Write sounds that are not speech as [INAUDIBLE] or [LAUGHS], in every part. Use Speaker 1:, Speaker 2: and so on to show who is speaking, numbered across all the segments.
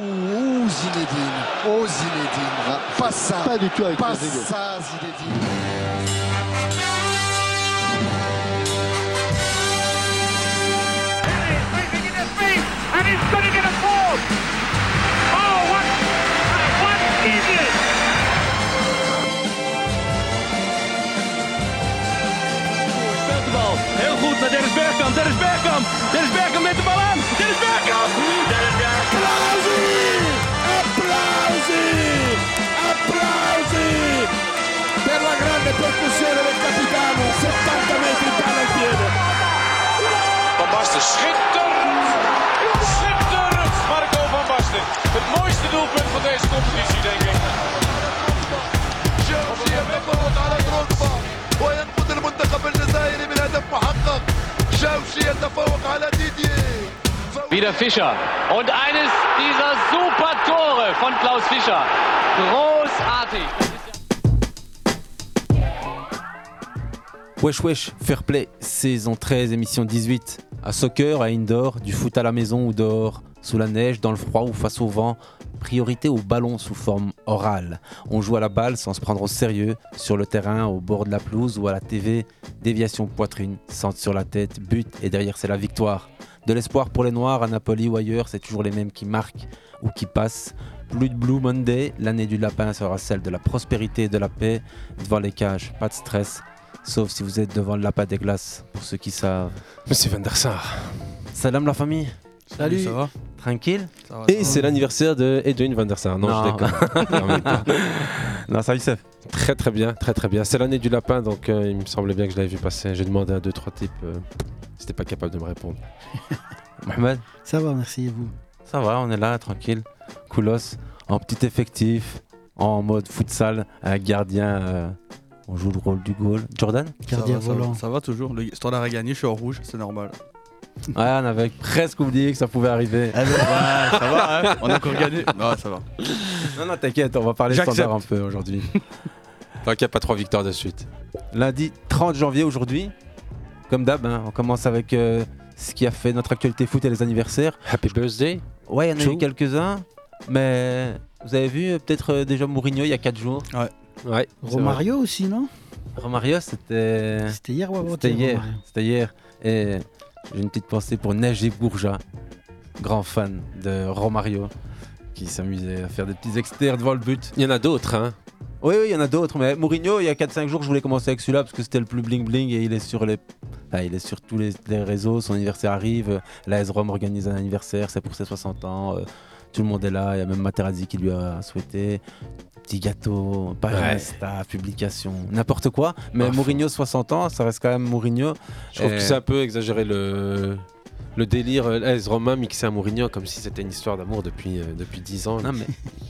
Speaker 1: Oh Zinedine, oh Zinedine, pas ça,
Speaker 2: Pas du tout avec
Speaker 1: pas
Speaker 2: Rodrigo.
Speaker 1: ça Zinedine.
Speaker 3: He's leaping in his feet, and he's going to get a fall. Oh, what, what idiot!
Speaker 4: Speelt de bal. Heel goed naar Dennis Bergkamp. Dennis Bergkamp. Dennis Bergkamp met de bal aan. Dennis Bergkamp. Dennis Bergkamp. Applausie. Applausie. Applausie. Per la grande percussione del capitano. 70 metri palo al piede.
Speaker 5: Van Basten schitterend! Schitterend! Marco van Basten. Het mooiste doelpunt van deze competitie, denk ik.
Speaker 6: شيرشي يتفوق على اوروبا وينقذ
Speaker 1: er
Speaker 6: المنتخب الجزائري من هدف محقق شاوشي يتفوق على ديدي
Speaker 4: Wieder Fischer. Und eines dieser super Tore von Klaus Fischer. Großartig.
Speaker 7: Wesh Wesh, Fair Play, saison 13, émission 18. À soccer, à indoor, du foot à la maison ou dehors, sous la neige, dans le froid ou face au vent, priorité au ballon sous forme orale. On joue à la balle sans se prendre au sérieux, sur le terrain, au bord de la pelouse ou à la TV, déviation poitrine, centre sur la tête, but et derrière c'est la victoire. De l'espoir pour les Noirs à Napoli ou ailleurs, c'est toujours les mêmes qui marquent ou qui passent. Plus de Blue Monday, l'année du lapin sera celle de la prospérité et de la paix. Devant les cages, pas de stress, Sauf si vous êtes devant le lapin des glaces, pour ceux qui savent.
Speaker 8: Monsieur Van der Sar.
Speaker 7: Salam la famille,
Speaker 8: Salut. Ça va
Speaker 7: tranquille
Speaker 8: Et c'est l'anniversaire de Edwin Van der Sar. Non,
Speaker 7: Non.
Speaker 8: je
Speaker 7: [LAUGHS]
Speaker 8: déconne. Non, mais pas.
Speaker 7: Non, ça Youssef.
Speaker 8: très très bien, très très bien. C'est l'année du lapin, donc euh, il me semblait bien que je l'avais vu passer. J'ai demandé à deux trois types. euh, C'était pas capable de me répondre.
Speaker 7: Mohamed
Speaker 2: Ça va, merci et vous.
Speaker 7: Ça va, on est là, tranquille. Koulos, en petit effectif, en mode futsal, un gardien, euh, on joue le rôle du goal. Jordan
Speaker 2: Gardien volant.
Speaker 9: Ça va toujours. Le standard a gagné, je suis en rouge, c'est normal.
Speaker 7: Ouais, on avait presque oublié que ça pouvait arriver.
Speaker 9: Ah, ça va, hein On a encore
Speaker 7: [LAUGHS]
Speaker 9: gagné. Non, ça va.
Speaker 7: Non, non, t'inquiète, on va parler
Speaker 9: J'accepte.
Speaker 7: standard un peu aujourd'hui.
Speaker 8: [LAUGHS] Tant qu'il n'y a pas trois victoires de suite.
Speaker 7: Lundi 30 janvier aujourd'hui, comme d'hab, hein, on commence avec euh, ce qui a fait notre actualité foot et les anniversaires.
Speaker 8: Happy birthday.
Speaker 7: Ouais, il y en a eu
Speaker 8: Chou.
Speaker 7: quelques-uns, mais vous avez vu euh, peut-être euh, déjà Mourinho il y a 4 jours.
Speaker 8: Ouais. c'est vrai.
Speaker 2: Romario aussi, non
Speaker 7: Romario, c'était
Speaker 2: C'était hier ou avant
Speaker 7: c'était hier. C'était hier. Et j'ai une petite pensée pour Najib Bourja, grand fan de Romario, qui s'amusait à faire des petits externes devant le but.
Speaker 8: Il y en a d'autres, hein.
Speaker 7: Oui, oui, il y en a d'autres, mais Mourinho, il y a 4-5 jours, je voulais commencer avec celui-là parce que c'était le plus bling-bling et il est sur les. enfin, il est sur tous les, les réseaux, son anniversaire arrive, euh, la AS Rome organise un anniversaire, c'est pour ses 60 ans, euh, tout le monde est là, il y a même Materazzi qui lui a souhaité. Petit gâteau, page
Speaker 8: Ouais.
Speaker 7: Insta, publication, n'importe quoi. Mais
Speaker 9: Ah,
Speaker 8: À fond.
Speaker 7: Mourinho, 60 ans, ça reste quand même Mourinho.
Speaker 8: Je trouve
Speaker 7: Euh,
Speaker 8: que c'est un peu exagéré le, le délire euh, AS Romain mixé à Mourinho comme si c'était une histoire d'amour depuis, euh, depuis 10 ans.
Speaker 7: Non, mais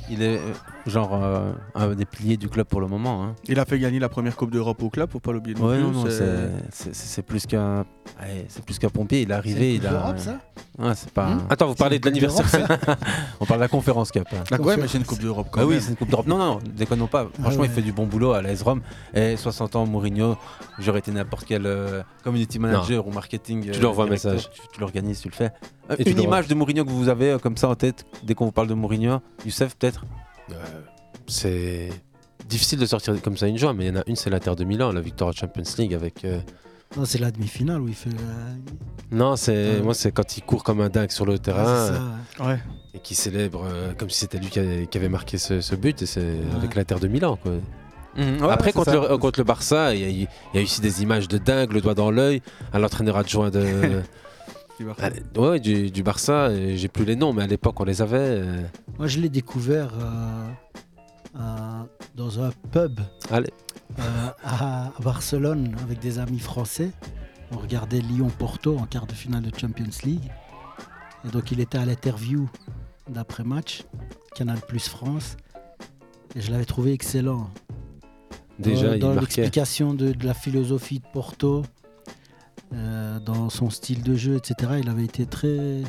Speaker 7: il est euh, genre euh, un des piliers du club pour le moment. hein.
Speaker 9: Il a fait gagner la première Coupe d'Europe au club, faut pas l'oublier.
Speaker 7: Ouais,
Speaker 9: plus,
Speaker 7: non, non,
Speaker 9: c'est-
Speaker 7: c'est- c'est c'est plus qu'un ouais, euh, c'est plus qu'un pompier. Il est arrivé,
Speaker 2: C'est
Speaker 7: il
Speaker 2: Coupe
Speaker 7: a.
Speaker 2: d'Europe, ça
Speaker 7: Ouais, c'est pas.
Speaker 2: Hmm.
Speaker 8: Attends, vous parlez de l'anniversaire
Speaker 7: On parle de la conférence Cup. hein.
Speaker 9: D'accord, ouais, mais c'est une Coupe d'Europe quand
Speaker 7: Bah oui,
Speaker 9: même. Ah
Speaker 7: c'est une Coupe d'Europe. Non, non, déconnons pas. Franchement,
Speaker 2: ouais.
Speaker 7: il fait du bon boulot à l'AS Rome. Et 60 ans, Mourinho, j'aurais été n'importe quel euh, community manager ou marketing.
Speaker 8: Tu
Speaker 7: euh,
Speaker 8: leur envoies un
Speaker 7: directeur.
Speaker 8: message.
Speaker 7: Tu, tu l'organises, tu le fais. Euh,
Speaker 8: Et tu
Speaker 7: une
Speaker 8: leur-
Speaker 7: image de Mourinho que vous avez euh, comme ça en tête, dès qu'on vous parle de Mourinho, Youssef peut-être
Speaker 8: Euh, C'est difficile de sortir comme ça une joie, mais il y en a une, c'est l'Inter de Milan, la victoire en Champions League avec. euh,
Speaker 2: Non, c'est la demi-finale où il fait. la- Euh,
Speaker 8: Non, c'est
Speaker 2: Ouais.
Speaker 8: moi, c'est quand il court comme un dingue sur le
Speaker 2: Ah,
Speaker 8: terrain
Speaker 2: c'est
Speaker 8: euh,
Speaker 2: ça.
Speaker 9: Ouais.
Speaker 8: et qui célèbre euh, comme si c'était lui qui avait, qui avait marqué ce, ce but. Et c'est avec l'Inter de Milan. Quoi.
Speaker 2: Mmh,
Speaker 8: Après, contre le, euh, contre le Barça, il y, a eu- il y a eu aussi des images de dingue, le doigt dans l'œil, à l'entraîneur adjoint
Speaker 2: [LAUGHS]
Speaker 8: de.
Speaker 9: Tu vois.
Speaker 8: à l- ouais, ouais, du, du Barça, et j'ai plus les noms, mais à l'époque on les avait. euh,
Speaker 2: Moi, je l'ai découvert euh, un- dans un pub
Speaker 8: Allez.
Speaker 2: euh, à à Barcelone avec des amis français. On regardait Lyon-Porto en quart de finale de Champions League. Et donc, il était à l'interview d'après-match, Canal Plus France. Et je l'avais trouvé excellent.
Speaker 8: déjà,
Speaker 2: dans
Speaker 8: il
Speaker 2: dans
Speaker 8: marquait.
Speaker 2: l'explication de, de la philosophie de Porto, euh, dans son style de jeu, etc. Il avait été très.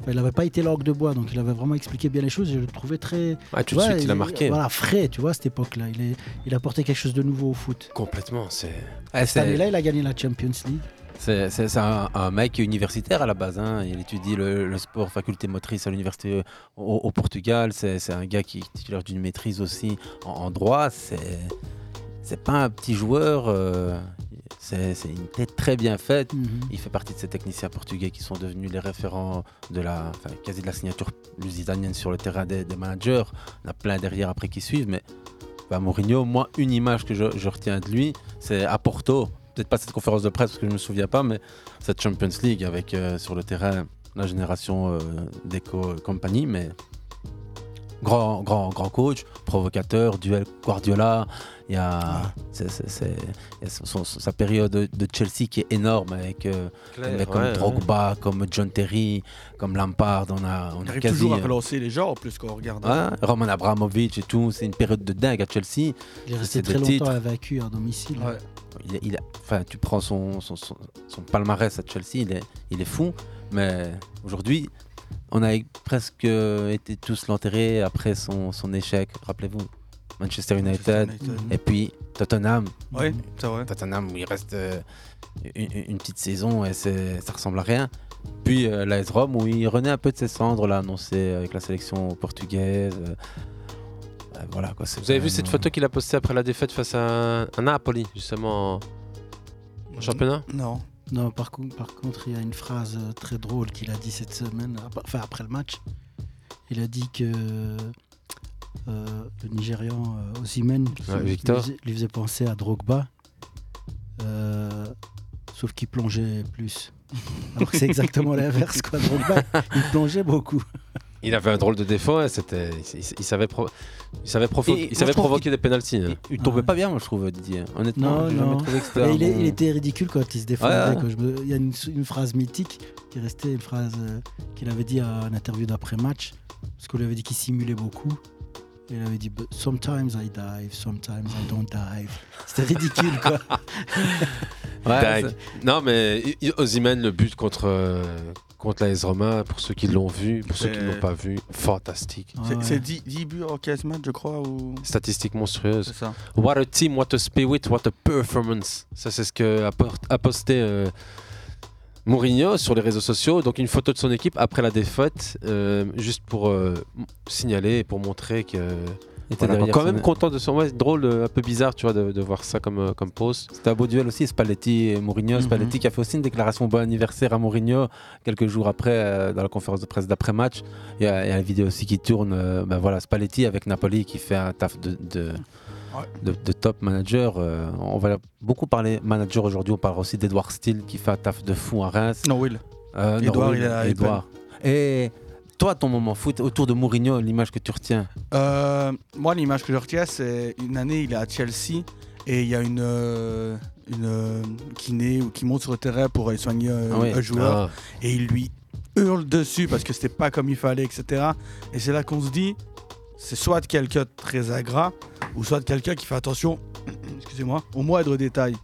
Speaker 2: enfin, il n'avait pas été langue de bois, donc il avait vraiment expliqué bien les choses. et Je le trouvais très.
Speaker 8: Ah, tout de
Speaker 2: Ouais,
Speaker 8: suite, il a
Speaker 2: il-
Speaker 8: marqué.
Speaker 2: Voilà, frais, tu vois, à cette époque-là. Il, est- il apportait quelque chose de nouveau au foot.
Speaker 8: Complètement, c'est.
Speaker 7: Ah,
Speaker 2: Cette
Speaker 7: c'est-
Speaker 2: année-là, il a gagné la Champions League.
Speaker 7: C'est c'est- c'est un, un mec universitaire à la base. hein. Il étudie le, le sport faculté motrice à l'université euh, au, au Portugal. C'est c'est un gars qui est titulaire d'une maîtrise aussi en, en droit. C'est c'est pas un petit joueur. euh, c'est c'est une tête très bien faite.
Speaker 2: Mhm.
Speaker 7: Il fait partie de ces techniciens portugais qui sont devenus les référents de la, enfin, quasi de la signature lusitanienne sur le terrain des, des managers. On a plein derrière après qui suivent, mais bah, Mourinho, moi, une image que je, je retiens de lui, c'est à Porto. Peut-être pas cette conférence de presse parce que je me souviens pas, mais cette Champions League avec euh, sur le terrain la génération euh, Deco et compagnie, mais grand, grand, grand coach, provocateur, duel Guardiola. Il y a, c'est- c'est- c'est- il y a son- son- sa période de Chelsea qui est énorme avec euh, des mecs comme Drogba, comme John Terry, comme Lampard. On a, on
Speaker 9: On
Speaker 7: a
Speaker 9: arrive
Speaker 7: quasi,
Speaker 9: toujours à
Speaker 7: euh,
Speaker 9: relancer les gens en plus quand on regarde. hein.
Speaker 7: ouais, Roman Abramovich et tout. C'est une période de dingue à Chelsea.
Speaker 2: Il est
Speaker 7: C'est
Speaker 2: resté
Speaker 7: des
Speaker 2: très longtemps
Speaker 7: titres.
Speaker 2: invaincu à domicile.
Speaker 9: Ouais.
Speaker 7: Il est- il a- enfin, tu prends son, son, son- son palmarès à Chelsea, il est, il est fou. Mais aujourd'hui, on a presque été tous l'enterrer après son, son échec. Rappelez-vous, Manchester United,
Speaker 9: United.
Speaker 7: et puis Tottenham.
Speaker 9: Ouais, c'est vrai.
Speaker 7: Tottenham, il reste euh, une, une- une petite saison et c'est- ça ressemble à rien. Puis euh, l'AS Rome où il renaît un peu de ses cendres, là, annoncé avec la sélection portugaise. euh, euh, voilà quoi. c'est
Speaker 8: Vous avez vu
Speaker 7: vraiment-
Speaker 8: cette photo qu'il a postée après la défaite face à, à Napoli, justement en- en championnat
Speaker 9: Non.
Speaker 2: Non, par, con- par contre, il y a une phrase euh, très drôle qu'il a dit cette semaine, ap- enfin après le match. Il a dit que euh, le Nigérian euh, Osimhen
Speaker 8: Ouais,
Speaker 2: lui,
Speaker 8: Victor.
Speaker 2: faisait- lui faisait penser à Drogba, euh, sauf qu'il plongeait plus. Alors que c'est
Speaker 8: [LAUGHS]
Speaker 2: exactement l'inverse, quoi. Drogba, il plongeait beaucoup.
Speaker 8: Il avait un drôle de défaut, hein, c'était, il, il- il savait, pro- il savait, provo- il
Speaker 7: Et moi,
Speaker 8: savait
Speaker 7: je trouve
Speaker 8: provoquer des pénalties. hein.
Speaker 7: Il, il tombait
Speaker 8: Ah.
Speaker 7: pas bien, moi, je trouve, Didier. Honnêtement,
Speaker 2: Non,
Speaker 7: j'ai
Speaker 2: non.
Speaker 7: jamais trouvé que c'était.
Speaker 2: Mais
Speaker 7: un
Speaker 2: il, est-
Speaker 7: bon-
Speaker 2: il était ridicule quand il se
Speaker 7: Ouais,
Speaker 2: défendait.
Speaker 7: ouais.
Speaker 2: quoi. Je me- Il y a une, une phrase mythique qui est restée, une phrase euh, qu'il avait dit à une interview d'après-match, parce qu'on lui avait dit qu'il simulait beaucoup. Et il avait dit But Sometimes I dive, sometimes I don't dive. C'était ridicule, quoi.
Speaker 7: Ouais,
Speaker 8: Dingue. Non, mais i- i- Osimhen, le but contre, euh, contre l'AS Roma, pour ceux qui l'ont vu, pour ceux qui ne
Speaker 9: C'est-
Speaker 8: l'ont pas vu, fantastique.
Speaker 2: Ouais,
Speaker 9: C'est-
Speaker 2: ouais.
Speaker 9: C'est 10, buts en 15 matchs, je crois. Ou...
Speaker 8: Statistique
Speaker 9: C'est
Speaker 8: monstrueuse.
Speaker 9: ça.
Speaker 8: What a team, what a spirit, what a performance. Ça, c'est ce que a por- a posté euh, Mourinho sur les réseaux sociaux. Donc, une photo de son équipe après la défaite, euh, juste pour euh, m- signaler et pour montrer que.
Speaker 7: il était
Speaker 8: Voilà,
Speaker 7: derrière
Speaker 8: quand
Speaker 7: son-
Speaker 8: même content de son. Ouais, drôle, euh, un peu bizarre, tu vois, de, de voir ça comme, euh, comme pause.
Speaker 7: C'était un beau duel aussi, Spalletti et Mourinho.
Speaker 8: Mhm.
Speaker 7: Spalletti qui a fait aussi une déclaration bon anniversaire à Mourinho quelques jours après, euh, dans la conférence de presse d'après-match. Il y, a il y a une vidéo aussi qui tourne, euh, ben voilà, Spalletti avec Napoli qui fait un taf de, de, de- de top manager. Euh, on va beaucoup parler manager aujourd'hui, on parle aussi d'Edouard Steele qui fait un taf de fou à Reims.
Speaker 9: Non, Will.
Speaker 7: Euh,
Speaker 9: Edouard,
Speaker 7: Norwood,
Speaker 9: il est à Epen.
Speaker 7: Edouard. Et toi, ton moment foot, autour de Mourinho, l'image que tu retiens
Speaker 9: Euh, moi, l'image que je retiens, c'est une année, il est à Chelsea et il y a une, euh, une euh, kiné ou qui monte sur le terrain pour euh, soigner euh,
Speaker 7: Ah ouais.
Speaker 9: un joueur et il lui hurle dessus parce que c'était pas comme il fallait, etc. Et c'est là qu'on se dit, c'est soit quelqu'un de très agrat ou soit quelqu'un qui fait attention, [CLEARS THROAT] excusez-moi, au moindre détail.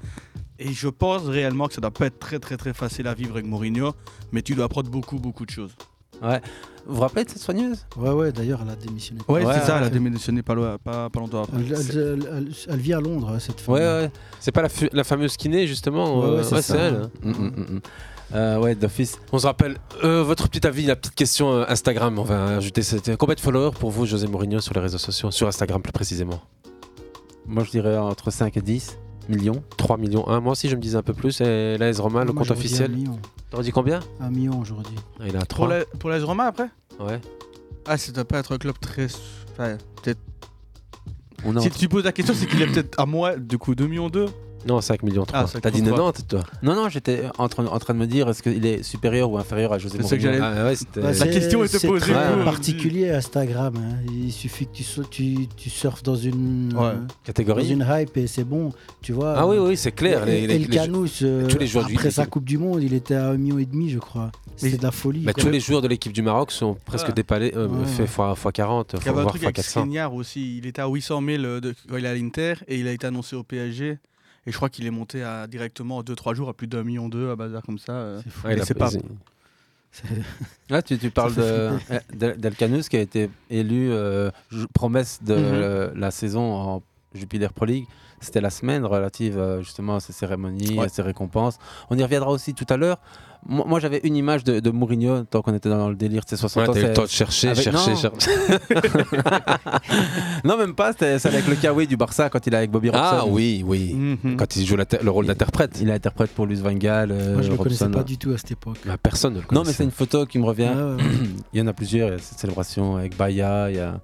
Speaker 9: Et je pense réellement que ça doit pas être très très très facile à vivre avec Mourinho, mais tu dois apprendre beaucoup beaucoup de choses.
Speaker 7: Vous vous rappelez de cette soigneuse
Speaker 2: ouais, ouais, d'ailleurs, elle a démissionné.
Speaker 9: Ouais,
Speaker 7: Ouais,
Speaker 9: c'est ça,
Speaker 7: ouais.
Speaker 9: elle a démissionné pas, loin- pas, pas longtemps après.
Speaker 2: Elle, elle- elle- elle- elle vit à Londres, hein, cette femme.
Speaker 7: Ouais, ouais.
Speaker 8: C'est pas la, fu- la fameuse kiné, justement
Speaker 2: Ouais,
Speaker 8: euh,
Speaker 2: ouais, c'est ça.
Speaker 8: elle. hein.
Speaker 7: Mm, mm, mm, mm. Euh, ouais, d'office.
Speaker 8: On se rappelle, euh, votre petit avis, la petite question euh, Instagram. On va ajouter cette. euh, Combien de followers pour vous, José Mourinho, sur les réseaux sociaux Sur Instagram, plus précisément
Speaker 7: Moi, je dirais entre 5 et 10 millions.
Speaker 8: 3 millions 1. Moi aussi, je me disais un peu plus. Et l'AS Roma, le
Speaker 2: Moi,
Speaker 8: compte
Speaker 2: j'aurais dit Un
Speaker 8: officiel.
Speaker 2: million,
Speaker 8: T'aurais dit combien
Speaker 2: Un million aujourd'hui.
Speaker 8: Ah, Il a
Speaker 9: Pour
Speaker 8: 3.
Speaker 9: la, pour l'AS Roma après
Speaker 8: Ouais.
Speaker 9: Ah, ça doit pas être un club très. enfin, peut-être-
Speaker 7: On est
Speaker 9: Si tu poses la question, c'est qu'il est peut-être à moi, du coup, 2 millions 2.
Speaker 8: Non, 5 millions 3.
Speaker 9: Ah, 5
Speaker 8: T'as dit
Speaker 9: millions
Speaker 8: 90, toi
Speaker 7: Non, non, j'étais en train, en train de me dire est-ce qu'il est supérieur ou inférieur à José
Speaker 9: C'est ce
Speaker 7: Mourinho
Speaker 9: que j'allais-
Speaker 8: Ah, ouais, c'était.
Speaker 2: Bah,
Speaker 9: la
Speaker 2: c'est-
Speaker 9: question était
Speaker 2: c'est
Speaker 9: posée,
Speaker 8: vous, on
Speaker 2: Très
Speaker 8: dit.
Speaker 2: particulier Instagram. hein. Il suffit que tu, so- tu, tu surfes dans une,
Speaker 9: Ouais.
Speaker 2: euh, dans
Speaker 8: Catégorie
Speaker 2: une hype et c'est bon. Tu vois.
Speaker 8: Ah oui,
Speaker 2: euh,
Speaker 8: oui, c'est clair.
Speaker 2: Et,
Speaker 8: les-
Speaker 2: et
Speaker 8: les-
Speaker 2: le
Speaker 8: les-
Speaker 2: Canous, euh,
Speaker 8: tous les joueurs du-
Speaker 2: après sa Coupe du Monde, il était à 1,5 million, et demi, je crois. C'était de la folie.
Speaker 8: Bah,
Speaker 2: quoi.
Speaker 8: tous les joueurs de l'équipe du Maroc sont presque
Speaker 9: Ah. Ouais.
Speaker 8: dépalés, euh,
Speaker 2: Ouais.
Speaker 8: fait fois, fois 40,
Speaker 9: Il y
Speaker 8: fois,
Speaker 9: avait un
Speaker 8: voire
Speaker 9: truc
Speaker 8: fois
Speaker 9: avec
Speaker 8: 400.
Speaker 9: Skriniar aussi. Il était à 800 000 euh, de- quand il est à l'Inter et il a été annoncé au PSG. Et je crois qu'il est monté à, directement en 2-3 jours à plus d'un million deux à bazar comme ça. euh.
Speaker 2: C'est fou.
Speaker 8: Ouais, il a-
Speaker 9: c'est
Speaker 10: [LAUGHS]
Speaker 9: pas-
Speaker 2: C'est-
Speaker 7: Là, tu, tu parles de- d'El- d'Elkanus qui a été élu euh, jou- promesse de
Speaker 9: Mhm.
Speaker 7: euh, la saison en Jupiler Pro League.
Speaker 10: C'était la semaine relative euh, justement à ces cérémonies, à ces récompenses. On y reviendra aussi tout à l'heure. Moi, moi, j'avais une image de, de Mourinho, tant qu'on était dans le délire de ses 60
Speaker 7: Ouais,
Speaker 10: ans.
Speaker 7: t'as eu le
Speaker 10: c'est-
Speaker 7: temps de chercher, chercher,
Speaker 10: non.
Speaker 7: chercher.
Speaker 10: [LAUGHS] non, même pas. C'était celle avec le Kawi du Barça quand il est avec Bobby Robson.
Speaker 7: Ah oui, oui.
Speaker 2: Mhm.
Speaker 7: Quand il joue l'inter- le rôle d'interprète.
Speaker 10: Il interprète pour Luis Van Gaal. euh,
Speaker 2: Moi, je ne le connaissais
Speaker 10: Robson.
Speaker 2: pas du tout à cette époque.
Speaker 7: Bah, personne ne le
Speaker 10: Non, mais
Speaker 7: connaissait.
Speaker 10: c'est une photo qui me revient.
Speaker 2: Ah ouais.
Speaker 10: [CLEARS THROAT] il y en a plusieurs. Il y a cette célébration avec Baya. Il y, a-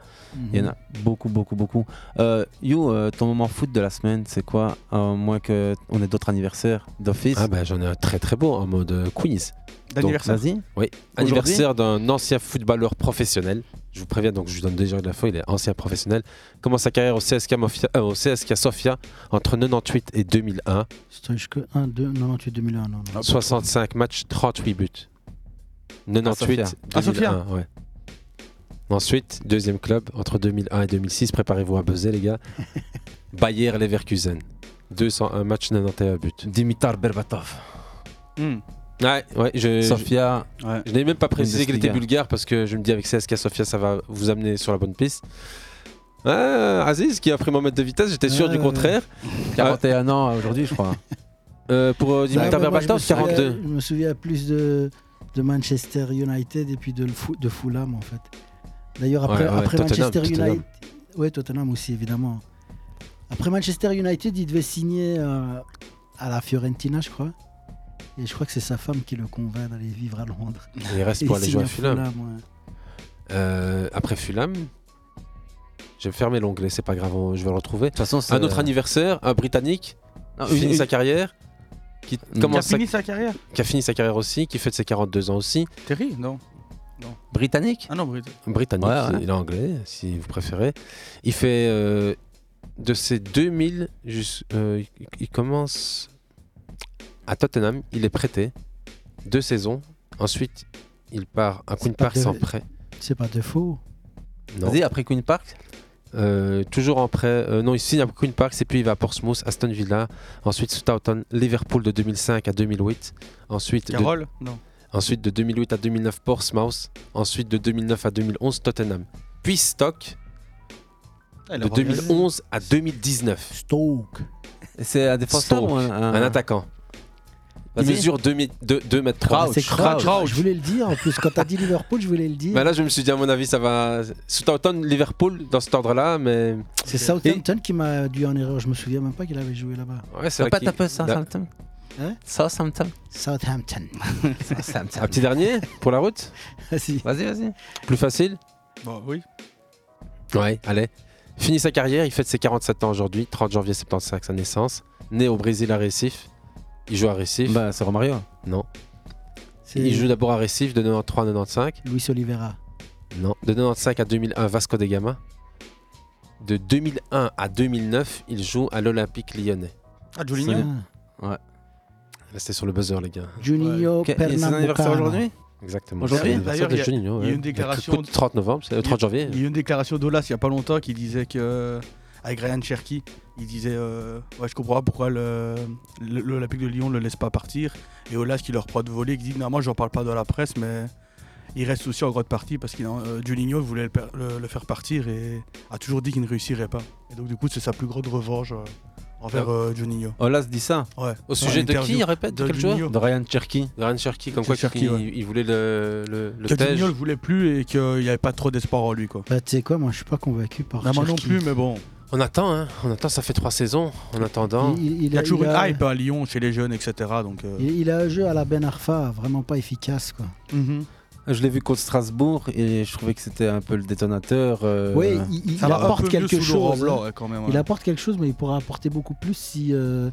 Speaker 10: il y en a
Speaker 2: Mhm.
Speaker 10: beaucoup, beaucoup, beaucoup. Euh, you, euh, ton moment foot de la semaine, c'est quoi À moins que on ait d'autres anniversaires d'office.
Speaker 7: Ah bah j'en ai un très très beau en mode euh, quiz.
Speaker 9: D'anniversaire.
Speaker 10: Vas-y.
Speaker 7: Oui, anniversaire d'un ancien footballeur professionnel. Je vous préviens, donc je vous donne déjà de l'info, il est ancien professionnel. Commence sa carrière au CSK, Mofia- euh, au CSKA Sofia entre 98 et 2001.
Speaker 2: Stoichko 1, 2, 98, 2001. Non, non.
Speaker 7: 65 matchs, 38 buts. 98,
Speaker 10: À Sofia.
Speaker 7: 2001.
Speaker 9: À Sofia.
Speaker 7: ouais. Ensuite, deuxième club, entre 2001 et 2006, préparez-vous à buzzer les gars. Bayer Leverkusen. 201 matchs, 91 buts.
Speaker 10: Dimitar Berbatov.
Speaker 2: Mm.
Speaker 9: Mhm.
Speaker 7: Ouais, ouais, je,
Speaker 10: Sofia.
Speaker 9: Ouais.
Speaker 7: je n'ai même pas précisé qu'il
Speaker 10: Bundesliga.
Speaker 7: était bulgare parce que je me dis avec CSK Sofia, ça va vous amener sur la bonne piste. Ah, Aziz qui a pris mon mètre de vitesse, j'étais sûr
Speaker 2: Ouais,
Speaker 7: du
Speaker 2: ouais,
Speaker 7: contraire.
Speaker 10: 41 ans aujourd'hui, je crois.
Speaker 7: Euh, pour euh,
Speaker 2: Ouais,
Speaker 7: Dimitar
Speaker 2: mais Bah, moi, je me
Speaker 7: Berbatov,
Speaker 2: souviens-
Speaker 7: 42.
Speaker 2: Je me souviens plus de, de Manchester United et puis de, le Fou- de Fulham, en fait. D'ailleurs, après,
Speaker 7: Ouais, ouais,
Speaker 2: après
Speaker 7: Tottenham,
Speaker 2: Manchester
Speaker 7: Tottenham.
Speaker 2: United. Oui, Tottenham aussi, évidemment. Après Manchester United, il devait signer euh, à la Fiorentina, je crois. Et je crois que c'est sa femme qui le convainc d'aller vivre à Londres.
Speaker 7: Il reste
Speaker 2: Et
Speaker 7: pour
Speaker 2: il
Speaker 7: aller
Speaker 2: signe
Speaker 7: jouer à
Speaker 2: à
Speaker 7: Fulham.
Speaker 2: Fulham, ouais.
Speaker 7: Euh, après Fulham, je vais fermer l'onglet, c'est pas grave, on- je vais le retrouver.
Speaker 10: De toute façon, c'est
Speaker 7: Un autre anniversaire, un Britannique,
Speaker 9: Ah,
Speaker 10: Non,
Speaker 7: qui
Speaker 10: une-
Speaker 7: finit
Speaker 10: une-
Speaker 7: sa carrière, qui,
Speaker 10: Une-
Speaker 9: Qui a
Speaker 7: commence sa-
Speaker 9: fini sa carrière
Speaker 7: qui a fini sa carrière aussi, qui fête ses 42 ans aussi.
Speaker 9: Terry Non.
Speaker 10: britannique.
Speaker 9: Ah non, Brigitte.
Speaker 7: britannique,
Speaker 10: Ouais, ouais.
Speaker 7: il est anglais, si vous préférez. Il fait euh, de ses 2000, jus- euh, il- il commence à Tottenham, il est prêté, deux saisons. Ensuite, il part à Queen
Speaker 2: pas
Speaker 7: Park
Speaker 2: de-
Speaker 7: sans prêt.
Speaker 2: C'est pas de faux.
Speaker 7: Non.
Speaker 10: Vas-y, après Queen Park.
Speaker 7: Euh, toujours en prêt. euh, non, il signe à Queen Park, et puis il va à Portsmouth, Aston Villa, ensuite Southampton, Liverpool de 2005 à 2008, ensuite de
Speaker 9: Carole Non.
Speaker 7: Ensuite, de 2008 à 2009, Portsmouth. Ensuite, de 2009 à 2011, Tottenham. Puis Stock,
Speaker 9: Elle
Speaker 7: de
Speaker 9: a voyagé.
Speaker 7: 2011 à 2019.
Speaker 2: Stoke.
Speaker 10: C'est un défenseur
Speaker 7: Stoke.
Speaker 10: ou un,
Speaker 7: Un attaquant. Il
Speaker 10: Vas-y.
Speaker 7: mesure 2 mètres
Speaker 10: Ah,
Speaker 7: 3.
Speaker 10: Crouch.
Speaker 2: C'est Crouch.
Speaker 9: Crouch.
Speaker 2: Je voulais le dire. En plus, quand t'as dit Liverpool, je voulais le dire.
Speaker 7: Mais là, je me suis dit, à mon avis, ça va. Southampton, Liverpool, dans cet ordre-là, mais.
Speaker 2: C'est [LAUGHS] Southampton qui m'a dû en erreur. Je me souviens même pas qu'il avait joué là-bas.
Speaker 7: Ouais, c'est
Speaker 10: T'as
Speaker 7: vrai
Speaker 10: pas
Speaker 7: qu'il-
Speaker 10: tapé Southampton
Speaker 2: Hein
Speaker 10: Southampton.
Speaker 2: Southampton. [LAUGHS]
Speaker 7: Un petit dernier pour la route
Speaker 2: Vas-y.
Speaker 10: Vas-y, vas-y.
Speaker 7: Plus facile
Speaker 9: Bon, Bah oui.
Speaker 7: Ouais, allez. Finit sa carrière, il fête ses 47 ans aujourd'hui, 30 janvier 75, sa naissance. Né au Brésil à Recife. Il joue à Recife.
Speaker 10: Bah, c'est Romario.
Speaker 7: non.
Speaker 2: C'est
Speaker 7: Il joue d'abord à Recife de 93 à 95.
Speaker 2: Luis Oliveira.
Speaker 7: Non. De 95 à 2001, Vasco de Gama. De 2001 à 2009, il joue à l'Olympique lyonnais.
Speaker 9: Ah, Julinho
Speaker 7: Restez sur le buzzer, les gars.
Speaker 2: Juninho
Speaker 10: Ok, et C'est son anniversaire
Speaker 2: Pernambucano.
Speaker 10: aujourd'hui
Speaker 7: Exactement.
Speaker 10: Aujourd'hui,
Speaker 7: C'est l'anniversaire
Speaker 9: d'ailleurs,
Speaker 7: de Juninho,
Speaker 9: il y a
Speaker 7: ouais.
Speaker 9: une déclaration-
Speaker 7: Écoute, 30 novembre, c'est- euh, 30 janvier.
Speaker 9: Il y a eu une déclaration d'Olas il y a pas longtemps qui disait que euh, avec Ryan Cherky, il disait euh, ouais je comprends pas pourquoi le- le- l'Olympique de Lyon le laisse pas partir et Olas qui leur prend de voler qui dit non moi j'en parle pas dans la presse mais il reste aussi en grande partie parce que Juninho voulait le, per- le- le faire partir et a toujours dit qu'il ne réussirait pas et donc du coup c'est sa plus grande revanche euh, envers euh, Juninho.
Speaker 2: Oh,
Speaker 10: Olas dit ça.
Speaker 9: Ouais.
Speaker 7: Au sujet de qui,
Speaker 9: interview
Speaker 7: il répète
Speaker 9: de
Speaker 7: Quel joueur
Speaker 9: Juninho.
Speaker 10: De Ryan Cherky.
Speaker 7: Ryan Cherky, comme
Speaker 9: De
Speaker 7: quoi
Speaker 9: Cherky,
Speaker 7: il,
Speaker 9: ouais.
Speaker 7: il voulait le, le, le
Speaker 9: Que
Speaker 7: tège.
Speaker 9: Juninho le voulait plus et qu'il n'y avait pas trop d'espoir en lui quoi.
Speaker 2: Bah, tu sais quoi, moi je suis pas convaincu par
Speaker 9: Non, Bah, moi non
Speaker 2: Cherki.
Speaker 9: plus mais bon
Speaker 7: On attend, hein. On attend, ça fait 3 saisons. En attendant.
Speaker 2: Il, il-
Speaker 9: il y a toujours
Speaker 2: il a-
Speaker 9: une hype à Lyon chez les jeunes etc donc euh,
Speaker 2: Il, il a un jeu à la Ben Arfa, vraiment pas efficace. Quoi.
Speaker 9: mhm.
Speaker 10: Je l'ai vu contre Strasbourg et je trouvais que c'était un peu le détonateur. euh,
Speaker 2: Oui, il, il
Speaker 9: Ça va un peu
Speaker 2: apporte
Speaker 9: mieux
Speaker 2: quelque
Speaker 9: sous Laurent
Speaker 2: chose.
Speaker 9: Blanc,
Speaker 2: hein.
Speaker 9: ouais, quand même,
Speaker 2: Il
Speaker 9: ouais.
Speaker 2: apporte quelque chose, mais il pourra apporter beaucoup plus si euh,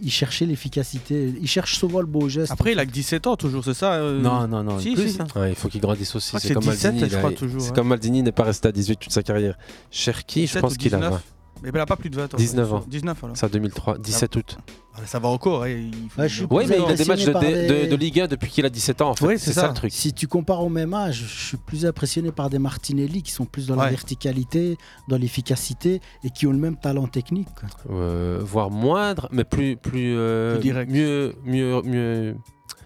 Speaker 2: il cherchait l'efficacité. Il cherche souvent le beau geste.
Speaker 9: Après, il a que 17 ans toujours, c'est ça euh,
Speaker 10: Non, non, non.
Speaker 9: Si,
Speaker 10: plus,
Speaker 9: si.
Speaker 10: hein.
Speaker 7: Ouais, il faut qu'il grandisse aussi.
Speaker 9: crois que
Speaker 7: C'est
Speaker 9: Ah, c'est
Speaker 7: comme
Speaker 9: 17,
Speaker 7: Maldini.
Speaker 9: je
Speaker 7: là,
Speaker 9: crois,
Speaker 7: il-
Speaker 9: toujours, hein.
Speaker 7: C'est
Speaker 9: ouais.
Speaker 7: comme Maldini n'est pas resté à 18 toute sa carrière. Cherki, je
Speaker 9: 17
Speaker 7: pense
Speaker 9: ou
Speaker 7: qu'il a
Speaker 9: 19.
Speaker 7: 20.
Speaker 9: Mais ben, il a pas plus de 20 ans.
Speaker 7: 19 ans.
Speaker 9: 19 alors.
Speaker 7: C'est en 2003, 17 août.
Speaker 9: Ah, Ça va encore. hein, il faut-
Speaker 2: Ouais, je suis-
Speaker 7: Oui,
Speaker 2: Vous
Speaker 7: mais
Speaker 2: êtes
Speaker 7: il a des matchs de,
Speaker 2: impressionné par
Speaker 7: de-
Speaker 2: des-
Speaker 7: de Ligue 1 depuis qu'il a 17 ans, en fait.
Speaker 9: Oui,
Speaker 7: c'est
Speaker 9: c'est
Speaker 7: ça.
Speaker 9: ça.
Speaker 7: le truc.
Speaker 2: Si tu compares au même âge, je suis plus impressionné par des Martinelli qui sont plus dans la
Speaker 9: Ouais.
Speaker 2: verticalité, dans l'efficacité et qui ont le même talent technique. quoi.
Speaker 7: Euh, voire moindre, mais plus, plus, euh,
Speaker 9: Plus direct.
Speaker 7: mieux, mieux, mieux,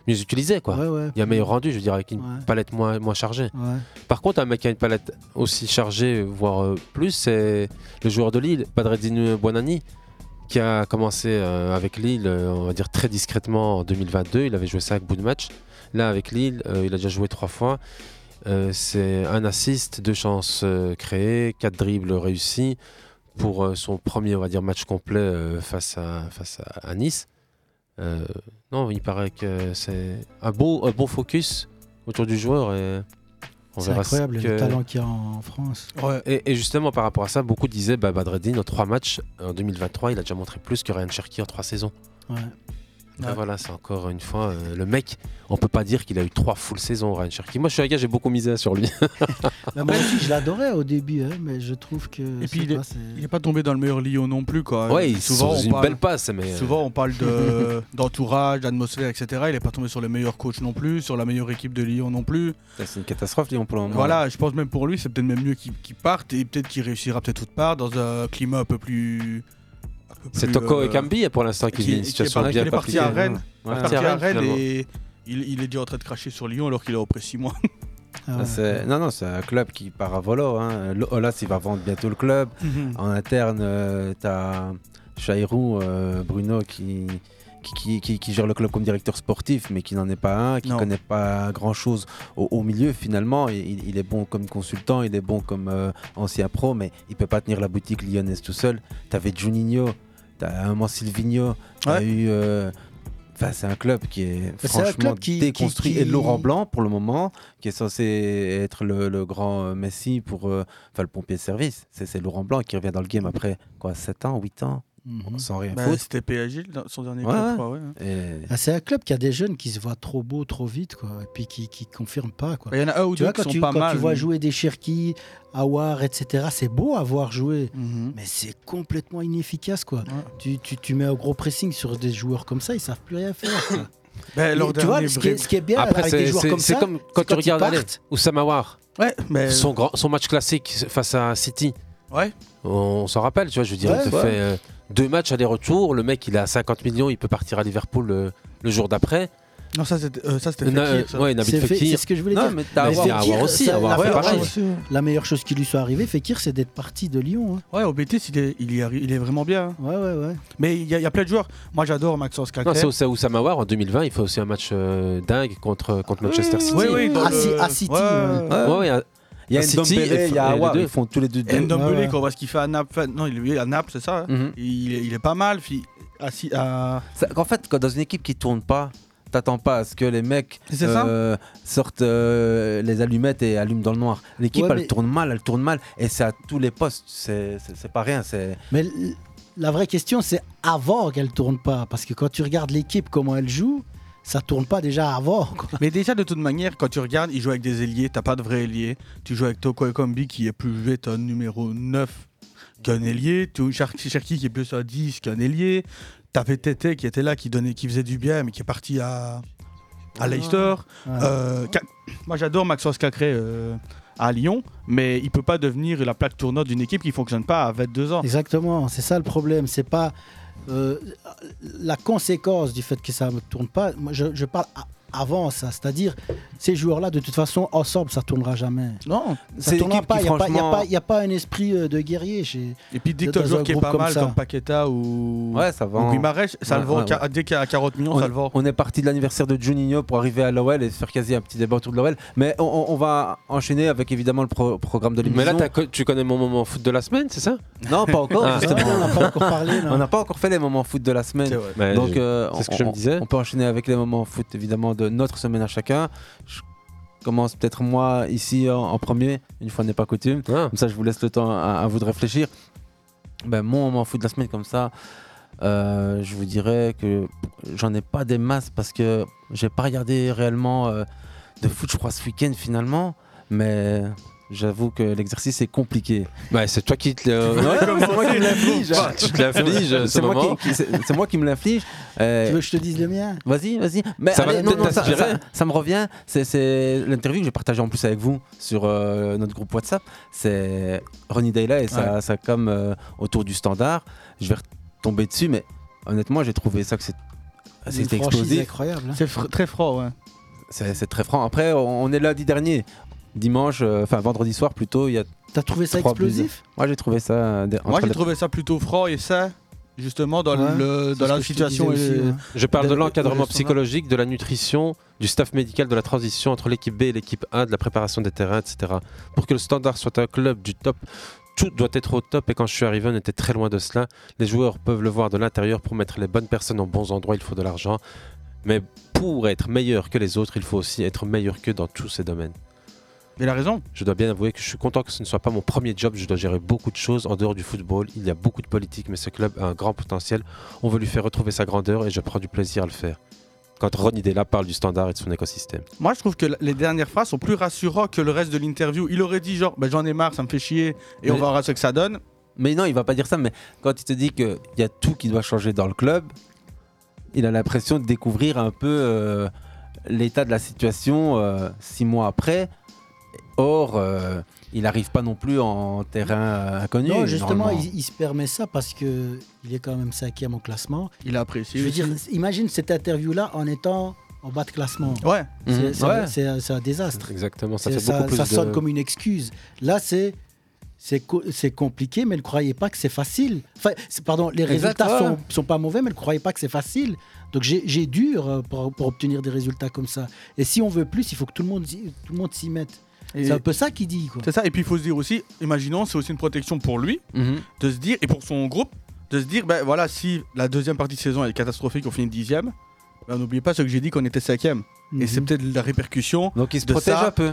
Speaker 7: mieux utilisé, quoi.
Speaker 2: Ouais, ouais.
Speaker 7: Il y a un meilleur rendu, je veux dire, avec une
Speaker 2: Ouais.
Speaker 7: palette moins, moins chargée.
Speaker 2: Ouais.
Speaker 7: Par contre, un mec qui a une palette aussi chargée, voire euh, plus, c'est le joueur de Lille, Padredino Buonanni,
Speaker 8: qui a commencé euh, avec Lille, euh, on va dire très discrètement en 2022. Il avait joué ça avec bout de match. Là, avec Lille, euh, il a déjà joué trois fois. Euh, c'est un assist, deux chances euh, créées, quatre dribbles réussis pour euh, son premier, on va dire, match complet euh, face à face à- à Nice. Euh, non, il paraît que c'est un beau un bon focus autour du joueur. et on
Speaker 2: C'est
Speaker 8: verra
Speaker 2: incroyable
Speaker 8: ce
Speaker 2: le
Speaker 8: que-
Speaker 2: talent qu'il y a en France.
Speaker 8: et, et justement, par rapport à ça, beaucoup disaient bah, Badreddin, en trois matchs, en 2023, il a déjà montré plus que Ryan Cherky en trois saisons.
Speaker 2: Ouais.
Speaker 8: Ben voilà, c'est encore une fois euh, le mec. On peut pas dire qu'il a eu trois full saisons, Ryan Cherky. Moi, je suis un gars, j'ai beaucoup misé hein, sur
Speaker 7: [LAUGHS]
Speaker 8: lui.
Speaker 2: Bah, moi aussi, je l'adorais au début, hein, [LAUGHS] mais je trouve que.
Speaker 9: Et puis
Speaker 2: c'est
Speaker 9: il est-
Speaker 2: pas, c'est-
Speaker 9: Il n'est pas tombé dans le meilleur Lyon non plus. Quoi.
Speaker 8: ouais, il
Speaker 9: souvent,
Speaker 8: sous
Speaker 9: on
Speaker 8: une
Speaker 9: parle,
Speaker 8: belle passe, mais. euh,
Speaker 9: souvent on parle
Speaker 8: [LAUGHS]
Speaker 9: de- d'entourage, d'atmosphère, etc. Il n'est pas tombé sur le meilleur coach non plus, sur la meilleure équipe de Lyon non plus.
Speaker 7: C'est une catastrophe, Lyon, pour le moment.
Speaker 9: Voilà, je pense même pour lui, c'est peut-être même mieux qu'il qu'il parte et peut-être qu'il réussira peut-être toute part dans un climat un peu plus. un peu
Speaker 8: C'est
Speaker 9: plus,
Speaker 8: Toko
Speaker 9: euh,
Speaker 8: et Kambi pour l'instant qui
Speaker 9: qui-
Speaker 8: vit une
Speaker 9: qui est
Speaker 8: situation
Speaker 9: parti-
Speaker 8: bien
Speaker 9: il est parti
Speaker 8: particulière.
Speaker 9: à Rennes.
Speaker 8: Ouais,
Speaker 9: parti à Rennes
Speaker 8: finalement.
Speaker 9: et il, il est déjà en train de cracher sur Lyon alors qu'il est au près 6 mois.
Speaker 2: Ah
Speaker 7: Ça,
Speaker 2: ouais.
Speaker 7: c'est- Non, non, c'est un club qui part à volo. Hein. Le- Olas, il va vendre bientôt le club.
Speaker 2: Mhm.
Speaker 7: En interne, euh, t'as Chairou, euh, Bruno, qui, qui, qui- qui- qui gère le club comme directeur sportif, mais qui n'en est pas un, qui
Speaker 9: Non.
Speaker 7: connaît pas grand-chose au, au milieu finalement. Et Il, il est bon comme consultant, il est bon comme euh, ancien pro, mais il peut pas tenir la boutique lyonnaise tout seul. T'avais Juninho, t'as un moment Silvino, t'as
Speaker 9: Ouais.
Speaker 7: eu... euh, Enfin, c'est un club qui est
Speaker 2: un
Speaker 7: franchement
Speaker 2: club qui-
Speaker 7: déconstruit.
Speaker 2: qui-
Speaker 7: Et
Speaker 2: qui-
Speaker 7: Laurent Blanc, pour le moment, qui est censé être le, le grand euh, Messi pour, euh, enfin le pompier de service. C'est c'est Laurent Blanc qui revient dans le game après quoi 7 ans, 8 ans,
Speaker 2: Mhm.
Speaker 7: sans rien
Speaker 9: Bah,
Speaker 7: foutre.
Speaker 9: C'était PSG le- son dernier
Speaker 7: Ouais,
Speaker 9: club,
Speaker 7: ouais.
Speaker 9: je crois, ouais. Bah,
Speaker 7: Et-
Speaker 2: Ah, c'est un club qui a des jeunes qui se voient trop beaux, trop vite, quoi, et puis qui qui confirment pas. Quoi.
Speaker 9: Il y en a un ou
Speaker 2: tu
Speaker 9: deux
Speaker 2: vois,
Speaker 9: qui
Speaker 2: quand,
Speaker 9: sont
Speaker 2: tu,
Speaker 9: pas
Speaker 2: quand
Speaker 9: mal.
Speaker 2: tu vois
Speaker 9: mais-
Speaker 2: jouer des Cherki, Awar, etc., c'est beau à voir jouer,
Speaker 9: Mhm.
Speaker 2: mais c'est complètement inefficace. quoi.
Speaker 9: Ouais.
Speaker 2: Tu, tu- tu mets un gros pressing sur des joueurs comme ça, ils savent plus rien faire. quoi.
Speaker 7: Ben,
Speaker 9: Bah, leur
Speaker 2: Et tu vois,
Speaker 9: dernier
Speaker 2: ce qui, est,
Speaker 9: break-
Speaker 2: ce qui est bien
Speaker 8: Après,
Speaker 2: avec des
Speaker 8: c'est
Speaker 2: joueurs
Speaker 8: c'est-
Speaker 2: comme
Speaker 8: c'est
Speaker 2: ça,
Speaker 8: comme,
Speaker 2: c'est
Speaker 8: quand tu
Speaker 2: quand ils
Speaker 8: regardes allez,
Speaker 2: partent.
Speaker 8: Oussama War,
Speaker 9: Ouais, mais.
Speaker 8: son, grand, son match classique face à City.
Speaker 9: Ouais.
Speaker 8: On s'en rappelle, tu vois, je veux dire,
Speaker 2: Ouais,
Speaker 8: il te
Speaker 2: ouais.
Speaker 8: fait euh, deux matchs aller-retour, le mec il est à 50 millions, il peut partir à Liverpool euh, le jour d'après.
Speaker 9: Non, ça c'était euh, ça, c'était
Speaker 8: Na-
Speaker 9: Fekir,
Speaker 8: euh,
Speaker 9: ça.
Speaker 8: ouais, Nabil
Speaker 2: c'est fait- c'est
Speaker 8: Fekir.
Speaker 2: ce que je voulais
Speaker 7: Non,
Speaker 2: dire.
Speaker 7: mais t'as
Speaker 2: Mais
Speaker 7: à voir.
Speaker 2: Fekir,
Speaker 8: à avoir aussi,
Speaker 2: ça-
Speaker 8: à avoir,
Speaker 2: la,
Speaker 8: c'est
Speaker 2: meilleure
Speaker 8: pareil.
Speaker 2: chose, la meilleure chose qui lui soit arrivée, Fekir, c'est d'être parti de Lyon. hein.
Speaker 9: Ouais, au Betis, il est, il, y arri- il est vraiment bien. hein.
Speaker 2: Ouais, ouais, ouais.
Speaker 9: Mais il y, a- il y a plein de joueurs. Moi, j'adore Maxence
Speaker 8: Non,
Speaker 9: Cacré.
Speaker 8: c'est Oussa- Oussama War en 2020, il fait aussi un match euh, dingue contre, contre Manchester City.
Speaker 9: Ah Oui, oui, dans
Speaker 2: Ah,
Speaker 9: le-
Speaker 2: si- à City,
Speaker 9: Ouais,
Speaker 2: ouais.
Speaker 9: ouais.
Speaker 7: Ouais.
Speaker 8: Ouais, ouais, un-
Speaker 7: Il y a
Speaker 8: un City et-
Speaker 7: Ndombele, il y a
Speaker 8: et les
Speaker 7: Aouar,
Speaker 8: deux.
Speaker 7: ils font tous les deux.
Speaker 9: Et
Speaker 7: deux.
Speaker 9: Ndombele,
Speaker 2: ouais.
Speaker 9: quand on voit ce qu'il fait à Naples. enfin, non, il est à Naples, c'est ça. hein.
Speaker 8: Mhm.
Speaker 9: Il, est, il est pas mal. fi- à Si, à...
Speaker 7: Ça- En fait, quand dans une équipe qui tourne pas, t'attends pas à ce que les mecs
Speaker 9: C'est ça
Speaker 7: euh, sortent euh, les allumettes et allument dans le noir. L'équipe,
Speaker 2: Ouais,
Speaker 7: elle
Speaker 2: mais-
Speaker 7: tourne mal, elle tourne mal, et c'est à tous les postes. C'est c'est- c'est pas rien. C'est
Speaker 2: Mais l- la vraie question, c'est avant qu'elle tourne pas. Parce que quand tu regardes l'équipe, comment elle joue, ça tourne pas déjà avant. quoi.
Speaker 9: Mais déjà, de toute manière, quand tu regardes, il joue avec des ailiers. T'as pas de vrai ailier. Tu joues avec Toko Ekambi, qui est plus vite un numéro 9 qu'un ailier. Tu Cherki, Cherki, qui est plus un 10 qu'un ailier. T'avais Tété, qui était là, qui, donnait, qui faisait du bien, mais qui est parti à,
Speaker 7: Ah.
Speaker 9: à Leicester.
Speaker 2: Ouais.
Speaker 9: Euh, Ca- Moi, j'adore Maxence Cacré euh, à Lyon, mais il peut pas devenir la plaque tournante d'une équipe qui fonctionne pas à 22 ans.
Speaker 2: Exactement, c'est ça le problème. C'est pas euh, la conséquence du fait que ça ne tourne pas. Moi, je, je parle a- avant ça, c'est-à-dire ces joueurs-là, de toute façon, ensemble, ça tournera jamais.
Speaker 9: Non.
Speaker 2: Ça
Speaker 7: une
Speaker 2: tournera
Speaker 7: équipe
Speaker 2: pas.
Speaker 7: qui,
Speaker 2: Il n'y a, pas- y a
Speaker 7: franchement-
Speaker 2: pas- y a pas un esprit euh, de guerrier chez.
Speaker 9: Et puis dès que
Speaker 2: Dans
Speaker 9: t'as un joueur
Speaker 2: un
Speaker 9: qui est
Speaker 2: groupe
Speaker 9: pas
Speaker 2: comme
Speaker 9: mal
Speaker 2: ça.
Speaker 9: comme Paqueta ou,
Speaker 7: ouais, ça
Speaker 9: ou
Speaker 7: va. en-
Speaker 9: Guimarães, ça
Speaker 7: Ouais,
Speaker 9: le vend.
Speaker 7: ouais,
Speaker 9: Ca- Dès qu'il y a 40 millions,
Speaker 7: On
Speaker 9: ça
Speaker 7: est,
Speaker 9: le vend.
Speaker 7: on est parti de l'anniversaire de Juninho pour arriver à l'OL et se faire quasi un petit débat autour de l'OL. Mais on, on- on va enchaîner avec évidemment le pro- programme de
Speaker 8: Mais là,
Speaker 7: l'émission.
Speaker 8: t'as co- tu connais mon moment foot de la semaine, c'est ça
Speaker 7: non, pas encore.
Speaker 8: Ah.
Speaker 2: Ah,
Speaker 7: justement.
Speaker 2: on n'a pas encore parlé. non.
Speaker 7: on n'a pas encore fait les moments foot de la semaine.
Speaker 8: Ouais,
Speaker 7: Donc,
Speaker 8: je-
Speaker 7: euh,
Speaker 8: c'est ce que
Speaker 7: on-
Speaker 8: je me
Speaker 7: on-
Speaker 8: disais.
Speaker 7: On peut enchaîner avec les moments foot, évidemment, de notre semaine à chacun. Je commence peut-être moi ici en, en premier, une fois n'est pas coutume.
Speaker 8: Ah.
Speaker 7: Comme ça, je vous laisse le temps à, à vous de réfléchir. Ben, mon moment foot de la semaine, comme ça, euh, je vous dirais que j'en ai pas des masses parce que j'ai pas regardé réellement euh, de foot, je crois, ce week-end finalement. Mais j'avoue que l'exercice est compliqué.
Speaker 8: Bah, c'est toi qui te le-
Speaker 7: [LAUGHS] Ouais, c'est
Speaker 8: [LAUGHS]
Speaker 7: moi qui me l'inflige.
Speaker 8: Bah, tu te l'infliges, ce
Speaker 7: C'est moi
Speaker 8: moment.
Speaker 7: qui- qui- c'est- c'est moi qui me l'inflige. Euh,
Speaker 2: Tu veux que je te dise le mien
Speaker 7: Vas-y, vas-y. Mais
Speaker 8: Ça va
Speaker 7: allez, non,
Speaker 8: peut-être
Speaker 7: non, ça,
Speaker 8: t'inspirer.
Speaker 7: ça- ça me revient. C'est- C'est l'interview que j'ai partagée en plus avec vous sur euh, notre groupe WhatsApp. C'est Ronnie Dayla et ça, ça comme euh, autour du standard. Je vais retomber dessus, mais honnêtement, j'ai trouvé ça que c'est-
Speaker 2: C'est
Speaker 7: c'était
Speaker 2: une franchise
Speaker 7: explosif.
Speaker 2: incroyable. hein.
Speaker 9: C'est fr- très froid, ouais.
Speaker 7: C'est c'est très franc. Après, on on est lundi dernier. Dimanche, euh, enfin vendredi soir plutôt, il y a.
Speaker 2: T'as trouvé ça
Speaker 7: Trois
Speaker 2: explosif
Speaker 7: Moi j'ai trouvé ça. euh, en
Speaker 9: Moi, j'ai
Speaker 7: train de-
Speaker 9: trouvé ça plutôt froid et ça. justement dans, le, dans la situation. et-
Speaker 2: hein.
Speaker 8: Je parle de
Speaker 9: de-
Speaker 8: l'encadrement
Speaker 9: de-
Speaker 8: psychologique, de la nutrition, du staff médical, de la transition entre l'équipe B et l'équipe A, de la préparation des terrains, etc. Pour que le standard soit un club du top, tout doit être au top. Et quand je suis arrivé, on était très loin de cela. Les joueurs peuvent le voir de l'intérieur. Pour mettre les bonnes personnes aux bons endroits, il faut de l'argent. Mais pour être meilleur que les autres, il faut aussi être meilleur qu'eux dans tous ces domaines.
Speaker 9: Il a raison.
Speaker 8: Je dois bien avouer que je suis content que ce ne soit pas mon premier job. Je dois gérer beaucoup de choses en dehors du football. Il y a beaucoup de politique, mais ce club a un grand potentiel. On veut lui faire retrouver sa grandeur et je prends du plaisir à le faire. Quand Ronny Della parle du standard et de son écosystème.
Speaker 9: Moi, je trouve que les dernières phrases sont plus rassurantes que le reste de l'interview. Il aurait dit genre, bah, j'en ai marre, ça me fait chier, et
Speaker 7: Mais-
Speaker 9: on verra ce que ça donne.
Speaker 7: Mais non, il va pas dire ça, mais quand il te dit qu'il y a tout qui doit changer dans le club, il a l'impression de découvrir un peu euh, l'état de la situation euh, six mois après. Or, euh, il n'arrive pas non plus en terrain euh, inconnu.
Speaker 2: Non, justement,
Speaker 7: normalement.
Speaker 2: il, il se permet ça parce que il est quand même cinquième au classement.
Speaker 9: Il a apprécié.
Speaker 2: Je veux
Speaker 9: aussi.
Speaker 2: dire, imagine cette interview-là en étant en bas de classement.
Speaker 9: Ouais.
Speaker 2: C'est-
Speaker 7: Mhm.
Speaker 2: c'est-
Speaker 7: Ouais.
Speaker 2: C'est un- c'est un désastre.
Speaker 8: Mmh. Exactement, ça
Speaker 2: C'est-
Speaker 8: fait
Speaker 2: Ça,
Speaker 8: beaucoup plus
Speaker 2: ça
Speaker 8: de-
Speaker 2: sonne comme une excuse. Là, c'est c'est co- c'est compliqué, mais ne croyez pas que c'est facile. Enfin, c'est- pardon, les
Speaker 7: Exact,
Speaker 2: résultats
Speaker 7: ouais.
Speaker 2: sont, sont pas mauvais, mais ne croyez pas que c'est facile. Donc j'ai j'ai dur euh, pour, pour obtenir des résultats comme ça. Et si on veut plus, il faut que tout le monde s'y- tout le monde s'y mette.
Speaker 9: Et-
Speaker 2: C'est un peu ça qu'il dit. Quoi.
Speaker 9: C'est ça. Et puis, il faut se dire aussi, imaginons, c'est aussi une protection pour lui,
Speaker 7: Mhm.
Speaker 9: de se dire, et pour son groupe, de se dire, ben voilà, si la deuxième partie de saison est catastrophique, on finit dixième, ben, n'oubliez pas ce que j'ai dit qu'on était cinquième. Et c'est peut-être la répercussion.
Speaker 7: Mhm. Donc il se
Speaker 9: de
Speaker 7: protège
Speaker 9: ça,
Speaker 7: un peu.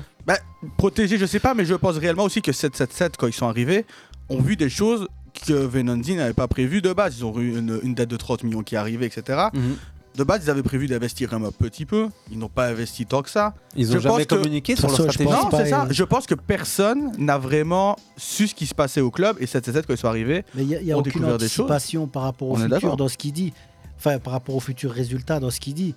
Speaker 9: Protégé, je sais pas, mais je pense réellement aussi que 7-7-7, quand ils sont arrivés, ont vu des choses que Venanzi n'avait pas prévues de base. Ils ont eu une, une dette de 30 millions qui est arrivée, etc.
Speaker 7: Mhm.
Speaker 9: De base, ils avaient prévu d'investir un petit peu. Ils n'ont pas investi tant que ça.
Speaker 7: Ils
Speaker 9: Je
Speaker 7: n'ont jamais
Speaker 9: pense que-
Speaker 7: communiqué sur
Speaker 2: De
Speaker 7: leur
Speaker 2: toute façon, je
Speaker 7: stratégie.
Speaker 2: pense
Speaker 9: Non,
Speaker 2: pas,
Speaker 9: c'est ça.
Speaker 2: euh,
Speaker 9: Je pense que personne n'a vraiment su ce qui se passait au club et 7-7 quand ils sont arrivés.
Speaker 2: Mais il n'y a, il y a
Speaker 9: ont
Speaker 2: aucune
Speaker 9: découvert des choses.
Speaker 2: anticipation par rapport au
Speaker 9: On est
Speaker 2: futur
Speaker 9: d'accord.
Speaker 2: dans ce qu'il dit. Enfin, par rapport aux futurs résultats dans ce qu'il dit.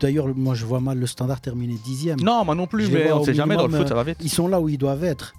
Speaker 2: D'ailleurs, moi, je vois mal le standard terminer dixième.
Speaker 9: Non, moi non plus,
Speaker 2: Je les
Speaker 9: mais
Speaker 2: vois
Speaker 9: on
Speaker 2: au
Speaker 9: sait jamais dans le
Speaker 2: minimum,
Speaker 9: foot, ça va vite.
Speaker 2: Ils sont là où ils doivent être.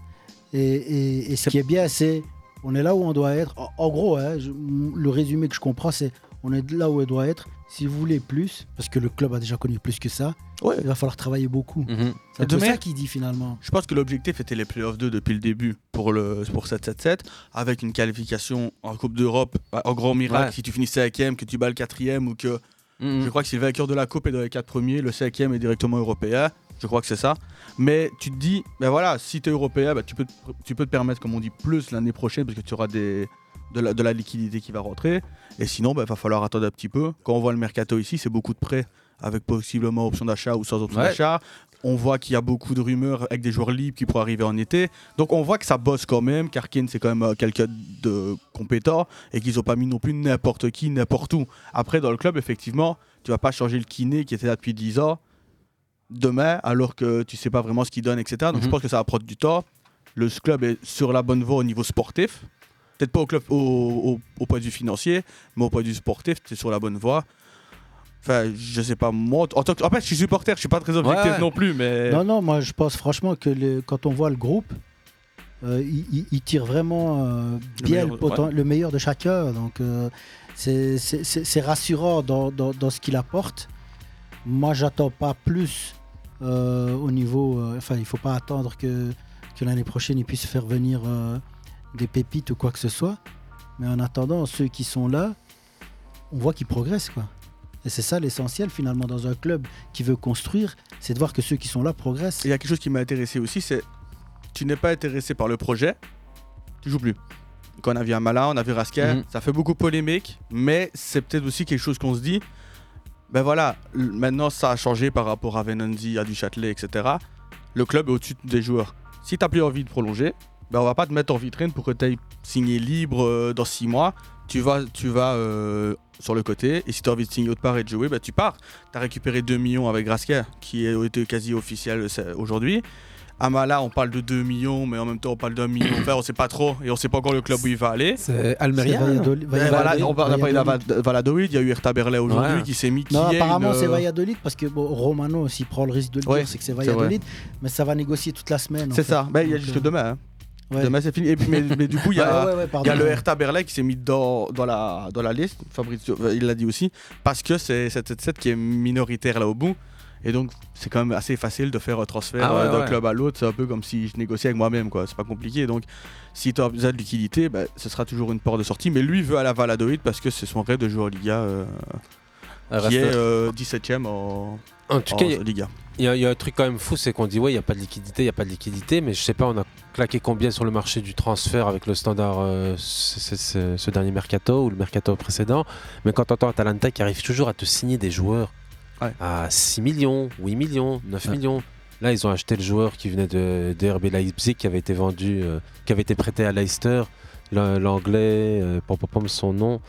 Speaker 2: Et, et- et ce qui est bien, c'est on est là où on doit être. En, en gros, hein, je- m- le résumé que je comprends, c'est on est là où on doit être. Si vous voulez plus, parce que le club a déjà connu plus que ça,
Speaker 9: Ouais.
Speaker 2: il va falloir travailler beaucoup.
Speaker 7: Mhm.
Speaker 2: C'est un
Speaker 9: De
Speaker 2: peu ça
Speaker 9: manière-
Speaker 2: qu'il dit finalement.
Speaker 9: Je pense que l'objectif était les playoffs 2 depuis le début pour le pour 7-7-7, avec une qualification en Coupe d'Europe, bah, en grand miracle,
Speaker 7: Ouais.
Speaker 9: si tu finis 5 que tu bats le 4 ou que
Speaker 7: Mhm.
Speaker 9: je crois que c'est le vainqueur de la Coupe et dans les 4 premiers, le 5 est directement européen. Je crois que c'est ça. Mais tu te dis, ben voilà, si tu es européen, bah, tu, peux te, tu peux te permettre, comme on dit, plus l'année prochaine parce que tu auras des, de, la, de la liquidité qui va rentrer. Et sinon, il va falloir attendre un petit peu. Quand on voit le mercato ici, c'est beaucoup de prêts avec possiblement option d'achat ou sans option
Speaker 7: Ouais.
Speaker 9: d'achat. On voit qu'il y a beaucoup de rumeurs avec des joueurs libres qui pourraient arriver en été. Donc on voit que ça bosse quand même. Karkin, c'est quand même euh, quelqu'un de compétent et qu'ils n'ont pas mis non plus n'importe qui, n'importe où. Après, dans le club, effectivement, tu vas pas changer le kiné qui était là depuis 10 ans demain alors que tu sais pas vraiment ce qu'il donne, etc. Donc je
Speaker 7: Mhm.
Speaker 9: pense que ça va prendre du temps. Le club est sur la bonne voie au niveau sportif. Peut-être pas au, club, au, au- au point de vue financier, mais au point de vue sportif, c'est sur la bonne voie. Enfin, je sais pas, moi, en, tant que, en fait, je suis supporter, je suis pas très objectif
Speaker 7: ouais.
Speaker 9: non plus, mais.
Speaker 2: Non, non, moi je pense franchement que le- quand on voit le groupe, euh, il, il- il tire vraiment euh,
Speaker 9: Le
Speaker 2: bien le,
Speaker 9: meilleur,
Speaker 2: poten- le meilleur de chacun. Donc euh, c'est- c'est c'est- c'est rassurant dans, dans- dans ce qu'il apporte. Moi j'attends pas plus euh, au niveau. euh, Enfin, il faut pas attendre que, que l'année prochaine il puisse faire venir euh, des pépites ou quoi que ce soit. Mais en attendant, ceux qui sont là, on voit qu'ils progressent quoi. Et c'est ça l'essentiel finalement dans un club qui veut construire, c'est de voir que ceux qui sont là progressent.
Speaker 9: Il y a quelque chose qui m'a intéressé aussi, c'est tu n'es pas intéressé par le projet, tu joues plus. Quand on a vu Amala, on a vu Rascal,
Speaker 7: Mhm.
Speaker 9: ça fait beaucoup polémique, mais c'est peut-être aussi quelque chose qu'on se dit. Ben voilà, l- maintenant ça a changé par rapport à Venanzi, à Duchâtelet, etc. Le club est au-dessus des joueurs. Si t'as plus envie de prolonger, ben on va pas te mettre en vitrine pour que tu ailles signer libre euh, dans six mois. Tu vas, tu vas euh, sur le côté et si tu as envie de signer autre part et de jouer, ben tu pars. Tu as récupéré 2 millions avec Graska qui a été quasi officiel euh, aujourd'hui. Amala, on parle de 2 millions, mais en même temps, on parle d'un million. Enfin, on sait pas trop et on sait pas encore le club où il va aller.
Speaker 8: C'est
Speaker 2: C'est
Speaker 9: Ben,
Speaker 2: Valladolid.
Speaker 9: voilà,
Speaker 2: Valladolid,
Speaker 9: on parle- on a parlé de la
Speaker 2: Valladolid.
Speaker 9: Val- Valladolid, il y a eu Hertha Berlin aujourd'hui
Speaker 7: Ouais.
Speaker 9: qui s'est mis. euh, qui
Speaker 2: Non,
Speaker 9: est
Speaker 2: apparemment
Speaker 9: une-
Speaker 2: c'est Valladolid parce que bon, Romano, s'il prend le risque de le
Speaker 9: Ouais,
Speaker 2: dire, c'est que c'est Valladolid, mais ça va négocier toute la semaine. en
Speaker 9: C'est
Speaker 2: fait.
Speaker 9: ça, Ben, il y a
Speaker 2: Donc,
Speaker 9: juste
Speaker 2: euh,
Speaker 9: demain. hein.
Speaker 2: ouais.
Speaker 9: Demain, c'est fini. Et puis, mais, mais du coup, il y a.
Speaker 2: [LAUGHS] Ouais, ouais, ouais,
Speaker 9: Il y
Speaker 2: pardon.
Speaker 9: a le Hertha Berlin qui s'est mis dans, dans, la, dans la liste, Fabrizio, euh, il l'a dit aussi, parce que c'est 7-7-7 qui est minoritaire là au bout. Et donc, c'est quand même assez facile de faire un transfert
Speaker 8: Ah ouais,
Speaker 9: euh, d'un
Speaker 8: ouais.
Speaker 9: club à l'autre. C'est un peu comme si je négociais avec moi-même, quoi. C'est pas compliqué. Donc, si tu as besoin de liquidité, bah, ce sera toujours une porte de sortie. Mais lui veut à la Valadoïde parce que c'est son rêve de jouer en Liga, euh,
Speaker 8: Ah,
Speaker 9: qui est
Speaker 8: reste-
Speaker 9: euh, 17ème en,
Speaker 8: En tout
Speaker 9: en
Speaker 8: cas, il y a-
Speaker 9: Liga.
Speaker 8: il y, a- il y a un truc quand même fou, c'est qu'on dit ouais, il n'y a pas de liquidité, il n'y a pas de liquidité, mais je sais pas, on a claqué combien sur le marché du transfert avec le standard euh, ce, ce- ce- ce dernier mercato ou le mercato précédent. Mais quand on entend Atalanta qui arrive toujours à te signer des joueurs
Speaker 9: Ouais.
Speaker 8: à 6 millions, 8 millions, 9
Speaker 7: Ouais.
Speaker 8: millions. Là, ils ont acheté le joueur qui venait de, de RB Leipzig, qui avait été vendu, euh, qui avait été prêté à Leicester, L'an- l'anglais, euh, pom, pom, pom, son nom.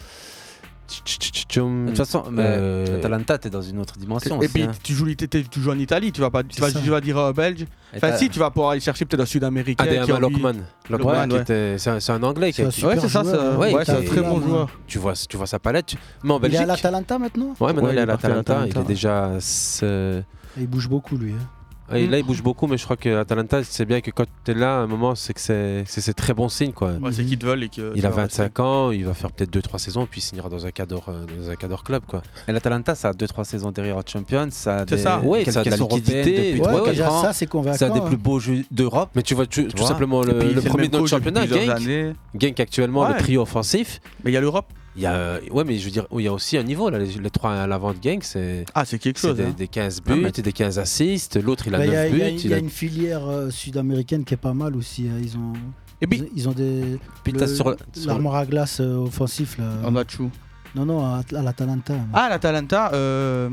Speaker 7: De
Speaker 8: De
Speaker 7: toute façon, mais
Speaker 8: Euh,
Speaker 7: Atalanta, Hmm. Euh, t'es dans une autre dimension.
Speaker 9: Et
Speaker 7: aussi,
Speaker 9: puis,
Speaker 7: hein.
Speaker 9: tu joues, t'es- t'es- tu joues en Italie, tu vas pas, tu vas,
Speaker 2: ça.
Speaker 9: tu vas dire euh, Belge.
Speaker 7: Et
Speaker 9: Enfin,
Speaker 7: t'as- Ah,
Speaker 9: si, tu vas pouvoir aller chercher peut-être un Sud-Américain.
Speaker 8: Adéama
Speaker 9: qui a envie-
Speaker 8: Lockman. Lockman,
Speaker 9: Lockman,
Speaker 8: qui
Speaker 9: ouais.
Speaker 8: était- c'est un, c'est un anglais. qui
Speaker 2: C'est un
Speaker 8: a- qui-
Speaker 9: Ouais, c'est ça,
Speaker 2: Super
Speaker 9: c'est un,
Speaker 2: joueur,
Speaker 7: ouais,
Speaker 9: ouais, c'est un
Speaker 7: qui-
Speaker 9: très bon
Speaker 2: qui-
Speaker 9: joueur.
Speaker 8: tu, vois, tu vois sa palette. tu- Mais en
Speaker 2: Il est
Speaker 8: Belgique.
Speaker 2: à l'Atalanta maintenant
Speaker 8: Ouais, maintenant
Speaker 9: Ouais,
Speaker 8: il est à
Speaker 9: il est parti à
Speaker 8: l'Atalanta. Il est
Speaker 9: l'Atalanta.
Speaker 8: déjà. ce-
Speaker 2: Il bouge beaucoup lui. hein.
Speaker 8: Ouais, Là, il bouge beaucoup, mais je crois que l'Atalanta, c'est bien que quand t'es là, à un moment, c'est que c'est c'est- c'est très bon signe. quoi.
Speaker 9: Ouais, c'est qu'ils te veulent et que.
Speaker 8: Il a 25 ans, il va faire peut-être 2-3 saisons, puis il signera dans un cadre, euh, dans un cadre club. Quoi.
Speaker 7: Et l'Atalanta, ça a 2-3 saisons derrière en Champions. Ça a
Speaker 9: C'est
Speaker 7: des...
Speaker 9: ça.
Speaker 8: Ouais,
Speaker 7: quelques
Speaker 8: ça a de la
Speaker 7: caisses européennes
Speaker 8: liquidité,
Speaker 7: depuis
Speaker 8: ouais,
Speaker 7: trois,
Speaker 8: ouais,
Speaker 7: quatre
Speaker 2: déjà
Speaker 7: ans.
Speaker 2: ça c'est convaincant.
Speaker 7: C'est un des
Speaker 2: hein.
Speaker 7: plus beaux jeux d'Europe.
Speaker 8: Mais tu vois tu- tout
Speaker 7: vois.
Speaker 8: simplement le, le premier de notre championnat, Genk,
Speaker 9: années.
Speaker 8: Genk actuellement,
Speaker 9: Ouais.
Speaker 8: le trio offensif.
Speaker 9: Mais il y a l'Europe.
Speaker 8: Il y a, euh, ouais, mais je veux dire, il y a aussi un niveau. Là, les, les trois à l'avant de Gang, c'est
Speaker 9: Ah, c'est quelque
Speaker 8: c'est
Speaker 9: chose.
Speaker 8: des,
Speaker 9: hein.
Speaker 8: des 15
Speaker 9: Ah,
Speaker 8: buts,
Speaker 9: mais-
Speaker 8: et des 15 assists. L'autre, il a
Speaker 2: Bah, Il y a-
Speaker 8: 9
Speaker 2: il y
Speaker 8: buts.
Speaker 2: a- il y
Speaker 8: il a-
Speaker 2: a une filière euh, sud-américaine qui est pas mal aussi. hein. Ils ont
Speaker 9: Et puis-
Speaker 2: ils ont- ils ont des
Speaker 7: Puis t'as
Speaker 2: le-
Speaker 7: sur, sur
Speaker 2: l'armoire à glace euh, offensif là.
Speaker 9: En Atchou.
Speaker 2: Non non à, à l'Atalanta.
Speaker 9: Ah, l'Atalanta, euh,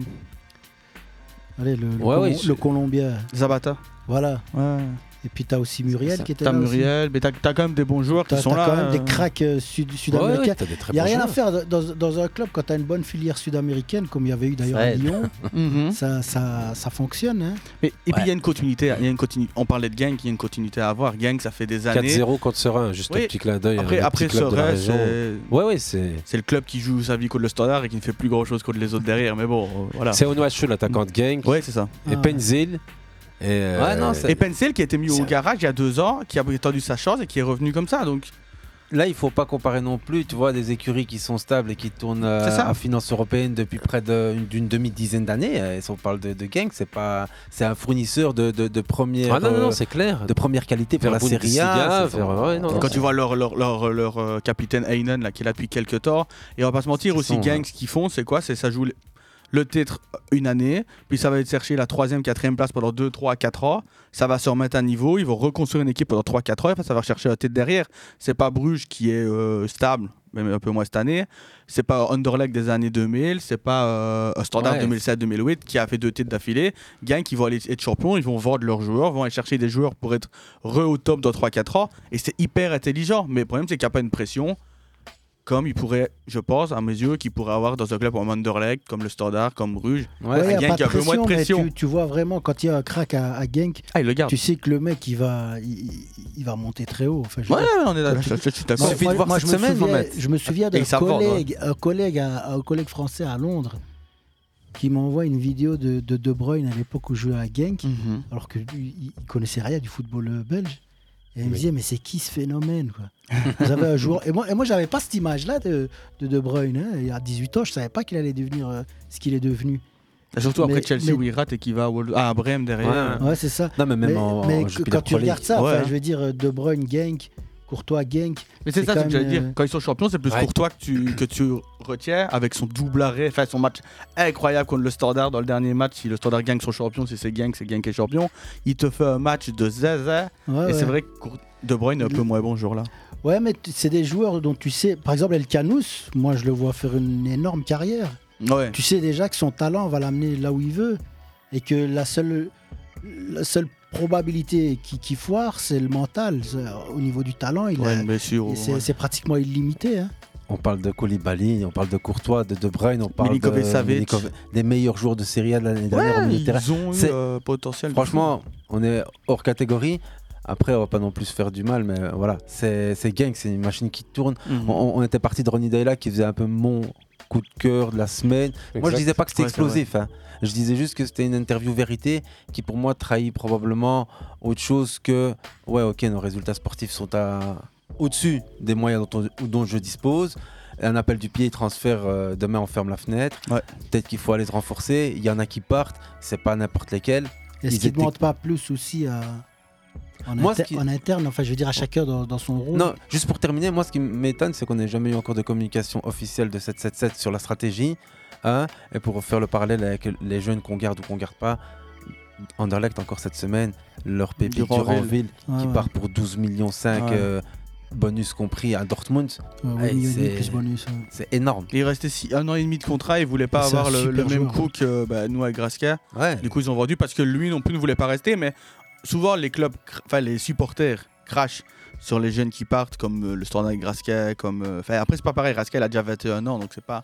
Speaker 2: Allez le, le
Speaker 8: Ouais,
Speaker 2: Colom-
Speaker 8: ouais, je-
Speaker 2: le Colombien.
Speaker 9: Zabata.
Speaker 2: Voilà.
Speaker 9: Ouais.
Speaker 2: Et puis t'as aussi Muriel qui était
Speaker 9: T'as
Speaker 2: là. aussi.
Speaker 9: Muriel, mais t'as t'as quand même des bons joueurs qui
Speaker 2: T'as
Speaker 9: sont
Speaker 2: t'as
Speaker 9: là.
Speaker 2: quand même des
Speaker 9: euh.
Speaker 2: cracks euh, sud-
Speaker 8: Ouais, ouais,
Speaker 2: sud-américains.
Speaker 8: t'as des très
Speaker 2: Il n'y a
Speaker 8: bons
Speaker 2: rien à
Speaker 8: joueurs.
Speaker 2: faire dans, dans un club quand tu as une bonne filière sud-américaine, comme il y avait eu d'ailleurs
Speaker 7: Ça
Speaker 2: à
Speaker 8: [LAUGHS]
Speaker 7: aide.
Speaker 2: Lyon,
Speaker 9: Mhm.
Speaker 2: ça, ça, ça fonctionne. hein.
Speaker 9: Mais- Et puis il y a une continuité. il y a une continu- On parlait de Genk, il y a une continuité à avoir. Genk, ça fait des années.
Speaker 8: 4-0 contre Serein, juste
Speaker 9: Oui.
Speaker 8: un petit clin d'œil.
Speaker 9: Après,
Speaker 8: un
Speaker 9: après
Speaker 8: petit club de la
Speaker 9: Sorel,
Speaker 8: région.
Speaker 9: c'est.
Speaker 8: Ouais, ouais, c'est.
Speaker 9: C'est le club qui joue sa vie contre le standard et qui ne fait plus grand chose contre les autres derrière, mais bon, euh, voilà. Mm.
Speaker 8: C'est Onuachu, l'attaquant de Gang,
Speaker 9: Ouais, c'est ça.
Speaker 8: et
Speaker 2: Ah.
Speaker 8: Penzil. Et euh,
Speaker 7: Ouais, non, c'est-
Speaker 9: Et Pencil qui a été mis au
Speaker 7: C'est-
Speaker 9: garage il y a deux ans, qui a attendu sa chance et qui est revenu comme ça. Donc,
Speaker 7: Là, il faut pas comparer non plus, tu vois, des écuries qui sont stables et qui tournent euh,
Speaker 9: C'est ça.
Speaker 7: à finance européenne depuis près de- d'une demi-dizaine d'années. euh, Et si on parle de, de Genk, c'est pas, c'est un fournisseur de, de, de première,
Speaker 8: Ah non, non,
Speaker 7: euh,
Speaker 8: non, c'est clair.
Speaker 7: de première qualité pour
Speaker 8: Vers
Speaker 7: la Serie A.
Speaker 8: Bundesliga,
Speaker 7: c'est-
Speaker 8: vers- ouais, non,
Speaker 7: on-
Speaker 8: non,
Speaker 9: quand tu vois leur, leur, leur, leur, euh, capitaine Heinen là, qui est là depuis quelques temps, et on va pas se mentir aussi,
Speaker 7: sont,
Speaker 9: Gang, ce qu'ils font, c'est quoi C'est ça joue le- le titre une année, puis ça va être chercher la troisième, quatrième place pendant 2, 3, 4 ans. Ça va se remettre à niveau, ils vont reconstruire une équipe pendant 3, 4 ans, et après ça va rechercher un titre derrière. C'est pas Bruges qui est euh, stable, même un peu moins cette année. C'est pas Underleg des années 2000, c'est pas euh, un Standard
Speaker 7: Ouais.
Speaker 9: 2007-2008 qui a fait deux titres d'affilée. Gang qui vont aller être champions, ils vont vendre leurs joueurs, vont aller chercher des joueurs pour être re au top dans 3-4 ans. Et c'est hyper intelligent. Mais le problème, c'est qu'il n'y a pas une pression comme il pourrait, je pense, à mes yeux, qu'il pourrait avoir dans un club comme Anderlecht, comme le Standard, comme Bruges.
Speaker 7: Ouais,
Speaker 2: Ouais, y
Speaker 9: Genk a un peu moins de
Speaker 2: mais
Speaker 9: pression.
Speaker 2: Tu, tu vois vraiment, quand il y a un crack à, à Genk,
Speaker 9: Ah, il le garde.
Speaker 2: tu sais que le mec, il va, il, il- il va monter très haut. Enfin, je
Speaker 9: Ouais,
Speaker 2: veux
Speaker 9: ouais,
Speaker 2: dire,
Speaker 9: on est d'accord. Je, je suis d'accord.
Speaker 2: moi-
Speaker 7: suffit de
Speaker 2: moi-
Speaker 7: voir
Speaker 2: moi,
Speaker 7: cette
Speaker 2: je me
Speaker 7: semaine, en
Speaker 2: souviens-
Speaker 7: fait.
Speaker 2: Je me souviens d'un
Speaker 9: ils savent vendre,
Speaker 2: collègue, un collègue, à- un collègue français à Londres qui m'envoie une vidéo de, de De Bruyne à l'époque où je jouais à Genk.
Speaker 9: Mhm.
Speaker 2: alors que lui, il il connaissait rien du football euh, belge. Et il me
Speaker 8: Oui.
Speaker 2: disait, mais c'est qui ce phénomène quoi
Speaker 9: [LAUGHS]
Speaker 2: Vous avez un joueur. Et moi, et moi j'avais pas cette image-là de, de De Bruyne. hein. Et à 18 ans, je savais pas qu'il allait devenir euh, ce qu'il est devenu.
Speaker 9: Surtout après
Speaker 2: Mais-
Speaker 9: Chelsea
Speaker 2: mais-
Speaker 9: où il rate et qu'il va à, Wol- ah, à Brême derrière.
Speaker 7: Ouais, ouais.
Speaker 2: Ouais, c'est ça.
Speaker 7: Non, mais même
Speaker 2: mais
Speaker 7: en,
Speaker 2: mais
Speaker 7: en
Speaker 2: que-
Speaker 7: Jupiler
Speaker 2: quand tu
Speaker 7: Pro League.
Speaker 2: regardes ça,
Speaker 9: Ouais,
Speaker 2: enfin,
Speaker 9: hein.
Speaker 2: je veux dire, euh, De Bruyne, Genk, Courtois, Genk.
Speaker 9: Mais c'est
Speaker 2: C'est
Speaker 9: ça ce
Speaker 2: quand
Speaker 9: que j'allais
Speaker 2: même,
Speaker 9: dire.
Speaker 2: euh,
Speaker 9: Quand ils sont champions, c'est plus
Speaker 8: Ouais.
Speaker 9: pour toi que tu, que tu retiens avec son double arrêt, enfin son match incroyable contre le Standard dans le dernier match. Si le Standard gagne son champion, si c'est gang, c'est gang qui est champion. Il te fait un match de zaza.
Speaker 2: Ouais,
Speaker 9: et
Speaker 2: ouais.
Speaker 9: c'est vrai que Cour- De Bruyne est un peu moins bon ce jour-là.
Speaker 2: euh, Ouais, mais t- c'est des joueurs dont tu sais. Par exemple, El Canous, moi, je le vois faire une énorme carrière.
Speaker 9: Ouais.
Speaker 2: Tu sais déjà que son talent va l'amener là où il veut et que la seule, la seule probabilité qui, qui foire, c'est le mental. C'est- euh, Au niveau du talent, il
Speaker 9: Ouais,
Speaker 2: a-
Speaker 9: une blessure.
Speaker 2: et c'est
Speaker 9: ouais.
Speaker 2: c'est pratiquement illimité. hein.
Speaker 7: On parle de Koulibaly, on parle de Courtois, de De Bruyne, on parle de
Speaker 9: Milinkovic-Savic.
Speaker 7: des meilleurs joueurs de Serie A de l'année dernière au
Speaker 9: Ouais,
Speaker 7: milieu de terrain.
Speaker 9: ils ont eu
Speaker 7: C'est-
Speaker 9: euh, potentiel. de
Speaker 7: Franchement, on est hors catégorie. Après, on va pas non plus se faire du mal, mais euh, voilà, c'est c'est Genk, c'est une machine qui tourne.
Speaker 9: fou. Mhm.
Speaker 7: On, on était parti de Ronnie Dayla qui faisait un peu mon coup de cœur de la semaine. Moi, je disais pas que c'était
Speaker 9: Ouais, c'est
Speaker 7: explosif. hein. Je disais juste que c'était une interview vérité qui, pour moi, trahit probablement autre chose que ouais, ok, nos résultats sportifs sont à- au-dessus des moyens dont, on- dont je dispose. un appel du pied, transfert, euh, demain on ferme la fenêtre.
Speaker 9: Ouais.
Speaker 7: Peut-être qu'il faut aller se renforcer. Il y en a qui partent, c'est pas n'importe lesquels.
Speaker 2: Est-ce
Speaker 7: Ils
Speaker 2: qu'il ne
Speaker 7: étaient-
Speaker 2: demande pas plus aussi à- en,
Speaker 7: Moi,
Speaker 2: inter-
Speaker 7: ce qui-
Speaker 2: en interne, enfin je veux dire à chacun dans, dans son rôle
Speaker 7: Non, juste pour terminer, moi ce qui m'étonne, c'est qu'on n'ait jamais eu encore de communication officielle de 777 sur la stratégie. hein. et pour faire le parallèle avec les jeunes qu'on garde ou qu'on garde pas, Anderlecht encore cette semaine, leur pépite
Speaker 9: Duranville.
Speaker 7: Duranville
Speaker 2: Ouais,
Speaker 7: qui
Speaker 2: Ah ouais. Ah
Speaker 7: part pour 12 millions 5
Speaker 9: Ouais.
Speaker 7: euh, bonus compris à Dortmund,
Speaker 2: Ouais, ouais,
Speaker 7: Eh,
Speaker 2: Mignoni
Speaker 7: c'est-
Speaker 2: plus bonus. ouais.
Speaker 7: c'est énorme.
Speaker 9: Il restait six- un an et demi de contrat, ils voulaient pas
Speaker 2: C'est
Speaker 9: avoir
Speaker 2: un
Speaker 9: le,
Speaker 2: super
Speaker 9: le même
Speaker 2: joueur. hein.
Speaker 9: coût que bah, nous à Graska.
Speaker 7: Ouais.
Speaker 9: Du coup, ils ont vendu parce que lui non plus ne voulait pas rester. Mais souvent, les clubs, cr- enfin les supporters crachent sur les jeunes qui partent, comme euh, le Standard Graska, comme. euh, Enfin, après, c'est pas pareil. Graska, elle a déjà 21 ans, donc c'est pas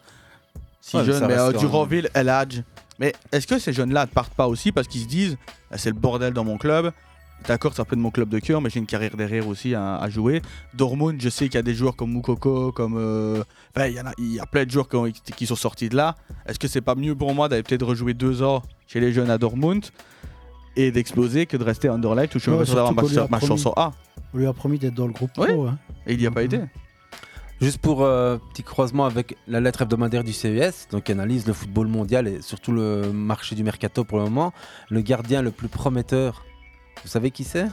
Speaker 9: si
Speaker 7: Ouais, mais
Speaker 9: jeune.
Speaker 7: ça
Speaker 9: Mais,
Speaker 7: reste
Speaker 9: euh,
Speaker 7: quand même-
Speaker 9: Duranville, elle a. déjà- Mais est-ce que ces jeunes-là ne partent pas aussi parce qu'ils se disent, Ah, c'est le bordel dans mon club. D'accord, c'est un peu de mon club de cœur, mais j'ai une carrière derrière aussi à, à jouer. Dortmund, je sais qu'il y a des joueurs comme Moukoko, comme. euh, Enfin, il y, en a- il y a plein de joueurs qui, ont- qui sont sortis de là. Est-ce que c'est pas mieux pour moi d'aller peut-être rejouer deux ans chez les jeunes à Dortmund et d'exploser que de rester à Underlight où je suis
Speaker 2: Ouais,
Speaker 9: même pas sûr d'avoir
Speaker 2: surtout
Speaker 9: ma,
Speaker 2: qu'on lui a
Speaker 9: ma
Speaker 2: promis.
Speaker 9: chanson A
Speaker 2: On lui a promis d'être dans le groupe
Speaker 9: Ouais.
Speaker 2: pro. hein.
Speaker 9: Et il n'y a pas été.
Speaker 7: Juste pour euh, petit croisement avec la lettre hebdomadaire du CES, donc qui analyse le football mondial et surtout le marché du mercato pour le moment, le gardien le plus prometteur, vous savez qui c'est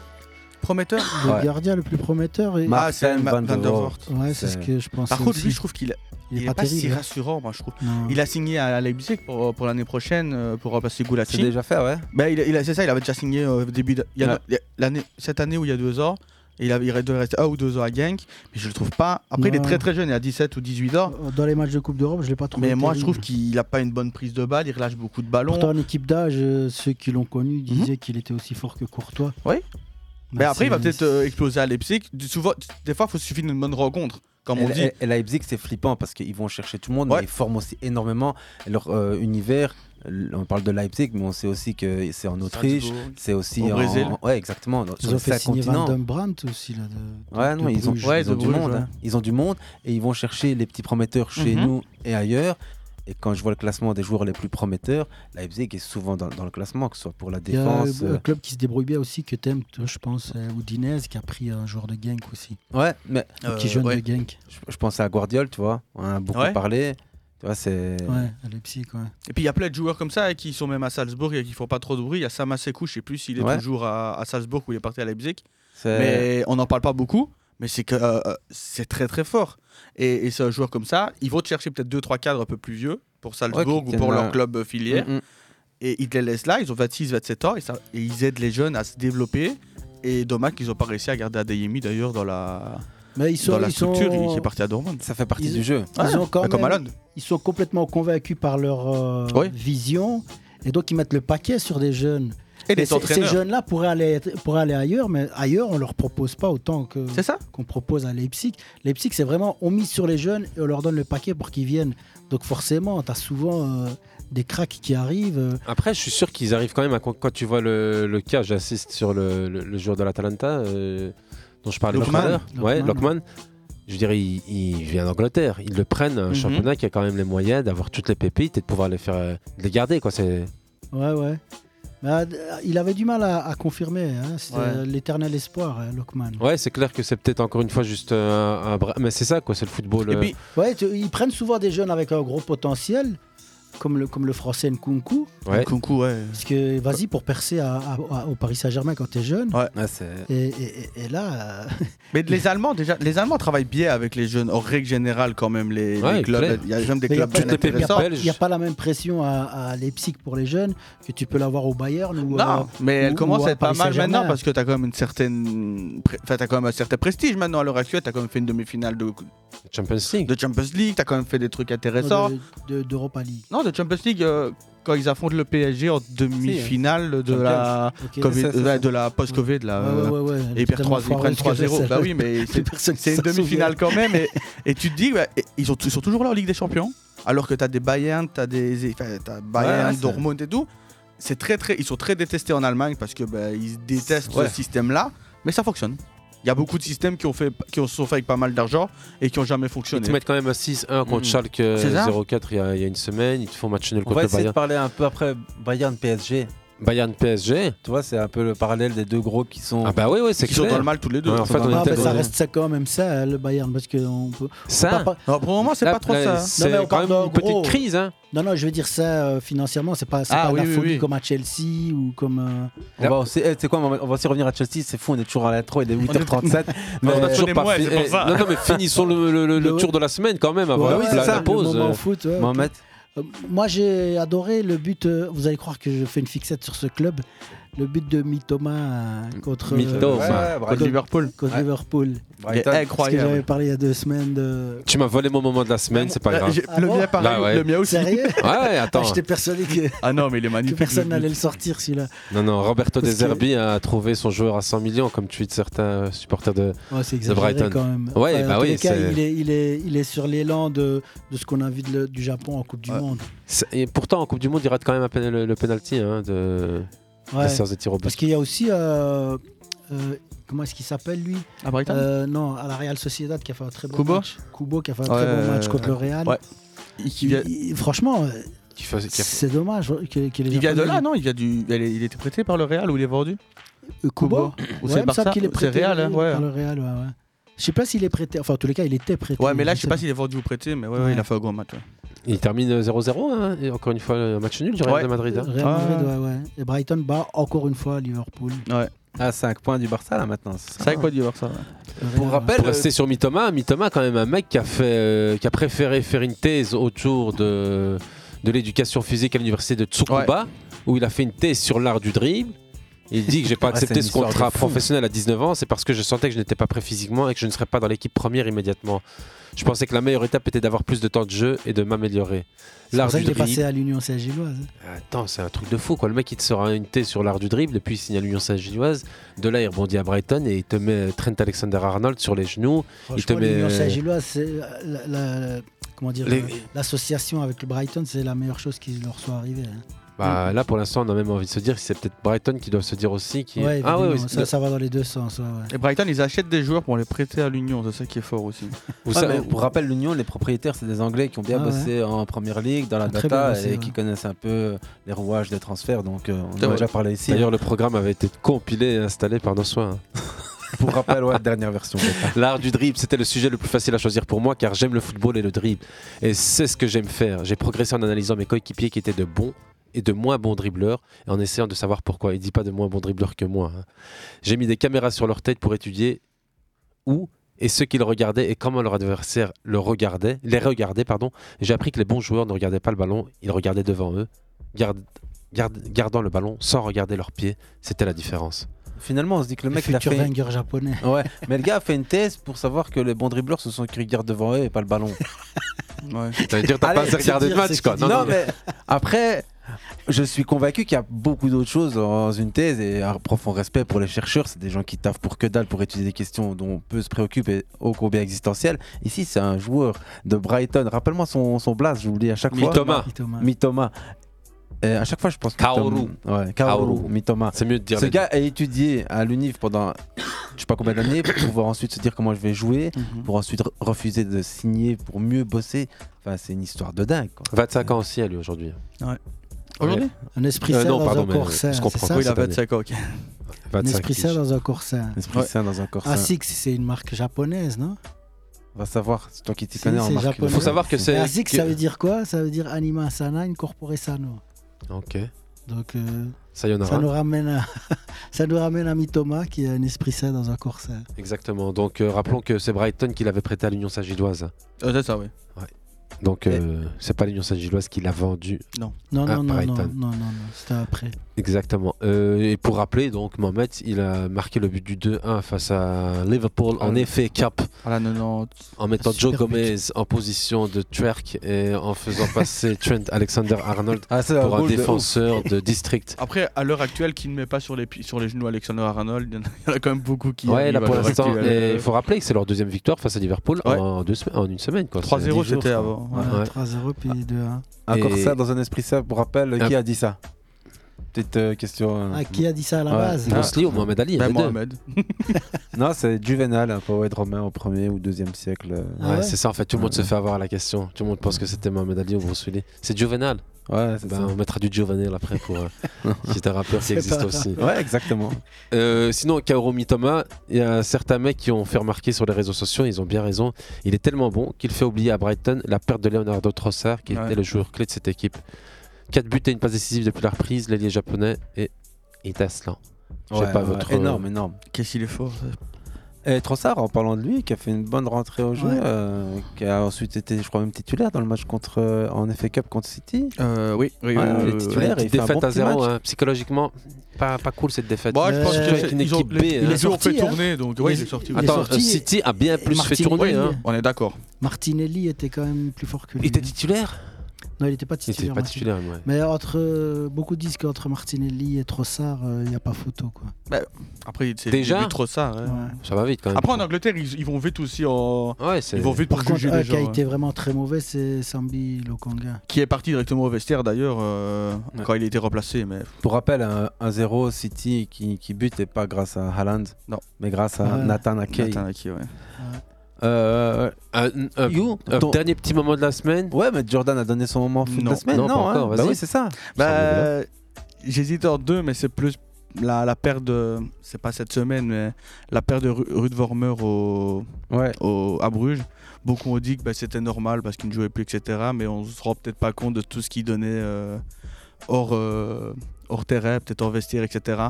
Speaker 9: Prometteur
Speaker 2: Le
Speaker 7: Ouais.
Speaker 2: gardien le plus prometteur. Et...
Speaker 7: Martin
Speaker 9: Ah c'est Ma- Van der Voort.
Speaker 2: ouais, c'est ce que je pensais.
Speaker 9: Par contre,
Speaker 2: aussi.
Speaker 9: lui, je trouve qu'il
Speaker 2: il
Speaker 9: il
Speaker 2: est
Speaker 9: est
Speaker 2: pas
Speaker 9: pas si
Speaker 2: terrible. hein.
Speaker 9: rassurant, moi, je trouve.
Speaker 2: Non.
Speaker 9: Il a signé à Leipzig pour, pour l'année prochaine euh, pour remplacer
Speaker 7: C'est
Speaker 9: Gulacsi.
Speaker 7: déjà fait, ouais.
Speaker 9: Bah, il, il a- c'est ça, il avait déjà signé euh, au début de, il y a-
Speaker 7: Ouais.
Speaker 9: il y a- l'année, cette année ou il y a deux ans. Et il, avait, il devait rester un ou deux ans à Genk, mais je le trouve pas. Après, il est
Speaker 2: Ouais.
Speaker 9: très très jeune, il a 17 ou 18 ans.
Speaker 2: Euh, Dans les matchs de Coupe d'Europe, je l'ai pas trouvé.
Speaker 9: Mais moi, je
Speaker 2: terrible.
Speaker 9: trouve qu'il a pas une bonne prise de balle, il relâche beaucoup de ballons.
Speaker 2: Pourtant, en équipe d'âge, euh, ceux qui l'ont connu disaient qu'il était aussi fort que Courtois.
Speaker 9: Mhm. Oui.
Speaker 2: Bah,
Speaker 9: mais après, il va
Speaker 2: c'est-
Speaker 9: peut-être euh, exploser à Leipzig. Du- souvent, des fois, il suffit d'une bonne rencontre, comme on
Speaker 7: et,
Speaker 9: dit.
Speaker 7: et- et Leipzig, c'est flippant parce qu'ils vont chercher tout le monde,
Speaker 9: Ouais.
Speaker 7: mais ils forment aussi énormément leur euh, univers. l- On parle de Leipzig, mais on sait aussi que c'est en Autriche, c'est aussi
Speaker 9: Au
Speaker 7: en
Speaker 9: Brésil.
Speaker 7: Ouais, exactement. dans-
Speaker 2: Ils ont
Speaker 7: Sur
Speaker 2: fait
Speaker 7: cinq
Speaker 2: signer Van
Speaker 7: continents.
Speaker 2: Dumbrandt aussi. Là, de-
Speaker 7: Ouais,
Speaker 2: de
Speaker 7: non, ils ont,
Speaker 2: Bruges.
Speaker 7: ouais,
Speaker 9: de
Speaker 7: ils ont du
Speaker 9: Bruges,
Speaker 7: monde.
Speaker 9: ouais.
Speaker 7: hein. Ils ont du monde et ils vont chercher les petits prometteurs chez
Speaker 9: Mhm.
Speaker 7: nous et ailleurs. Et quand je vois le classement des joueurs les plus prometteurs, Leipzig est souvent dans, dans le classement, que ce soit pour la
Speaker 2: Il y a euh,
Speaker 7: défense.
Speaker 2: un club qui se débrouille bien aussi, que t'aimes, toi, je pense, euh, Udinese, qui a pris un joueur de Genk aussi.
Speaker 7: euh, Ouais, mais
Speaker 2: Un petit jeune de Genk.
Speaker 7: je, je pensais à Guardiol, tu vois. On en a beaucoup
Speaker 9: Euh, Ouais.
Speaker 7: parlé. Tu vois, c'est.
Speaker 2: Ouais, hein, à Leipzig, ouais.
Speaker 9: Et puis il y a plein de joueurs comme ça hein, qui sont même à Salzbourg et qui font pas trop de bruit. Il y a Sama Sekou, je sais plus s'il est
Speaker 7: Ouais.
Speaker 9: toujours à, à Salzbourg ou il est parti à Leipzig.
Speaker 7: c'est-
Speaker 9: Mais on n'en parle pas beaucoup, mais c'est que euh, euh, c'est très très fort. Et, et c'est un joueur comme ça, ils vont te chercher peut-être deux trois cadres un peu plus vieux pour Salzbourg ou
Speaker 7: tiennent
Speaker 9: pour
Speaker 7: la-
Speaker 9: leur club euh, filière.
Speaker 7: Mm, mm.
Speaker 9: Et ils te les laissent là, ils ont 26, 27 ans et, ça- et ils aident les jeunes à se développer. Et dommage qu'ils n'ont pas réussi à garder Adeyemi d'ailleurs dans la,
Speaker 2: Mais ils sont,
Speaker 9: dans la
Speaker 2: ils sont,
Speaker 9: structure, il est parti à Dortmund.
Speaker 7: Ça fait partie
Speaker 2: Ils-
Speaker 7: du jeu.
Speaker 2: ils ont quand
Speaker 9: Bah, comme
Speaker 2: même-
Speaker 9: Alan.
Speaker 2: ils sont complètement convaincus par leur euh,
Speaker 9: Oui.
Speaker 2: vision. Et donc, ils mettent le paquet sur des jeunes.
Speaker 9: Et
Speaker 2: Mais
Speaker 9: les
Speaker 2: ces- ces
Speaker 9: entraîneurs.
Speaker 2: jeunes-là pourraient aller, pourraient aller ailleurs, mais ailleurs, on leur propose pas autant que-
Speaker 9: C'est ça
Speaker 2: qu'on propose à Leipzig. Leipzig, c'est vraiment, on mise sur les jeunes et on leur donne le paquet pour qu'ils viennent. Donc, forcément, tu as souvent euh, des cracks qui arrivent. euh,
Speaker 8: Après, je suis sûr qu'ils arrivent quand même à. con- Quand tu vois le, le cas, j'assiste sur le, le, le joueur de l'Atalanta euh, dont je parlais tout
Speaker 9: Lokman.
Speaker 8: à l'heure. Ouais,
Speaker 2: Lokman.
Speaker 8: Lokman. Je dirais, il, il vient d'Angleterre. Ils le prennent, un
Speaker 9: Mhm.
Speaker 8: championnat qui a quand même les moyens d'avoir toutes les pépites et de pouvoir les faire. euh, de les garder, quoi. C'est.
Speaker 2: Ouais, ouais. Mais, euh, il avait du mal à, à confirmer. hein. C'était
Speaker 9: Ouais.
Speaker 2: euh, l'éternel espoir, hein, Lokman.
Speaker 9: Mhm.
Speaker 8: Ouais, c'est clair que c'est peut-être encore une fois juste euh, un, un bras- Mais c'est ça, quoi, c'est le football.
Speaker 9: Et
Speaker 8: euh,
Speaker 9: puis,
Speaker 2: Ouais, tu- ils prennent souvent des jeunes avec un gros potentiel, comme le, comme le français Nkunku.
Speaker 8: ouais.
Speaker 9: Nkunku, ouais.
Speaker 2: Parce que vas-y, pour percer à- à- au Paris Saint-Germain quand t'es jeune.
Speaker 7: Ouais, Ah, c'est-
Speaker 2: Et, et- et- et là, euh,
Speaker 9: Mais les Allemands, déjà, les Allemands travaillent bien avec les jeunes, en règle générale, quand même, les, les
Speaker 8: Ouais, clair.
Speaker 9: clubs. Il y a même des clubs
Speaker 2: il n'y a, pas-
Speaker 9: bien
Speaker 8: toutes les
Speaker 2: il y a
Speaker 8: pépites
Speaker 9: intéressants.
Speaker 2: pas-
Speaker 8: belges.
Speaker 2: il y a pas la même pression à, à Leipzig pour les jeunes que tu peux l'avoir au Bayern. Ou, euh,
Speaker 9: Non, mais
Speaker 2: ou-
Speaker 9: elle
Speaker 2: ou
Speaker 9: commence
Speaker 2: à
Speaker 9: à être pas
Speaker 2: Paris
Speaker 9: mal
Speaker 2: Saint-Germain.
Speaker 9: maintenant parce que t'as quand même une certaine, pré- enfin t'as quand même un certain prestige maintenant à l'heure actuelle. T'as quand même fait une demi-finale de,
Speaker 8: Champions League.
Speaker 9: de Champions League, t'as quand même fait des trucs intéressants.
Speaker 2: de- hein, de- d'Europa League.
Speaker 9: Non, de Champions League euh, quand ils affrontent le PSG en demi-finale de la
Speaker 2: Ok.
Speaker 9: Covid-
Speaker 7: C'est ça, c'est
Speaker 9: ouais,
Speaker 7: ça.
Speaker 9: de la post-Covid là.
Speaker 2: Ouais,
Speaker 9: euh,
Speaker 2: ouais, ouais, ouais,
Speaker 9: Et ils, perdent
Speaker 2: tellement
Speaker 9: trois- ils prennent
Speaker 2: foireuse que
Speaker 9: 3-0.
Speaker 2: c'est
Speaker 9: Bah
Speaker 2: ça.
Speaker 9: oui,
Speaker 2: [LAUGHS]
Speaker 9: mais
Speaker 2: Plus
Speaker 9: c'est
Speaker 2: personne
Speaker 9: c'est une
Speaker 2: s'en
Speaker 9: demi-finale quand même. Et, et tu te dis, ouais, et- ils, sont, ils sont toujours là en Ligue des Champions. Alors que t'as des Bayern, t'as des enfin, t'as Bayern,
Speaker 7: Ouais, ouais,
Speaker 9: Dortmund et tout. C'est très, très, ils sont très détestés en Allemagne parce que bah, ils détestent
Speaker 7: Ouais.
Speaker 9: ce système-là. Mais ça fonctionne. Il y a beaucoup de systèmes qui ont fait, qui ont se sont faits avec pas mal d'argent et qui ont jamais
Speaker 8: Ils
Speaker 9: fonctionné. Mm.
Speaker 8: te mettent quand même un 6-1 contre
Speaker 7: Mhm.
Speaker 8: Schalke euh,
Speaker 9: C'est ça.
Speaker 8: 0-4 il y, a- il y a une semaine. Ils te font match nul
Speaker 7: On
Speaker 8: contre
Speaker 7: va
Speaker 8: le
Speaker 7: essayer de
Speaker 8: Bayern.
Speaker 7: parler un peu après Bayern PSG. Bayern PSG.
Speaker 11: Tu vois, c'est un peu le parallèle des deux groupes qui sont.
Speaker 7: Ah bah oui, oui, c'est
Speaker 9: Ils sont
Speaker 7: clair.
Speaker 9: dans le mal tous les deux. hein.
Speaker 7: Ouais, en fait, on
Speaker 2: Ah,
Speaker 7: était
Speaker 2: bah,
Speaker 7: dans-
Speaker 2: ça reste ça quand même ça, le Bayern, parce que on peut.
Speaker 7: Ça
Speaker 2: on peut pas-
Speaker 9: Non, pour le moment, c'est
Speaker 7: Là,
Speaker 9: pas trop
Speaker 7: là,
Speaker 9: ça. hein.
Speaker 7: C'est
Speaker 2: mais on
Speaker 7: quand
Speaker 2: parle
Speaker 7: même
Speaker 2: d'un
Speaker 7: une
Speaker 2: gros.
Speaker 7: petite crise. Hein.
Speaker 2: Non, non, je veux dire ça euh, financièrement, c'est pas, c'est
Speaker 9: Ah,
Speaker 2: pas
Speaker 9: oui,
Speaker 2: la
Speaker 9: oui,
Speaker 2: folie
Speaker 9: oui.
Speaker 2: comme à Chelsea ou comme. euh,
Speaker 11: On va aussi- eh, tu sais quoi, on va- on va aussi revenir à Chelsea, c'est fou, on est toujours à l'intro, il est
Speaker 9: [LAUGHS]
Speaker 11: 8h37. mais
Speaker 9: on a toujours pas
Speaker 7: Eh, non, non, mais finissons le, le- le- le
Speaker 2: Le-
Speaker 7: tour de la semaine quand même avant
Speaker 2: ouais,
Speaker 7: la,
Speaker 2: ouais,
Speaker 7: la- la
Speaker 2: ça, le
Speaker 7: pause.
Speaker 2: moment foot, ouais.
Speaker 11: Mohamed
Speaker 2: Euh, Moi, j'ai adoré le but. euh, vous allez croire que je fais une fixette sur ce club. Le but de Mitoma euh, contre, euh,
Speaker 7: Mitoma.
Speaker 2: contre-
Speaker 9: Liverpool.
Speaker 2: contre Liverpool. Parce que j'avais
Speaker 9: Incroyable.
Speaker 2: parlé il y a deux semaines de.
Speaker 7: Tu m'as volé mon moment de la semaine, c'est pas
Speaker 9: Là,
Speaker 7: grave.
Speaker 9: Bah, j'ai-
Speaker 2: Ah
Speaker 9: le
Speaker 2: bon
Speaker 9: mien pareil,
Speaker 7: Là, ouais.
Speaker 9: le mien aussi.
Speaker 2: Sérieux [LAUGHS]
Speaker 7: Ouais,
Speaker 2: Ah,
Speaker 7: attends.
Speaker 2: J'étais persuadé que, que
Speaker 9: Ah non, mais il est magnifique.
Speaker 2: personne
Speaker 9: le-
Speaker 2: n'allait le sortir celui-là.
Speaker 7: Non, non, Roberto
Speaker 2: Parce
Speaker 7: De
Speaker 2: que-
Speaker 7: Zerbi a trouvé son joueur à 100 millions, comme tweet certains euh, supporters de.
Speaker 2: Ouais, c'est exagéré
Speaker 7: Brighton.
Speaker 2: quand même.
Speaker 7: Ouais,
Speaker 2: en
Speaker 7: bah
Speaker 2: tous
Speaker 7: oui,
Speaker 2: les cas,
Speaker 7: c'est-
Speaker 2: il est, il, est, il est sur l'élan de, de ce qu'on a vu de le- du Japon en Coupe du
Speaker 9: Ouais.
Speaker 2: Monde.
Speaker 7: C'est- Et pourtant, en Coupe du Monde, il rate quand même un pén- le, le penalty hein, de
Speaker 2: Ouais.
Speaker 7: la séance de tir au but.
Speaker 2: Parce qu'il y a aussi. euh, euh, comment est-ce qu'il s'appelle lui
Speaker 9: À Brighton
Speaker 2: Euh, Non, à la Real Sociedad qui a fait un très bon
Speaker 9: Kubo
Speaker 2: match. Kubo qui a fait un
Speaker 9: Ouais,
Speaker 2: très bon match
Speaker 9: ouais,
Speaker 2: contre le Real.
Speaker 9: Ouais. Il, qui vient,
Speaker 2: Il- il- franchement, euh,
Speaker 7: Qui fait- qui a-
Speaker 2: c'est dommage que, que les
Speaker 9: il vient de
Speaker 2: Japonais-
Speaker 9: là, non il, vient du, elle est- il était prêté par le Real ou il est vendu
Speaker 2: Euh, Kubo
Speaker 9: Ou
Speaker 2: Ouais,
Speaker 9: c'est
Speaker 2: il me semble
Speaker 9: Barça
Speaker 2: qu'il est
Speaker 9: C'est
Speaker 2: prêté
Speaker 9: Real, hein,
Speaker 2: par
Speaker 9: ouais.
Speaker 2: le Real, ouais, ouais. Je sais pas s'il est prêté. Enfin, en tous les cas, il était prêté.
Speaker 9: Ouais, mais là, je sais pas
Speaker 2: si.
Speaker 9: s'il est vendu ou prêté, mais ouais, ouais,
Speaker 2: Ouais.
Speaker 9: il a fait un gros match. ouais.
Speaker 7: Il termine 0-0, hein, et encore une fois, un match nul du Real
Speaker 9: Ouais.
Speaker 7: de Madrid. hein.
Speaker 2: Real
Speaker 9: Ah.
Speaker 2: Madrid, ouais, ouais. Et Brighton bat encore une fois Liverpool.
Speaker 7: Ah,
Speaker 11: À 5 points du Barça là maintenant. c'est ça
Speaker 9: C'est vrai quoi du Barça ouais.
Speaker 2: hein.
Speaker 11: Pour rappel,
Speaker 7: Pour
Speaker 11: euh,
Speaker 7: rester sur Mitoma, Mitoma quand même un mec qui a, fait, euh, qui a préféré faire une thèse autour de, de l'éducation physique à l'université de Tsukuba, où il a fait une thèse sur l'art du dribble. Il dit que j'ai pas
Speaker 11: Ouais, c'est
Speaker 7: accepté
Speaker 11: une
Speaker 7: ce
Speaker 11: histoire de
Speaker 7: contrat
Speaker 11: fou.
Speaker 7: professionnel à 19 ans, c'est parce que je sentais que je n'étais pas prêt physiquement et que je ne serais pas dans l'équipe première immédiatement. Je pensais que la meilleure étape était d'avoir plus de temps de jeu et de m'améliorer.
Speaker 2: C'est
Speaker 7: L'art
Speaker 2: pour ça
Speaker 7: du
Speaker 2: qu'il est
Speaker 7: dribble.
Speaker 2: passé à l'Union Saint-Gilloise.
Speaker 11: Ah,
Speaker 7: Attends, c'est un truc de fou quoi. Le mec il te sort une thèse sur l'art du dribble, et puis il signe à l'Union Saint-Gilloise. De là il rebondit à Brighton et il te met Trent Alexander-Arnold sur les genoux.
Speaker 2: Franchement,
Speaker 7: te met- euh,
Speaker 2: L'Union Saint-Gilloise, c'est la- la- la- comment dire,
Speaker 7: Les-
Speaker 2: euh, l'association avec le Brighton, c'est la meilleure chose qui leur soit arrivée. hein.
Speaker 7: Bah, Là, pour l'instant, on a même envie de se dire que c'est peut-être Brighton qui doivent se dire aussi. Qui...
Speaker 2: Ouais,
Speaker 7: ah ouais,
Speaker 2: évidemment,
Speaker 7: ouais,
Speaker 2: ça, ça va dans les deux sens. ouais, ouais.
Speaker 9: Et Brighton, ils achètent des joueurs pour les prêter à l'Union, c'est ça qui est fort aussi.
Speaker 7: ou
Speaker 11: Ouais,
Speaker 7: ça-
Speaker 11: mais pour rappel, l'Union, les propriétaires, c'est des Anglais qui ont bien
Speaker 2: Ah ouais.
Speaker 11: bossé en première ligue, dans la
Speaker 2: Très
Speaker 11: data
Speaker 2: bien bossé,
Speaker 11: et
Speaker 2: ouais.
Speaker 11: qui connaissent un peu les rouages des transferts. Donc, euh, on en
Speaker 9: C'est
Speaker 11: a
Speaker 9: vrai.
Speaker 11: déjà parlé ici.
Speaker 7: D'ailleurs, le programme avait été compilé et installé par nos soins.
Speaker 11: [LAUGHS] pour rappel, ouais, dernière version.
Speaker 7: L'art du dribble, c'était le sujet le plus facile à choisir pour moi car j'aime le football et le dribble. Et c'est ce que j'aime faire. J'ai progressé en analysant mes coéquipiers qui étaient de bons et de moins bons dribbleurs et en essayant de savoir pourquoi. Il dit pas de moins bons dribbleurs que moi. hein. J'ai mis des caméras sur leur tête pour étudier où et ce qu'ils regardaient et comment leur adversaire le regardait, les regardait. Pardon. J'ai appris que les bons joueurs ne regardaient pas le ballon, ils regardaient devant eux, gard- gard- gardant le ballon sans regarder leurs pieds. C'était la différence.
Speaker 11: Finalement, on se dit que le
Speaker 2: Le
Speaker 11: mec, il a
Speaker 2: futur
Speaker 11: fait.
Speaker 2: Wenger japonais.
Speaker 11: Ouais, mais le gars a fait une thèse pour savoir que les bons dribbleurs, ce sont ceux qui regardent devant eux et pas le ballon.
Speaker 9: Ouais.
Speaker 7: Ça veut dire que t'as
Speaker 11: Allez,
Speaker 7: pas assez
Speaker 11: c'est
Speaker 7: regardé
Speaker 2: dire,
Speaker 7: le
Speaker 2: c'est
Speaker 7: match quoi.
Speaker 11: Non, mais après, je suis convaincu qu'il y a beaucoup d'autres choses dans une thèse et un profond respect pour les chercheurs. C'est des gens qui taffent pour que dalle pour étudier des questions dont peu se préoccupent et ô combien existentielles. Ici, c'est un joueur de Brighton. Rappelle-moi son, son blase, je vous le dis à chaque fois.
Speaker 7: Mitoma.
Speaker 2: Mitoma.
Speaker 11: Mitoma. Euh, à chaque fois, je pense.
Speaker 7: Kaoru.
Speaker 11: Mitoma. Ouais, Kaoru.
Speaker 7: Kaoru.
Speaker 11: Mitoma.
Speaker 7: C'est mieux de dire
Speaker 11: Ce
Speaker 7: les
Speaker 11: gars a étudié à l'UNIV pendant je sais pas combien d'années pour pouvoir ensuite se dire comment je vais jouer,
Speaker 2: Mhm.
Speaker 11: pour ensuite re- refuser de signer pour mieux bosser. Enfin, c'est une histoire de dingue. Quoi.
Speaker 7: deux. 25 ans aussi à lui aujourd'hui.
Speaker 9: Aujourd'hui
Speaker 2: Un esprit
Speaker 7: Euh,
Speaker 2: sain
Speaker 7: non,
Speaker 2: dans
Speaker 7: pardon,
Speaker 2: un
Speaker 7: mais
Speaker 2: corps
Speaker 7: je
Speaker 2: sain.
Speaker 7: comprends.
Speaker 2: c'est ça
Speaker 7: Ah,
Speaker 9: Oui, il a
Speaker 7: cette année.
Speaker 9: 25 ans, ok.
Speaker 2: Un
Speaker 7: 25
Speaker 2: esprit sain
Speaker 7: piges.
Speaker 2: dans un corps sain.
Speaker 11: Esprit
Speaker 9: Ouais.
Speaker 11: sain dans un corps sain.
Speaker 2: Asics, c'est une marque japonaise, non
Speaker 11: On
Speaker 7: Bah,
Speaker 11: va savoir, c'est toi qui t'y
Speaker 2: Si,
Speaker 7: hein,
Speaker 11: connais en
Speaker 2: c'est
Speaker 11: marque.
Speaker 2: japonais.
Speaker 7: Faut savoir que c'est.
Speaker 2: Et Asics,
Speaker 7: que-
Speaker 2: ça veut dire quoi Ça veut dire anima sana, incorpore sano.
Speaker 7: Ok.
Speaker 2: Donc euh,
Speaker 7: Sayonara.
Speaker 2: ça nous ramène à [LAUGHS] ça nous ramène à Mitoma qui a un esprit sain dans un corps sain.
Speaker 7: Exactement. Donc euh, rappelons que c'est Brighton qui l'avait prêté à l'Union Saint-Gilloise.
Speaker 9: Euh, c'est ça, oui.
Speaker 7: Donc euh, c'est pas l'Union Saint-Gilloise qui l'a vendu.
Speaker 2: Non
Speaker 7: Ah,
Speaker 2: non, non, non non
Speaker 7: Brighton.
Speaker 2: non non, c'était après.
Speaker 7: Exactement. Euh, et pour rappeler, donc Mohamed, il a marqué le but du 2-1 face à Liverpool en
Speaker 9: Ah.
Speaker 7: effet cap
Speaker 9: À la 90.
Speaker 7: en mettant
Speaker 2: Super
Speaker 7: Joe
Speaker 2: but.
Speaker 7: Gomez en position de twerk et en faisant
Speaker 2: [LAUGHS]
Speaker 7: passer Trent Alexander-Arnold
Speaker 11: Ah, c'est
Speaker 7: pour un
Speaker 11: goal de
Speaker 7: défenseur de district.
Speaker 9: Après, à l'heure actuelle, qui ne met pas sur les, pi- sur les genoux Alexander Arnold Il y en a- il y en a quand même beaucoup qui. euh,
Speaker 7: Ouais,
Speaker 9: arrivent
Speaker 7: là
Speaker 9: à
Speaker 7: pour
Speaker 9: l'heure
Speaker 7: l'instant,
Speaker 9: actuelle.
Speaker 7: et il faut rappeler que c'est leur deuxième victoire face à Liverpool
Speaker 9: Ouais.
Speaker 7: en, deux semaines- en une semaine. quoi.
Speaker 9: 3-0,
Speaker 11: c'est dix jours,
Speaker 9: c'était
Speaker 11: ça.
Speaker 9: avant. ouais.
Speaker 2: Voilà,
Speaker 7: ouais.
Speaker 2: 3-0 puis 2-1.
Speaker 11: ouf. Un corps
Speaker 7: Et-
Speaker 11: sain dans un esprit sain, pour rappel, qui a dit ça Petite euh, question. euh,
Speaker 2: Ah, qui a dit ça à la
Speaker 11: Ouais.
Speaker 2: base
Speaker 7: C'est Bruce Lee ou Mohamed Ali
Speaker 9: Ben,
Speaker 7: les deux.
Speaker 9: Mohamed.
Speaker 11: [LAUGHS] Non, c'est Juvenal, un poète romain au 1er ou 2e siècle. euh.
Speaker 2: Ah
Speaker 7: Ouais,
Speaker 2: ouais
Speaker 7: c'est ça en fait. Tout le monde se fait avoir à la question. Tout le monde pense que c'était Mohamed Ali ou Bruce Lee. C'est Juvenal. Ben,
Speaker 8: Ouais, c'est ça. On mettra du Giovanel après pour.
Speaker 11: [LAUGHS]
Speaker 8: euh, qui est un rappeur qui
Speaker 7: C'est
Speaker 8: existe
Speaker 7: pas
Speaker 8: aussi.
Speaker 7: grave. Ouais, exactement.
Speaker 8: [LAUGHS] Euh, sinon, Kaoru Mitoma, il y a certains mecs qui ont fait remarquer sur les réseaux sociaux, ils ont bien raison. Il est tellement bon qu'il fait oublier à Brighton la perte de Leonardo Trossard, qui
Speaker 9: Ouais.
Speaker 8: était le joueur clé de cette équipe. 4 buts et une passe décisive depuis la reprise, l'ailier japonais est étincelant. Je sais
Speaker 7: Ouais,
Speaker 8: pas
Speaker 7: ouais,
Speaker 8: votre.
Speaker 7: Énorme, énorme.
Speaker 9: Qu'est-ce qu'il est fort ça.
Speaker 7: Euh, Et Trossard, en parlant de lui, qui a fait une bonne rentrée au jeu,
Speaker 9: Ouais.
Speaker 7: euh, qui a ensuite été, je crois, même titulaire dans le match contre, euh, en FA Cup contre City.
Speaker 10: Euh, oui, oui,
Speaker 7: Ouais,
Speaker 10: oui,
Speaker 7: il est
Speaker 10: oui, oui.
Speaker 7: titulaire.
Speaker 8: Petite
Speaker 7: il fait un
Speaker 8: défaite
Speaker 7: bon
Speaker 8: à
Speaker 7: petit
Speaker 8: zéro,
Speaker 7: match.
Speaker 8: hein. psychologiquement, pas, pas cool cette défaite.
Speaker 9: Bon, je pense
Speaker 2: Euh,
Speaker 9: que
Speaker 8: avec
Speaker 9: c'est-
Speaker 8: une
Speaker 9: ils ont-
Speaker 8: équipe
Speaker 9: les-
Speaker 8: B,
Speaker 9: les
Speaker 8: hein.
Speaker 9: deux ont fait
Speaker 2: sorti, hein.
Speaker 9: tourner, donc
Speaker 2: Il
Speaker 9: ouais,
Speaker 2: est-
Speaker 9: il est sorti.
Speaker 2: il est
Speaker 9: ouais.
Speaker 8: Attends,
Speaker 2: sorti,
Speaker 8: euh, City a bien plus fait
Speaker 2: Martinelli.
Speaker 8: tourner. hein.
Speaker 10: On est d'accord.
Speaker 2: Martinelli était quand même plus fort que lui.
Speaker 8: Il était
Speaker 2: hein.
Speaker 8: titulaire
Speaker 2: Non, il n'était pas
Speaker 8: Il était
Speaker 2: titulaire.
Speaker 8: pas
Speaker 2: Martinelli.
Speaker 8: titulaire, ouais.
Speaker 2: Mais entre, euh, beaucoup disent qu'entre Martinelli et Trossard, euh, il n'y a pas photo. Quoi.
Speaker 9: Bah, Après, c'est
Speaker 8: Déjà
Speaker 9: déjà trop ça. ouais.
Speaker 2: Ouais.
Speaker 8: Ça va vite quand même.
Speaker 9: Après, en Angleterre, ils, ils vont vite aussi en.
Speaker 8: Ouais, c'est.
Speaker 9: Ils vont vite
Speaker 2: Par
Speaker 9: pour
Speaker 2: contre,
Speaker 9: juger
Speaker 2: un
Speaker 9: les
Speaker 2: qui a
Speaker 9: gens. hein.
Speaker 2: été vraiment très mauvais, c'est Sambi Lokonga.
Speaker 9: Qui est parti directement au vestiaire d'ailleurs euh,
Speaker 8: Ouais.
Speaker 9: quand il a été remplacé. Mais
Speaker 7: Pour rappel, un 1-0 City qui, qui bute et pas grâce à Haaland,
Speaker 9: Non.
Speaker 7: mais grâce à
Speaker 2: Ouais.
Speaker 7: Nathan Ake.
Speaker 9: Nathan Aki, ouais.
Speaker 7: Euh,
Speaker 8: Un, un-
Speaker 7: You,
Speaker 8: un
Speaker 7: ton-
Speaker 8: dernier petit moment de la semaine.
Speaker 7: Ouais, mais Jordan a donné son moment foot de la
Speaker 9: Non.
Speaker 7: semaine.
Speaker 8: Non, pas
Speaker 7: hein.
Speaker 8: encore,
Speaker 7: Bah
Speaker 8: vas-y.
Speaker 7: oui, c'est ça.
Speaker 9: Bah, j'hésite entre deux, mais c'est plus la, la perte de. C'est pas cette semaine, mais la perte de Ru- Ruud Vormer au,
Speaker 7: Ouais.
Speaker 9: au- à Bruges. Beaucoup ont dit que bah, c'était normal parce qu'il ne jouait plus, etc. Mais on se rend peut-être pas compte de tout ce qu'il donnait euh, hors, euh, hors terrain, peut-être hors vestiaire, etc.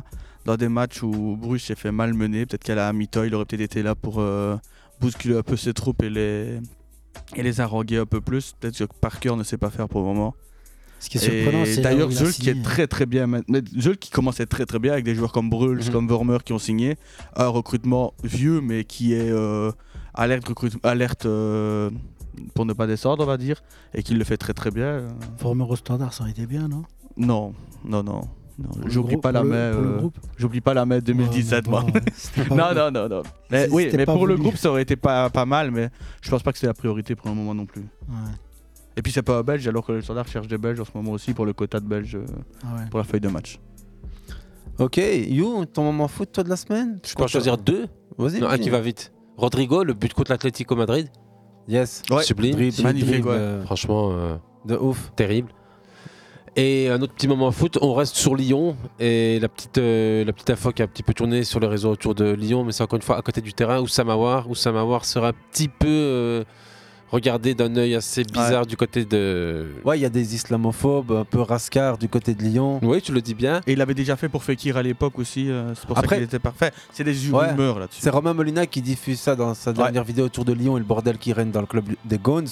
Speaker 9: Dans des matchs où Bruges s'est fait malmener, peut-être qu'à la mi-temps, il aurait peut-être été là pour euh, bousculer un peu ses troupes et les, et les haranguer un peu plus. Peut-être que Parker ne sait pas faire pour le moment.
Speaker 2: Ce qui est
Speaker 9: Et
Speaker 2: surprenant, c'est là
Speaker 9: d'ailleurs
Speaker 2: où il a
Speaker 9: Zul qui
Speaker 2: signé.
Speaker 9: est très très bien maintenant. Zul qui commence à être très très bien avec des joueurs comme Bruls,
Speaker 8: Mhm.
Speaker 9: comme Vormer qui ont signé. Un recrutement vieux mais qui est euh, alerte, recrute- alerte euh, pour ne pas descendre on va dire. Et qui le fait très très bien. Euh,
Speaker 2: Former au standard, ça aurait été bien, non
Speaker 9: Non, non, non. non.
Speaker 2: Pour le
Speaker 9: J'oublie
Speaker 2: groupe-
Speaker 9: pas la
Speaker 2: pour
Speaker 9: mai.
Speaker 2: le- pour le
Speaker 9: euh,
Speaker 2: groupe
Speaker 9: J'oublie pas la mai 2017 moi. [LAUGHS]
Speaker 2: Ouais, mais bon, ouais, c'était pas
Speaker 9: [LAUGHS] Non,
Speaker 2: voulu.
Speaker 9: non, non, non. Mais,
Speaker 2: C'est-
Speaker 9: oui,
Speaker 2: c'était
Speaker 9: mais
Speaker 2: pas
Speaker 9: pour le
Speaker 2: voulu.
Speaker 9: groupe, ça aurait été pas, pas mal, mais je pense pas que c'est la priorité pour le moment non plus.
Speaker 2: Ouais,
Speaker 9: Et puis c'est pas un belge, alors que le standard cherche des belges en ce moment aussi pour le quota de belges euh,
Speaker 2: Ah ouais.
Speaker 9: pour la feuille de match.
Speaker 7: Ok, You, ton moment foot, toi, de la semaine
Speaker 8: Je peux en choisir deux.
Speaker 7: Vas-y.
Speaker 8: Non, un
Speaker 7: vas-y.
Speaker 8: qui va vite. Rodrigo, le but contre l'Atlético Madrid.
Speaker 7: Yes.
Speaker 9: Ouais.
Speaker 8: Sublime.
Speaker 7: Dribble,
Speaker 9: magnifique,
Speaker 7: dribble,
Speaker 9: ouais.
Speaker 7: euh,
Speaker 8: Franchement, euh,
Speaker 7: De ouf.
Speaker 8: terrible. Et un autre petit moment foot, on reste sur Lyon. Et la petite, euh, la petite info qui a un petit peu tourné sur les réseaux autour de Lyon, mais c'est encore une fois à côté du terrain où Samawar, où Samawar sera un petit peu euh, regardé d'un œil assez bizarre du côté de.
Speaker 7: Ouais, il y a des islamophobes un peu rascards du côté de Lyon.
Speaker 8: Oui, tu le dis bien.
Speaker 9: Et il l'avait déjà fait pour Fekir à l'époque aussi, euh, c'est pour
Speaker 7: Après-
Speaker 9: ça qu'il était parfait. C'est des
Speaker 7: Ouais.
Speaker 9: humeurs là-dessus.
Speaker 7: C'est Romain Molina qui diffuse ça dans sa dernière vidéo autour de Lyon et le bordel qui règne dans le club des Gones.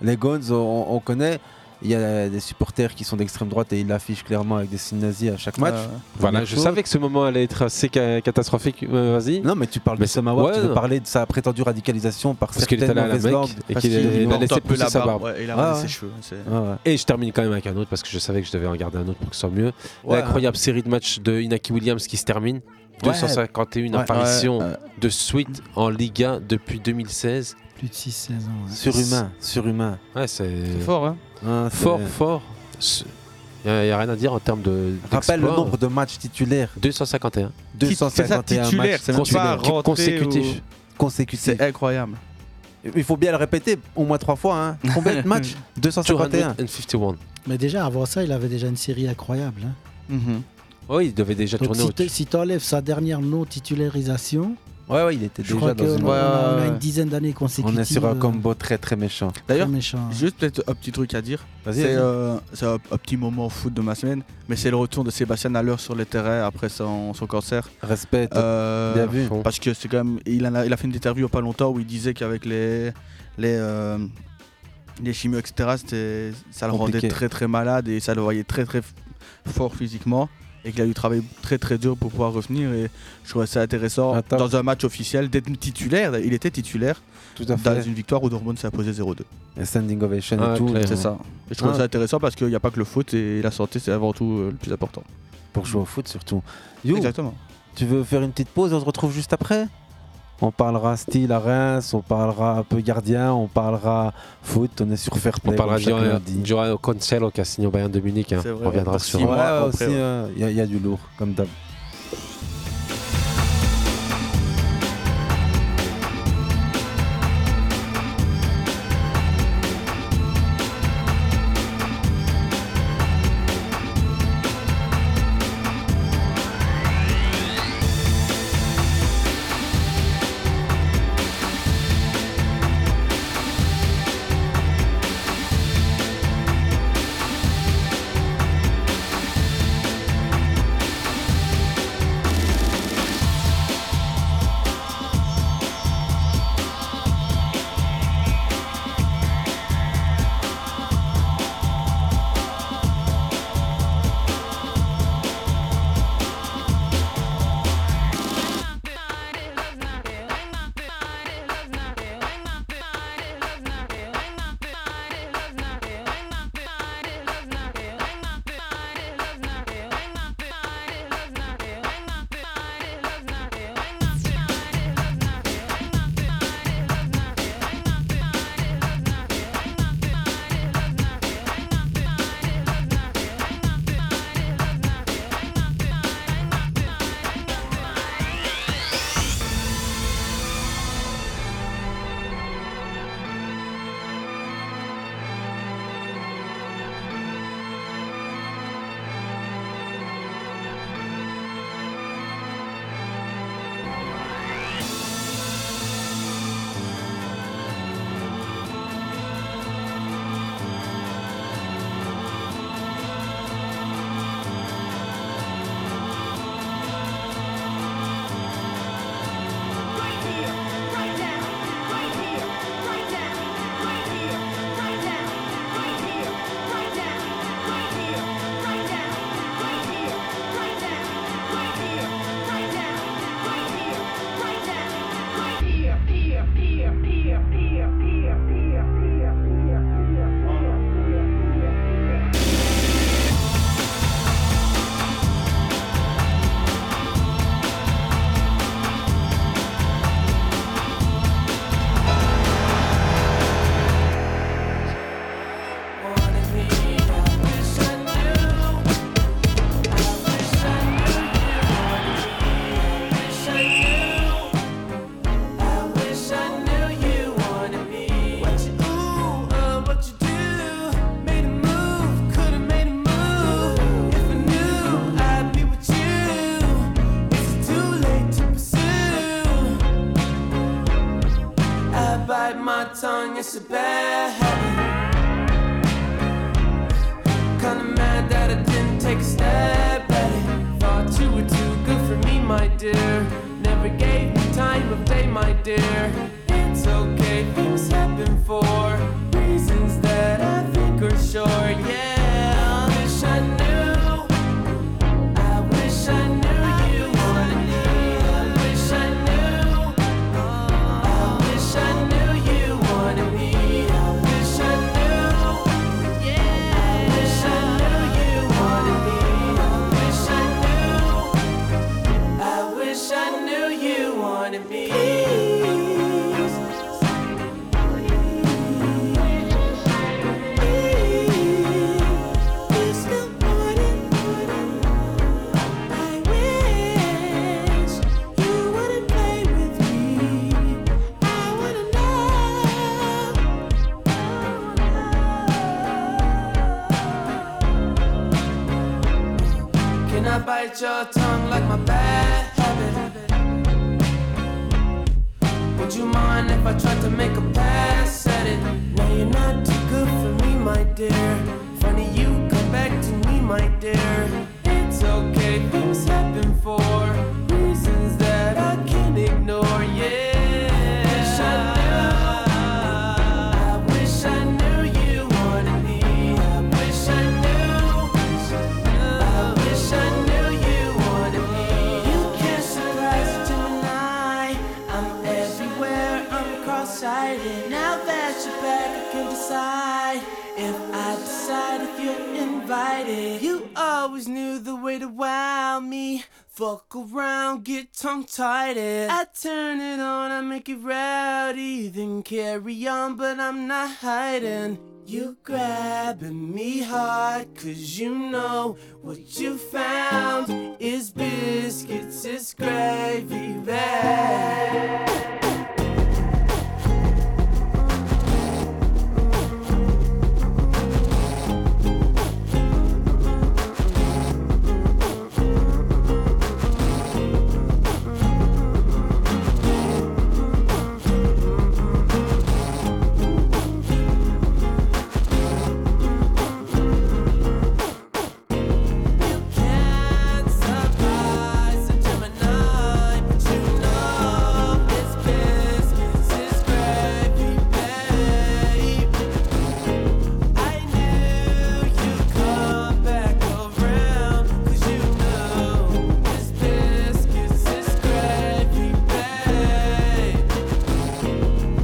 Speaker 7: Les Gones, on, on connaît. Il y a des supporters qui sont d'extrême droite et ils l'affichent clairement avec des signes nazis à chaque hein. match.
Speaker 9: Euh,
Speaker 8: Voilà,
Speaker 7: Première
Speaker 8: je
Speaker 7: chose.
Speaker 8: savais que ce moment allait être assez ca- catastrophique. Euh, Vas-y.
Speaker 7: Non, mais tu parles
Speaker 8: Mais
Speaker 7: de
Speaker 8: c'est-
Speaker 7: Samawar,
Speaker 8: ouais,
Speaker 7: tu veux
Speaker 8: non.
Speaker 7: parler de sa prétendue radicalisation par
Speaker 8: Parce qu'il est
Speaker 7: certaines
Speaker 8: allé à la
Speaker 7: mauvaises
Speaker 8: Mecque
Speaker 7: langues.
Speaker 8: et
Speaker 9: parce
Speaker 8: qu'il
Speaker 9: qu'il
Speaker 8: a
Speaker 9: porte
Speaker 8: laissé
Speaker 9: un peu
Speaker 8: pousser
Speaker 9: la
Speaker 8: sa
Speaker 9: barbe.
Speaker 8: barbe.
Speaker 9: ouais, il a
Speaker 7: Ah
Speaker 9: rasé
Speaker 7: ouais.
Speaker 9: ses cheveux. c'est-
Speaker 7: Ouais, ouais.
Speaker 8: Et je termine quand même avec un autre parce que je savais que je devais en garder un autre pour que ce soit mieux.
Speaker 7: Ouais.
Speaker 8: L'incroyable série de matchs de Inaki Williams qui se termine.
Speaker 7: Ouais.
Speaker 8: 251
Speaker 7: Ouais.
Speaker 8: apparitions
Speaker 9: Ouais, euh,
Speaker 8: de suite en Liga depuis 2016.
Speaker 2: Plus de 6-16 ans. ouais.
Speaker 7: Surhumain, surhumain.
Speaker 8: Ouais, c'est
Speaker 9: c'est fort, hein.
Speaker 7: Hein, c'est-
Speaker 8: fort, fort. Il n'y a, rien à dire en termes de.
Speaker 7: Rappelle le
Speaker 8: d'exploit.
Speaker 7: nombre de matchs titulaires.
Speaker 8: 251.
Speaker 9: C'est ça,
Speaker 7: 251
Speaker 9: titulaire,
Speaker 7: matchs
Speaker 9: c'est même pas
Speaker 8: Consécutif.
Speaker 9: rentré
Speaker 8: Consécutif.
Speaker 9: ou-
Speaker 7: consécutifs.
Speaker 9: C'est incroyable.
Speaker 7: Il faut bien le répéter au moins trois fois. hein. Combien
Speaker 9: [LAUGHS]
Speaker 7: de matchs 251.
Speaker 8: 251.
Speaker 2: Mais déjà, avant ça, il avait déjà une série incroyable. hein.
Speaker 9: Mhm.
Speaker 8: Oh, il devait déjà
Speaker 2: Donc,
Speaker 8: tourner
Speaker 2: si
Speaker 8: au
Speaker 2: t'- si tu enlèves sa dernière non-titularisation,
Speaker 7: Ouais, ouais, il était
Speaker 2: je
Speaker 7: déjà
Speaker 2: crois
Speaker 7: dans une.
Speaker 2: qu'on
Speaker 9: Ouais,
Speaker 2: a, on a
Speaker 9: ouais,
Speaker 2: une
Speaker 9: ouais.
Speaker 2: dizaine d'années consécutives.
Speaker 7: On est sur un
Speaker 2: euh,
Speaker 7: combo très très méchant.
Speaker 9: D'ailleurs,
Speaker 2: très méchant. hein.
Speaker 9: Juste peut-être un petit truc à dire.
Speaker 7: Vas-y.
Speaker 9: C'est euh, c'est un, un petit moment foot de ma semaine, mais c'est le retour de Sébastien Haller sur les terrains après son, son cancer.
Speaker 7: Respect.
Speaker 9: Euh,
Speaker 7: bien vu.
Speaker 9: Parce que c'est quand même. Il, en a, il a fait une interview il y a pas longtemps où il disait qu'avec les. les euh, les chimios, etc., c'était- ça le
Speaker 7: Compliqué.
Speaker 9: rendait très très malade et ça le voyait très très f- fort physiquement et qu'il a dû travailler très très dur pour pouvoir revenir et je trouvais ça intéressant
Speaker 7: Attends.
Speaker 9: dans un match officiel d'être titulaire, il était titulaire
Speaker 7: Tout à
Speaker 9: dans
Speaker 7: fait.
Speaker 9: une victoire où Dortmund s'est imposé 0-2.
Speaker 7: Un Standing ovation
Speaker 8: Ah,
Speaker 7: et tout.
Speaker 8: clair.
Speaker 9: C'est ça. Et je trouve
Speaker 7: Ah.
Speaker 9: ça intéressant parce qu'il n'y a pas que le foot et la santé c'est avant tout euh, le plus important.
Speaker 7: Pour jouer au foot surtout. You,
Speaker 9: Exactement.
Speaker 7: tu veux faire une petite pause On se retrouve juste après on parlera style à Reims, on parlera un peu gardien, on parlera foot, on est sur fair
Speaker 8: On
Speaker 7: play.
Speaker 8: parlera
Speaker 7: comme chaque lundi.
Speaker 8: de Joao Cancelo qui a signé au Bayern de Munich. hein.
Speaker 9: C'est vrai,
Speaker 8: On reviendra
Speaker 9: pour
Speaker 8: sur.
Speaker 9: six
Speaker 7: Ouais,
Speaker 9: mois. après,
Speaker 7: aussi, il
Speaker 9: ouais.
Speaker 7: y, a- y a du lourd, comme d'hab.
Speaker 10: uh, bite my tongue, it's a bad habit. Kinda mad that I didn't take a step at it. Thought you were too good for me, my dear. Never gave me time of day, my dear. It's okay, things happen for reasons that I think are sure. Yeah, I wish I knew. I wish I knew you. I wish I knew. I wish I knew you wanted me. I wish I knew. Yeah. I wish I knew you wanted me. I wish I knew. I wish I knew you wanted me. Please, good morning. I wish you wouldn't play with me. I wanna know. Can I bite your tongue like my bad habit? Would you mind if I tried to make a pass at it? Now you're not too good for me, my dear. Funny you come back to me, my dear. It's okay, things happen for reasons that I can't ignore. Yeah. Wish I knew. I wish I knew you wanted me. I wish I knew. I wish I knew you wanted me. You can't surprise Gemini. I'm everywhere, I'm cross-sighted. Now that you're back, I can decide if I decide if you're invited. You always knew the way to wow me. Fuck around, get tongue-tied. I turn it on, I make it rowdy, then carry on, but I'm not hiding. You grabbing me hard, cause you know what you found is biscuits, is gravy bag.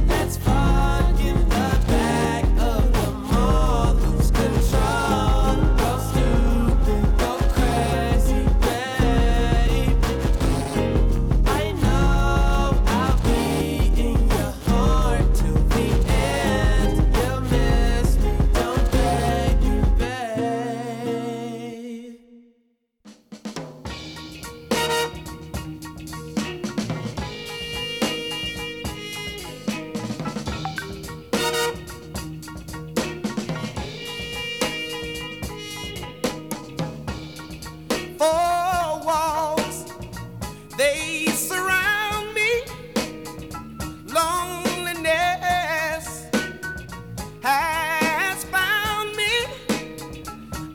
Speaker 10: Let's fuck in the back of the mall. Lose control. Go stupid, go crazy, babe. I know I'll be in your heart till the end. You'll miss me, don't beg me, babe.
Speaker 12: four walls they surround me loneliness has found me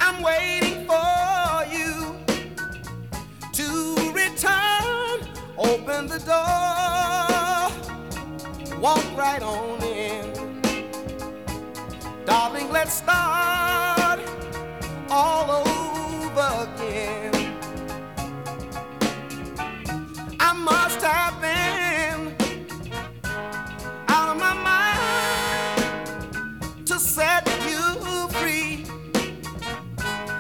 Speaker 12: i'm waiting for you to return open the door walk right on in darling let's start all over again. I must have been out of my mind to set you free.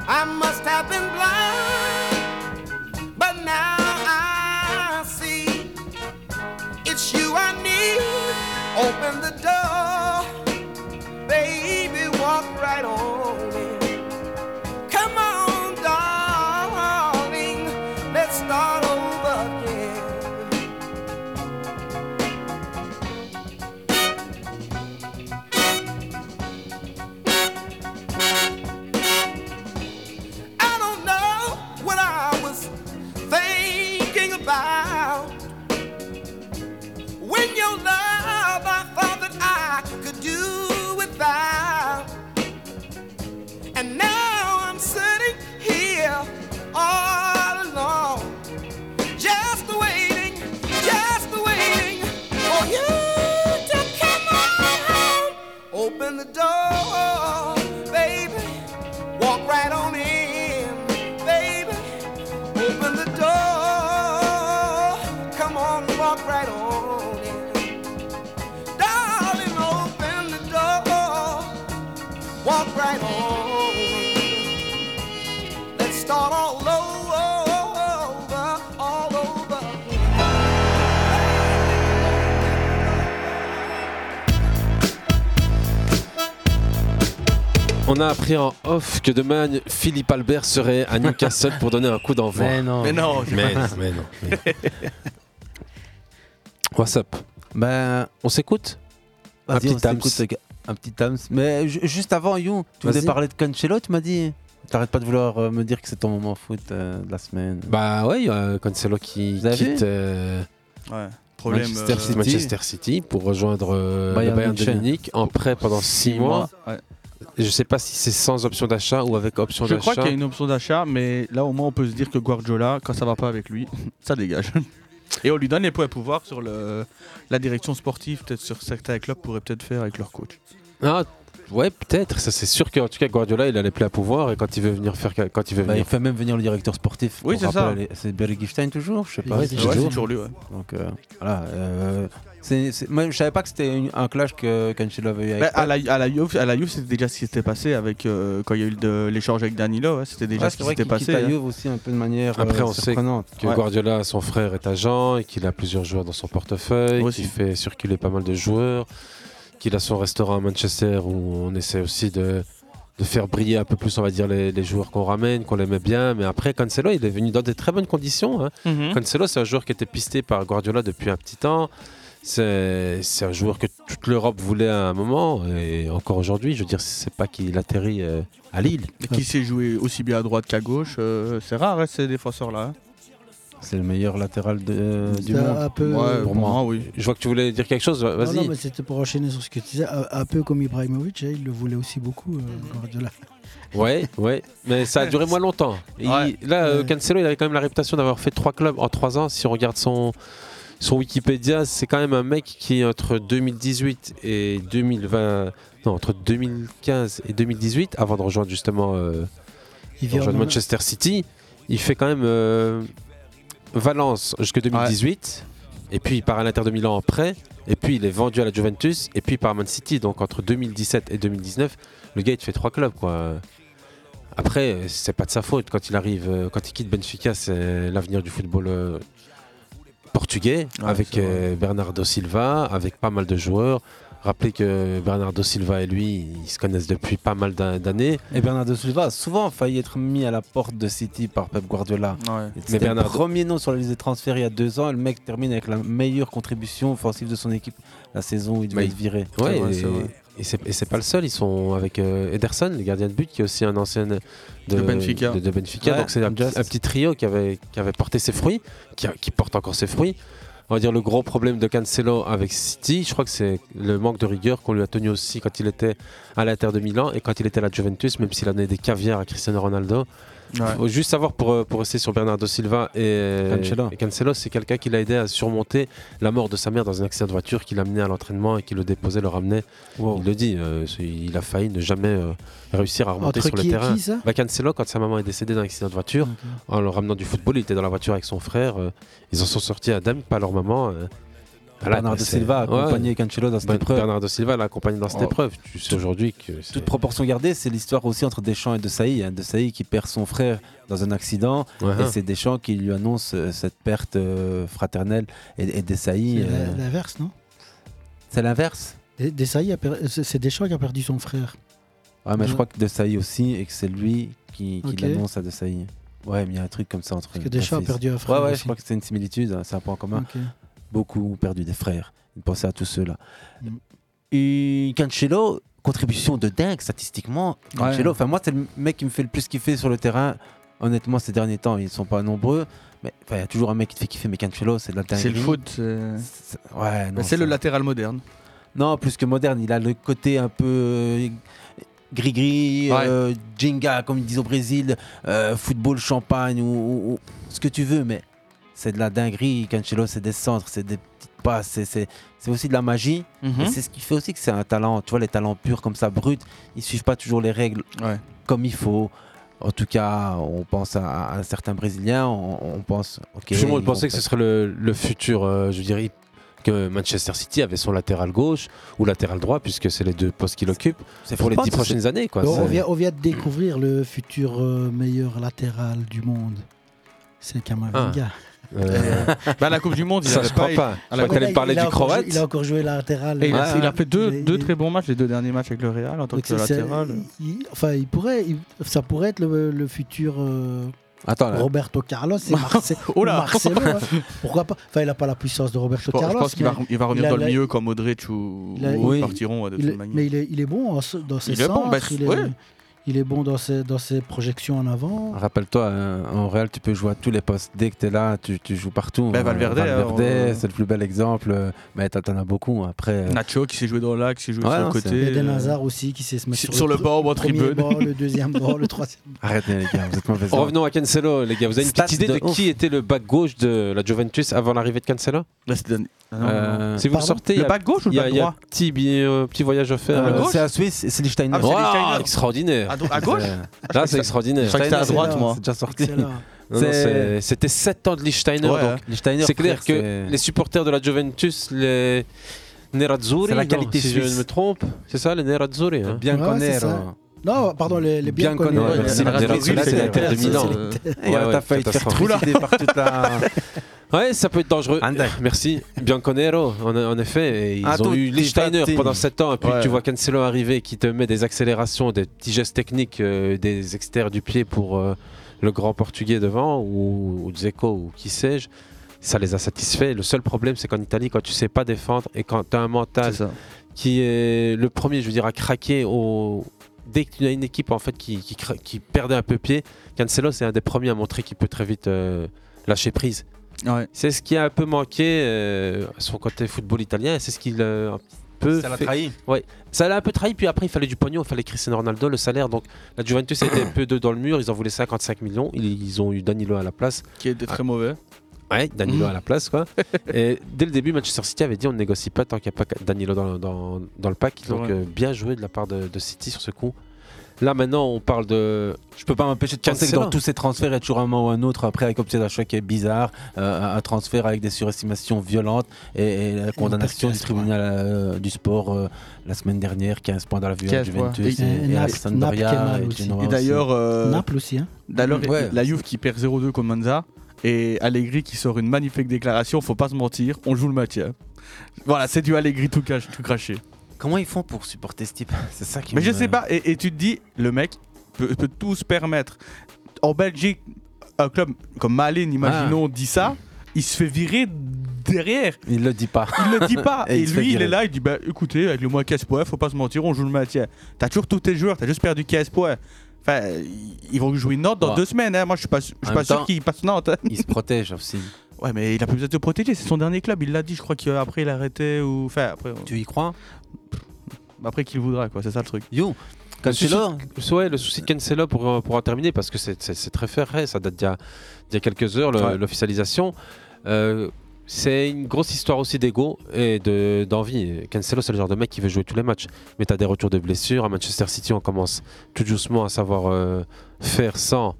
Speaker 12: I must have been blind, but now I see it's you I need. Open the door, baby, walk right on in. Come on, darling, let's start over again. I don't know what I was thinking about when your love I found. the door, baby. Walk right on in, baby. Open the door. Come on, walk right on in. Darling, open the door. Walk right on in. Let's start all over, all over.
Speaker 7: On a appris en off que demain, Philippe Albert serait à Newcastle pour donner un coup d'envoi.
Speaker 11: Mais non. Mais non, c'est
Speaker 7: mais,
Speaker 11: pas ça.
Speaker 7: mais non. mais non. What's up
Speaker 11: Ben, on s'écoute
Speaker 7: Un petit Tams.
Speaker 11: Un petit Tams. Mais ju- juste avant, You, tu voulais
Speaker 7: Vas-y.
Speaker 11: parler de Cancelo, tu m'as dit T'arrêtes pas de vouloir euh, me dire que c'est ton moment foot euh, de la semaine.
Speaker 7: Bah ouais, il y a Cancelo qui
Speaker 11: Vous avez
Speaker 7: quitte
Speaker 11: vu
Speaker 7: euh,
Speaker 9: Ouais. Problème,
Speaker 7: Manchester,
Speaker 9: euh,
Speaker 7: City. Manchester City pour rejoindre euh, le
Speaker 11: Bayern
Speaker 7: Bayern de
Speaker 11: München.
Speaker 7: Munich en prêt pendant 6
Speaker 9: Six
Speaker 7: mois.
Speaker 9: mois, ouais.
Speaker 7: Je sais pas si c'est sans option d'achat ou avec option
Speaker 9: Je
Speaker 7: d'achat.
Speaker 9: crois qu'il y a une option d'achat, mais là au moins on peut se dire que Guardiola, quand ça va pas avec lui, [LAUGHS] ça dégage. Et on lui donne les points à pouvoir sur le, la direction sportive, peut-être sur certains clubs pourraient peut-être faire avec leur coach.
Speaker 7: Ah, ouais, peut-être. Ça, c'est sûr qu'en tout cas, Guardiola, il a les plaies à pouvoir et quand il veut venir faire. Quand il veut
Speaker 11: Bah, il
Speaker 7: venir.
Speaker 11: fait même venir le directeur sportif.
Speaker 9: Oui,
Speaker 11: pour
Speaker 9: c'est ça.
Speaker 11: rappel, et- C'est Barry Giffstein toujours Je sais pas.
Speaker 9: Ouais, c'est toujours. lui. ouais.
Speaker 11: Donc euh, voilà. euh, c'est- c'est- moi, je savais pas que c'était une- un clash que Cancelo avait eu avec.
Speaker 9: Bah, à la à la Juve, à la Juve, c'était déjà ce qui s'était passé avec euh, quand il y a eu de- l'échange avec Danilo, ouais, bah, c'était déjà
Speaker 11: Ouais,
Speaker 9: ce
Speaker 11: c'est
Speaker 9: qui
Speaker 11: vrai
Speaker 9: s'était
Speaker 11: qu'il quitte
Speaker 9: passé.
Speaker 11: la
Speaker 9: hein.
Speaker 11: Juve aussi un peu de manière
Speaker 7: Après,
Speaker 11: euh,
Speaker 7: on sait
Speaker 11: surprenante.
Speaker 7: que
Speaker 9: Ouais.
Speaker 7: Guardiola, son frère, est agent et qu'il a plusieurs joueurs dans son portefeuille,
Speaker 9: Moi aussi.
Speaker 7: qu'il fait circuler pas mal de joueurs, qu'il a son restaurant à Manchester où on essaie aussi de, de faire briller un peu plus, on va dire, les, les joueurs qu'on ramène, qu'on les met bien. Mais après, Cancelo, il est venu dans des très bonnes conditions. hein.
Speaker 9: Mhm.
Speaker 7: Cancelo, c'est un joueur qui était pisté par Guardiola depuis un petit temps. C'est c'est un joueur que toute l'Europe voulait à un moment et encore aujourd'hui, je veux dire, c'est pas qu'il atterrit euh, à Lille.
Speaker 9: Et Qui s'est joué aussi bien à droite qu'à gauche, euh, c'est rare hein, ces défenseurs-là. hein.
Speaker 11: C'est le meilleur latéral de, du
Speaker 2: C'est
Speaker 11: monde.
Speaker 2: un peu.
Speaker 9: Ouais,
Speaker 7: euh, pour
Speaker 9: pour
Speaker 7: moi.
Speaker 9: moi, oui.
Speaker 7: Je vois que tu voulais dire quelque chose,
Speaker 2: Non,
Speaker 7: vas-y.
Speaker 2: non, mais c'était pour enchaîner sur ce que tu disais, un, un peu comme Ibrahimovic, hein, il le voulait aussi beaucoup,
Speaker 7: Mm.
Speaker 2: euh, Guardiola.
Speaker 7: Ouais, ouais, mais ça a duré moins longtemps. Il-
Speaker 9: Ouais.
Speaker 7: Là, euh,
Speaker 2: Ouais.
Speaker 7: Cancelo, il avait quand même la réputation d'avoir fait trois clubs en trois ans. Si on regarde son, son Wikipédia, c'est quand même un mec qui, entre 2018 et 2020, non, entre 2015 et 2018, avant de rejoindre justement euh,
Speaker 2: Il
Speaker 7: de
Speaker 2: vient
Speaker 7: rejoindre
Speaker 2: en-
Speaker 7: Manchester City, il fait quand même euh, Valence jusque 2018, et puis il part à l'Inter de Milan en prêt, et puis il est vendu à la Juventus, et puis par Man City. Donc entre 2017 et 2019, le gars il te fait trois clubs quoi. Après, euh, c'est pas de sa faute quand il arrive, euh, quand il quitte Benfica, c'est l'avenir du football euh, portugais,
Speaker 9: Ouais,
Speaker 7: avec
Speaker 9: c'est vrai.
Speaker 7: euh, Bernardo Silva, avec pas mal de joueurs. Rappelez que Bernardo Silva et lui, ils se connaissent depuis pas mal d'an- d'années.
Speaker 11: Et Bernardo Silva a souvent failli être mis à la porte de City par Pep Guardiola.
Speaker 9: Ouais.
Speaker 11: C'était
Speaker 7: Bernardo-
Speaker 11: le premier nom sur la liste des transferts il y a deux ans. et Le mec termine avec la meilleure contribution offensive de son équipe la saison où il devait
Speaker 7: Mais-
Speaker 11: être viré.
Speaker 7: Ouais,
Speaker 9: C'est vrai,
Speaker 7: et-
Speaker 9: c'est vrai.
Speaker 7: et c'est et c'est pas le seul. Ils sont avec euh, Ederson, le gardien de but, qui est aussi un ancien de,
Speaker 9: De Benfica.
Speaker 7: de- de Benfica.
Speaker 11: Ouais,
Speaker 7: Donc c'est un, petit-
Speaker 11: Just.
Speaker 7: un petit trio qui avait, qui avait porté ses fruits, qui, qui porte encore ses fruits. On va dire le gros problème de Cancelo avec City, je crois que c'est le manque de rigueur qu'on lui a tenu aussi quand il était à l'Inter de Milan et quand il était à la Juventus, même s'il a donné des caviars à Cristiano Ronaldo.
Speaker 9: Ouais.
Speaker 7: Faut juste savoir pour, euh, pour rester sur Bernardo Silva et
Speaker 11: Cancelo.
Speaker 7: et Cancelo, c'est quelqu'un qui l'a aidé à surmonter la mort de sa mère dans un accident de voiture qui l'amenait à l'entraînement et qui le déposait, le ramenait. Il le dit, euh, c'est- il a failli ne jamais euh, réussir à remonter
Speaker 2: Entre
Speaker 7: sur
Speaker 2: qui
Speaker 7: le
Speaker 2: et
Speaker 7: terrain.
Speaker 2: qui ça
Speaker 7: Bah, Cancelo, quand sa maman est décédée d'un accident de voiture,
Speaker 2: Ok.
Speaker 7: en le ramenant du football, il était dans la voiture avec son frère. euh, ils en sont sortis à dame, pas leur maman. euh. Voilà,
Speaker 11: Bernardo
Speaker 7: bah, c'est-
Speaker 11: Silva a
Speaker 7: Ouais,
Speaker 11: accompagné Cancelo dans cette
Speaker 7: Ben-
Speaker 11: épreuve.
Speaker 7: Bernardo Silva l'a accompagné dans cette
Speaker 9: Oh.
Speaker 7: épreuve. Tu sais aujourd'hui que c'est-
Speaker 11: Toute proportion gardée, c'est l'histoire aussi entre Deschamps et De Sailly. hein. De Sailly qui perd son frère dans un accident
Speaker 7: Ouais,
Speaker 11: et
Speaker 7: hein.
Speaker 11: c'est Deschamps qui lui annonce euh, cette perte euh, fraternelle. Et, et De Sailly,
Speaker 2: C'est
Speaker 11: euh,
Speaker 2: la- l'inverse, non
Speaker 11: c'est l'inverse.
Speaker 2: Des- Desailly a per- c'est c'est Deschamps qui a perdu son frère.
Speaker 11: Ouais, mais je
Speaker 2: Ouais.
Speaker 11: crois que De Sailly aussi et que c'est lui qui, qui
Speaker 2: Mm. Ok.
Speaker 11: l'annonce à De Sailly. Ouais, mais il y a un truc comme ça entre
Speaker 2: Parce que Deschamps a
Speaker 11: Enfin,
Speaker 2: perdu un
Speaker 11: Ouais,
Speaker 2: frère.
Speaker 11: ouais,
Speaker 2: aussi.
Speaker 11: je crois que c'est une similitude, hein, c'est un point commun.
Speaker 2: Ok.
Speaker 11: Beaucoup ont perdu des frères. Pensez à tous ceux-là.
Speaker 2: Mm.
Speaker 11: Et Cancelo, contribution de dingue statistiquement. Cancelo, enfin moi, c'est le mec qui me fait le plus kiffer sur le terrain. Honnêtement, ces derniers temps, ils sont pas nombreux. Mais enfin, il y a toujours un mec qui te fait kiffer, mais Cancelo, c'est de la dinguerie.
Speaker 9: C'est le foot. c'est-
Speaker 11: C'est- Ouais, non,
Speaker 9: Mais C'est le latéral moderne.
Speaker 11: Non, plus que moderne, il a le côté un peu euh, gris-gris,
Speaker 9: Ouais.
Speaker 11: euh, Jenga, comme ils disent au Brésil, euh, football champagne ou, ou- ou ce que tu veux, mais c'est de la dinguerie. Cancelo, c'est des centres, c'est des petites passes, c'est- c'est c'est aussi de la magie.
Speaker 6: Mhm.
Speaker 11: Et C'est ce qui fait aussi que c'est un talent. Tu vois, les talents purs comme ça, bruts, ils suivent pas toujours les règles comme il faut. En tout cas, on pense à, à un certain Brésilien, on, on pense. ok
Speaker 7: Tout le monde
Speaker 11: ils
Speaker 7: pensait
Speaker 11: vont
Speaker 7: que ce
Speaker 11: peut-être-
Speaker 7: serait le, le futur, euh, je dirais, que Manchester City avait son latéral gauche ou latéral droit, puisque c'est les deux postes qu'il occupe
Speaker 11: c'est
Speaker 7: pour
Speaker 11: fou,
Speaker 7: les
Speaker 11: pas,
Speaker 7: dix
Speaker 11: ça,
Speaker 7: prochaines
Speaker 11: c'est-
Speaker 7: années. Quoi.
Speaker 2: on,
Speaker 7: C'est-
Speaker 2: vient, on vient de découvrir le futur euh, meilleur latéral du monde. C'est Kamavinga.
Speaker 7: Ah. Euh,
Speaker 9: [LAUGHS] bah, la Coupe du Monde, il
Speaker 7: ça,
Speaker 9: avait
Speaker 7: je crois
Speaker 9: pas-
Speaker 7: pas.
Speaker 9: à
Speaker 7: Je
Speaker 9: la
Speaker 7: crois que
Speaker 9: Coupe-
Speaker 7: t'allais
Speaker 9: il
Speaker 7: parler
Speaker 9: a
Speaker 7: du
Speaker 9: encore joué-
Speaker 7: Croate.
Speaker 2: Il Ah, a encore joué latéral.
Speaker 9: Et il, a,
Speaker 2: Ouais.
Speaker 9: il a fait deux,
Speaker 2: Il est-
Speaker 9: deux
Speaker 2: il est-
Speaker 9: très bons matchs, les deux derniers matchs avec le Real en tant
Speaker 2: Donc
Speaker 9: que
Speaker 2: c'est-
Speaker 9: latéral.
Speaker 2: c'est- il- enfin, il pourrait, il- ça pourrait être le, le futur euh,
Speaker 11: Attends, là.
Speaker 2: Roberto Carlos
Speaker 9: [LAUGHS]
Speaker 2: et Marce-
Speaker 9: Oh là.
Speaker 2: Marcelo. hein. Pourquoi pas Enfin, il n'a pas la puissance de
Speaker 9: Je
Speaker 2: Roberto
Speaker 9: pense- je
Speaker 2: Carlos.
Speaker 9: pense qu'il va,
Speaker 2: mais
Speaker 9: re- il va revenir
Speaker 2: a
Speaker 9: dans le
Speaker 2: la-
Speaker 9: milieu comme Modric ou,
Speaker 2: il a-
Speaker 9: ou
Speaker 2: oui.
Speaker 9: ils partiront ouais, de
Speaker 2: il
Speaker 9: toute
Speaker 2: est-
Speaker 9: manière.
Speaker 2: mais il est, il est bon en ce- dans ses
Speaker 9: Il est bon,
Speaker 2: centres,
Speaker 9: bah,
Speaker 2: il, est,
Speaker 9: ouais. Ah.
Speaker 2: il est bon dans ses, dans ses projections en avant.
Speaker 11: Rappelle-toi, euh, en Real, tu peux jouer à tous les postes. Dès que tu es là, tu, tu joues partout.
Speaker 9: Ben,
Speaker 11: hein.
Speaker 9: Valverde,
Speaker 11: Valverde,
Speaker 9: euh,
Speaker 11: c'est le plus bel exemple. euh, Mais t'en t'en as
Speaker 7: hein.
Speaker 11: beaucoup. Après, euh,
Speaker 9: Nacho qui s'est joué dans l'axe, qui s'est joué
Speaker 11: Ouais,
Speaker 9: sur
Speaker 11: non,
Speaker 9: le
Speaker 11: c'est-
Speaker 9: côté.
Speaker 2: Eden
Speaker 9: euh,
Speaker 2: Hazard aussi qui sait se mettre
Speaker 9: sur-
Speaker 2: sur,
Speaker 9: sur le banc ou en
Speaker 2: le premier
Speaker 9: tribune.
Speaker 2: banc,
Speaker 9: [LAUGHS]
Speaker 2: le deuxième banc, le
Speaker 7: [LAUGHS]
Speaker 2: troisième.
Speaker 11: arrêtez les gars, vous êtes mauvais. ordre.
Speaker 7: Revenons à Cancelo, les gars. Vous avez une
Speaker 11: Stats
Speaker 7: petite idée
Speaker 11: de
Speaker 7: de, qui était le back gauche de la Juventus avant l'arrivée de Cancelo
Speaker 9: Là, c'est Dan- Ah, non,
Speaker 7: Euh,
Speaker 9: non, non.
Speaker 7: Si vous
Speaker 9: Pardon
Speaker 7: sortez,
Speaker 9: Le
Speaker 7: il y a-
Speaker 9: back gauche ou le
Speaker 7: il y a-
Speaker 9: back
Speaker 7: il y a
Speaker 9: droit
Speaker 7: Petit, bi- euh, petit voyage à faire.
Speaker 9: Ah, le
Speaker 7: euh,
Speaker 9: gauche
Speaker 11: C'est à Suisse, c'est Liechtenstein.
Speaker 9: Ah, c'est
Speaker 7: Waouh,
Speaker 9: Liechtenstein.
Speaker 7: extraordinaire.
Speaker 9: À, dro- à gauche Ah,
Speaker 7: C'est- Là, c'est extraordinaire.
Speaker 6: Je crois que c'était à droite, moi.
Speaker 11: C'est déjà sorti.
Speaker 2: Excellent.
Speaker 7: Non, non, c'est- C'était 7 ans de Liechtenstein.
Speaker 9: Ouais, hein.
Speaker 7: donc
Speaker 11: Liechtenstein,
Speaker 7: C'est clair
Speaker 11: frère,
Speaker 7: que
Speaker 11: c'est-
Speaker 7: les supporters de la Juventus, les Nerazzurri,
Speaker 11: C'est la
Speaker 7: non,
Speaker 11: qualité
Speaker 7: si je
Speaker 11: suisse.
Speaker 7: ne me trompe, c'est ça, les Nerazzurri. hein.
Speaker 11: Bien
Speaker 2: Ouais, c'est
Speaker 11: connaître.
Speaker 2: ça. Non, pardon, les, les bien, connus.
Speaker 7: connus,
Speaker 2: Ouais,
Speaker 7: ouais, c'est
Speaker 2: ouais.
Speaker 7: la Nerazzurri, c'est la terre de Milan.
Speaker 11: Et
Speaker 7: Ouais, ouais,
Speaker 11: t'as failli te faire
Speaker 7: catastrophe.
Speaker 11: trucider par toute la.
Speaker 7: [LAUGHS] Ouais, ça peut être dangereux.
Speaker 11: Andai.
Speaker 7: Merci. Bianconero, en, en effet. et Ils
Speaker 11: Attends,
Speaker 7: ont eu Lichtsteiner
Speaker 11: Liechtenstein.
Speaker 7: pendant 7 ans. Et puis
Speaker 9: Ouais.
Speaker 7: tu vois Cancelo arriver qui te met des accélérations, des petits gestes techniques, euh, des extérieurs du pied pour euh, le grand portugais devant, ou, ou Dzeko, ou qui sais-je. Ça les a satisfaits. Le seul problème, c'est qu'en Italie, quand tu sais pas défendre et quand tu as un mental
Speaker 9: C'est ça.
Speaker 7: qui est le premier, je veux dire, à craquer au. Dès que tu as une équipe en fait qui, qui, cra- qui perdait un peu pied, Cancelo c'est un des premiers à montrer qu'il peut très vite euh, lâcher prise.
Speaker 9: Ouais.
Speaker 7: C'est ce qui a un peu manqué euh, à son côté football italien. et C'est ce qu'il euh, un petit peu.
Speaker 11: Ça l'a
Speaker 7: fait-
Speaker 11: trahi.
Speaker 7: Ouais. Ça l'a un peu trahi. Puis après, il fallait du pognon, il fallait Cristiano Ronaldo, le salaire. Donc la Juventus était un peu deux dans le mur. Ils en voulaient 55 millions. Ils, ils ont eu Danilo à la place.
Speaker 9: Qui était très mauvais.
Speaker 7: Ouais, Danilo
Speaker 9: Mhm.
Speaker 7: à la place,
Speaker 9: [LAUGHS]
Speaker 7: quoi. et dès le début, Manchester City avait dit on ne négocie pas tant qu'il n'y a pas Danilo dans, dans- dans le pack.
Speaker 9: C'est
Speaker 7: Donc
Speaker 9: vrai.
Speaker 7: euh, bien joué de la part de, de City sur ce coup. Là maintenant, on parle de.
Speaker 11: Je peux pas m'empêcher de penser que
Speaker 7: Cancelo.
Speaker 11: dans tous ces transferts, il y a toujours un moment ou un autre, après, avec objet d'achat qui est bizarre, euh, un transfert avec des surestimations violentes et, et la condamnation du
Speaker 2: percasse,
Speaker 11: tribunal euh, du sport euh, la semaine dernière, 15 points dans la vue à
Speaker 9: 15 points.
Speaker 11: Juventus,
Speaker 2: Et-
Speaker 11: et,
Speaker 2: et
Speaker 11: et à
Speaker 2: Naples-
Speaker 11: Sampdoria,
Speaker 2: Naples qui est mal
Speaker 11: et
Speaker 2: aussi.
Speaker 11: Genoa
Speaker 9: Et d'ailleurs, euh,
Speaker 2: Naples aussi. Hein.
Speaker 9: d'ailleurs,
Speaker 11: Ouais.
Speaker 9: la Juve qui perd 0-2 contre Manza et Allegri qui sort une magnifique déclaration. Faut pas se mentir, on joue le maintien. Voilà, c'est du Allegri tout, cache- tout craché.
Speaker 11: Comment ils font pour supporter ce type C'est ça qui
Speaker 9: Mais
Speaker 11: me-
Speaker 9: je sais pas, et, et tu te dis, le mec peut, peut tout se permettre. En Belgique, un club comme Malin, imaginons, dit ça, il se fait virer derrière.
Speaker 11: Ah. Il le dit pas.
Speaker 9: Il le dit pas.
Speaker 11: [LAUGHS] Et
Speaker 9: et
Speaker 11: il se fait
Speaker 9: lui, il
Speaker 11: virer.
Speaker 9: est là, il dit bah écoutez, avec le moins 15 points, faut pas se mentir, on joue le maintien. T'as toujours tous tes joueurs, t'as juste perdu 15 points. Enfin, ils vont jouer Nantes dans
Speaker 11: Ouais.
Speaker 9: deux semaines. hein. Moi, je suis pas, su-
Speaker 11: En
Speaker 9: je suis pas
Speaker 11: même temps-
Speaker 9: sûr qu'ils passent Nantes. hein.
Speaker 11: Il se protège aussi.
Speaker 9: Ouais, mais il a plus besoin de se protéger. C'est son dernier club. Il l'a dit. Je crois qu'après, il a arrêté ou enfin après, euh,
Speaker 11: Tu y crois
Speaker 9: après qu'il voudra quoi. C'est ça le truc.
Speaker 11: Yo Cancelo
Speaker 7: Ouais, le souci de Cancelo pour, euh, pour en terminer, parce que c'est- c'est c'est très frais, hein, ça date d'il y a- d'il y a quelques heures, le-
Speaker 9: Ouais.
Speaker 7: l'officialisation. Euh, c'est une grosse histoire aussi d'ego et de- d'envie. Cancelo, c'est le genre de mec qui veut jouer tous les matchs. Mais tu as des retours de blessures. À Manchester City, on commence tout doucement à savoir euh, faire sans.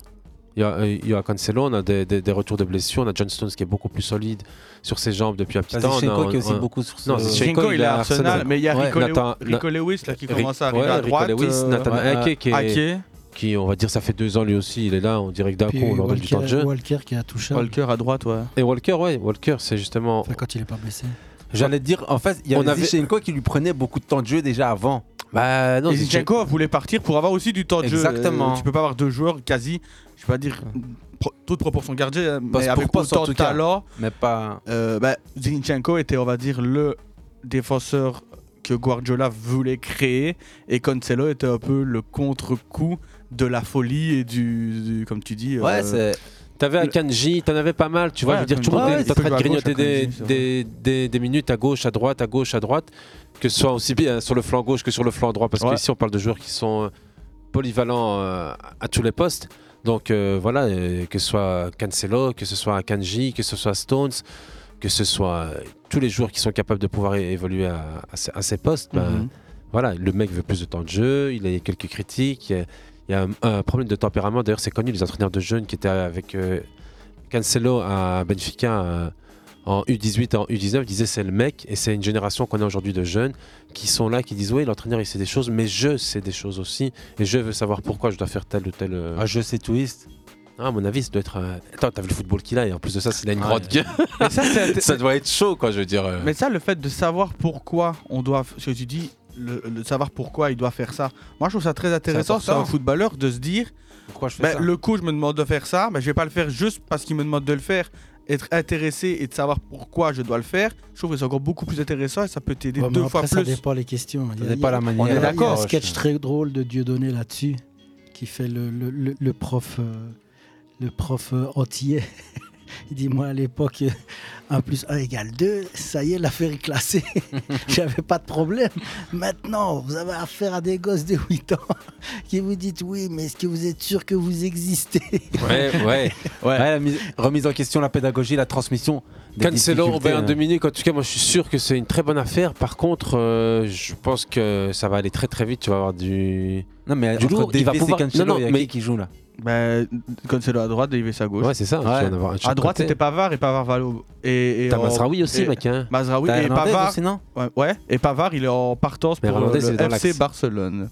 Speaker 7: Il y, a, euh, il y a Cancelo, on a des, des- des retours de blessures. On a John Stones qui est beaucoup plus solide sur ses jambes depuis un petit temps. On a-
Speaker 11: Zinchenko qui est aussi
Speaker 7: on-
Speaker 11: beaucoup sur ce...
Speaker 7: Non, Zinchenko,
Speaker 9: Zinchenko,
Speaker 7: il est à Arsenal.
Speaker 9: mais il y a
Speaker 11: Ouais,
Speaker 9: Rico, Lew-
Speaker 7: Nathan-
Speaker 9: Rico Lewis là, qui
Speaker 7: Ric-
Speaker 9: commence à arriver
Speaker 7: ouais,
Speaker 9: à
Speaker 7: Rico
Speaker 9: droite.
Speaker 7: Lewis,
Speaker 9: euh,
Speaker 7: Nathan
Speaker 11: ouais,
Speaker 7: Ake qui est-
Speaker 9: Ah, Ake,
Speaker 7: qui on va dire ça fait deux ans lui aussi il est là on dirait que d'un coup
Speaker 2: Puis
Speaker 7: on leur donne du temps de
Speaker 2: Walker,
Speaker 7: jeu
Speaker 2: Walker qui a touché
Speaker 9: Walker à droite, ouais.
Speaker 7: et Walker ouais Walker c'est justement
Speaker 2: enfin, quand il est pas blessé.
Speaker 11: J'allais dire, en fait, il y
Speaker 7: On
Speaker 11: avait
Speaker 7: avait-
Speaker 11: Zinchenko qui lui prenait beaucoup de temps de jeu déjà avant.
Speaker 7: bah non
Speaker 9: et
Speaker 7: c'est-
Speaker 9: Zinchenko voulait partir pour avoir aussi du temps de jeu.
Speaker 11: Exactement.
Speaker 9: Euh, Tu peux pas avoir deux joueurs quasi, je vais pas dire pro- toute proportion gardée, hein,
Speaker 11: Passe
Speaker 9: mais
Speaker 11: pour
Speaker 9: avec
Speaker 11: passe, en
Speaker 9: autant
Speaker 11: tout
Speaker 9: de
Speaker 11: cas.
Speaker 9: talent.
Speaker 11: Mais pas.
Speaker 9: Euh, bah, Zinchenko était, on va dire, le défenseur que Guardiola voulait créer et Cancelo était un peu le contre-coup de la folie et du, du- comme tu dis.
Speaker 11: Ouais,
Speaker 9: euh,
Speaker 11: c'est.
Speaker 7: t'avais
Speaker 9: Le-
Speaker 7: Akanji t'en avais pas mal tu vois
Speaker 9: Ouais,
Speaker 7: je veux dire tout le
Speaker 9: Akanji, ouais,
Speaker 7: monde est
Speaker 9: il peut
Speaker 7: en train de
Speaker 9: jouer à
Speaker 7: grignoter
Speaker 9: gauche,
Speaker 7: des,
Speaker 9: Akanji, c'est
Speaker 7: des, des- des minutes à gauche à droite à gauche à droite que ce soit aussi bien sur le flanc gauche que sur le flanc droit parce
Speaker 9: Ouais.
Speaker 7: qu'ici on parle de joueurs qui sont euh, polyvalents euh, à tous les postes Donc euh, voilà, euh, que ce soit Cancelo, que ce soit Kanji, que ce soit Stones, que ce soit euh, tous les joueurs qui sont capables de pouvoir é- évoluer à, à ces- à ces postes, ben,
Speaker 9: Mhm.
Speaker 7: voilà, le mec veut plus de temps de jeu, il a quelques critiques, il y a, il y a un, un problème de tempérament. D'ailleurs, c'est connu, les entraîneurs de jeunes qui étaient avec euh, Cancelo à Benfica euh, en U18 et en U19 disaient c'est le mec et c'est une génération qu'on a aujourd'hui de jeunes qui sont là, qui disent oui, l'entraîneur il sait des choses, mais je sais des choses aussi et je veux savoir pourquoi je dois faire tel ou tel. Ah,
Speaker 11: je sais twist.
Speaker 7: Ah, à mon avis, ça doit être. euh, Attends, t'as vu le football qu'il a et en plus de ça, s'il a une
Speaker 9: Ah,
Speaker 7: grande
Speaker 9: ouais.
Speaker 7: gueule. [LAUGHS] ça doit être chaud, quoi, je veux dire. euh.
Speaker 9: Mais ça, le fait de savoir pourquoi on doit. Ce que tu dis, le, le savoir pourquoi il doit faire ça. Moi, je trouve ça très intéressant,
Speaker 7: important.
Speaker 9: ça, un footballeur, de se dire
Speaker 7: Pourquoi je fais
Speaker 9: ben,
Speaker 7: ça
Speaker 9: Le coach me demande de faire ça, mais je vais pas le faire juste parce qu'il me demande de le faire. Être intéressé et de savoir pourquoi je dois le faire, je trouve que c'est encore beaucoup plus intéressant et ça peut t'aider
Speaker 2: Ouais, mais
Speaker 9: deux
Speaker 2: après,
Speaker 9: fois
Speaker 2: Ça
Speaker 9: plus.
Speaker 2: dépend les questions. Il y a-
Speaker 9: dépend
Speaker 2: il y a-
Speaker 9: la manière. On est
Speaker 2: il y a
Speaker 9: d'accord,
Speaker 2: Un sketch
Speaker 9: je-
Speaker 2: très drôle de Dieudonné là-dessus, qui fait le, le, le- le prof, euh, le prof euh, antillais. [LAUGHS] Il dit Moi, à l'époque, euh, 1 plus 1 égale 2, ça y est, l'affaire est classée. [LAUGHS] J'avais pas de problème. Maintenant, vous avez affaire à des gosses de 8 ans [LAUGHS] qui vous dites Oui, mais est-ce que vous êtes sûr que vous existez
Speaker 11: Ouais, ouais. ouais. la mise- remise en question, la pédagogie, la transmission. des
Speaker 7: Cancelo,
Speaker 11: difficultés,
Speaker 7: Robert
Speaker 11: hein.
Speaker 7: Dominique, en tout cas, moi je suis sûr que c'est une très bonne affaire. Par contre, euh, je pense que ça va aller très très vite. Tu vas avoir du.
Speaker 11: Non, mais
Speaker 7: du
Speaker 11: entre
Speaker 7: lourd.
Speaker 11: Davis et Cancelo,
Speaker 7: Non, non,
Speaker 11: il y a
Speaker 7: mais
Speaker 11: qui qui joue là
Speaker 9: Ben, Cancelo à droite, Davis à gauche.
Speaker 7: Ouais, c'est ça, tu vas en avoir un de chaque
Speaker 9: à droite,
Speaker 7: côté.
Speaker 9: c'était Pavard et Pavard Valo. Et, et
Speaker 7: T'as
Speaker 9: en-
Speaker 7: Mazraoui aussi,
Speaker 9: et-
Speaker 7: mec, hein.
Speaker 9: Mazraoui
Speaker 7: T'as
Speaker 9: et
Speaker 7: Hernandez
Speaker 9: Pavard.
Speaker 7: aussi, non
Speaker 9: ouais, ouais, et Pavard, il est en partance
Speaker 7: Mais
Speaker 9: pour
Speaker 7: Hernandez, il est
Speaker 9: le
Speaker 7: dans
Speaker 9: FC
Speaker 7: l'axe.
Speaker 9: Barcelone.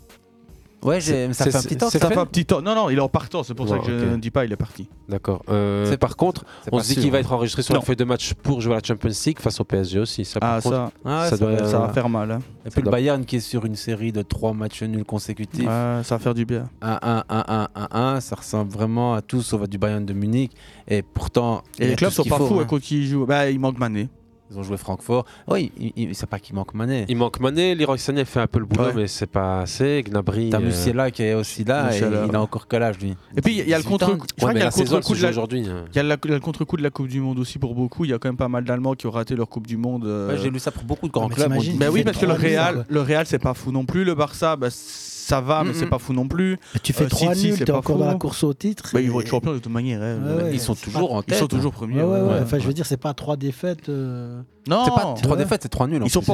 Speaker 11: Ouais, j'ai- mais ça fait un petit temps,
Speaker 9: Ça
Speaker 11: ça
Speaker 9: fait
Speaker 11: fait-
Speaker 9: un petit temps. Non, non, il est en partance, c'est pour ça que
Speaker 7: Ouais,
Speaker 9: je
Speaker 7: ok.
Speaker 9: ne dis pas, il est parti.
Speaker 7: D'accord. Euh,
Speaker 9: C'est-
Speaker 7: par contre,
Speaker 9: c'est
Speaker 7: on
Speaker 9: pas
Speaker 7: se dit
Speaker 9: sûr,
Speaker 7: qu'il va
Speaker 9: hein.
Speaker 7: être enregistré sur
Speaker 9: Non.
Speaker 7: la feuille de match pour jouer à la Champions League face au PSG aussi. Ça, par
Speaker 9: Ah, ça.
Speaker 7: contre,
Speaker 9: Ah, ça va- ça va faire mal, hein.
Speaker 11: Et
Speaker 7: Ça
Speaker 11: puis le
Speaker 7: doit-
Speaker 11: Bayern qui est sur une série de trois matchs nuls consécutifs.
Speaker 9: Ouais, ça va faire du bien.
Speaker 11: 1-1, 1-1, 1-1, ça ressemble vraiment à tout sauf à du Bayern de Munich. Et pourtant, il
Speaker 9: Et
Speaker 11: y a
Speaker 9: les clubs
Speaker 11: tout ce
Speaker 9: sont
Speaker 11: qu'il
Speaker 9: pas
Speaker 11: faut,
Speaker 9: fous
Speaker 11: hein.
Speaker 9: hein, quand ils jouent. Bah, il manque Mané.
Speaker 11: Ils ont joué Francfort. Oui, il- il- c'est pas qu'il manque Mané.
Speaker 7: Il manque Mané, Leroy Sané fait un peu le boulot,
Speaker 11: Ouais.
Speaker 7: mais c'est pas assez. Gnabry.
Speaker 11: T'as
Speaker 7: euh,
Speaker 11: Musiala qui est aussi là, et
Speaker 7: Musiala,
Speaker 11: il
Speaker 7: ouais.
Speaker 11: a encore que l'âge lui.
Speaker 9: Et puis il y a- il y a le
Speaker 11: 18 ans.
Speaker 9: contre-coup je crois
Speaker 7: Ouais,
Speaker 9: qu'il y
Speaker 7: mais
Speaker 9: a
Speaker 7: la
Speaker 9: le
Speaker 7: saison, elle
Speaker 9: contre-coup
Speaker 7: se
Speaker 9: de la-
Speaker 7: joue aujourd'hui, hein.
Speaker 9: Il y a la- il y a le contre-coup de la Coupe du Monde aussi pour beaucoup. Il y a quand même pas mal d'Allemands qui ont raté leur Coupe du Monde. euh.
Speaker 11: Ouais, j'ai lu ça pour beaucoup de grands
Speaker 9: Mais
Speaker 11: clubs, on
Speaker 9: t'imagines
Speaker 11: dit
Speaker 9: Bah
Speaker 11: qu'ils
Speaker 9: oui,
Speaker 11: font
Speaker 9: parce que le
Speaker 11: 3-0,
Speaker 9: Real,
Speaker 11: quoi.
Speaker 9: le Real, c'est pas fou non plus. Le Barça, bah, ça va, mais
Speaker 11: Mm,
Speaker 9: c'est
Speaker 11: mm.
Speaker 9: pas fou non plus.
Speaker 2: [LAUGHS] Tu fais
Speaker 9: Euh,
Speaker 2: 3
Speaker 9: City,
Speaker 2: nuls,
Speaker 9: c'est
Speaker 2: t'es
Speaker 9: pas
Speaker 2: encore dans
Speaker 9: fou.
Speaker 2: la course au titre.
Speaker 9: Bah, ils vont
Speaker 2: et-
Speaker 9: être champions de toute manière. hein.
Speaker 2: Ouais, ouais.
Speaker 9: Ils sont
Speaker 2: C'est
Speaker 9: toujours
Speaker 2: pas-
Speaker 9: en tête, hein.
Speaker 2: Ouais,
Speaker 9: Ouais,
Speaker 2: ouais, ouais.
Speaker 9: ouais.
Speaker 2: Enfin, je veux dire, c'est pas trois défaites. euh,
Speaker 9: Non, trois
Speaker 2: tu
Speaker 9: Ils
Speaker 2: vois.
Speaker 9: sont pas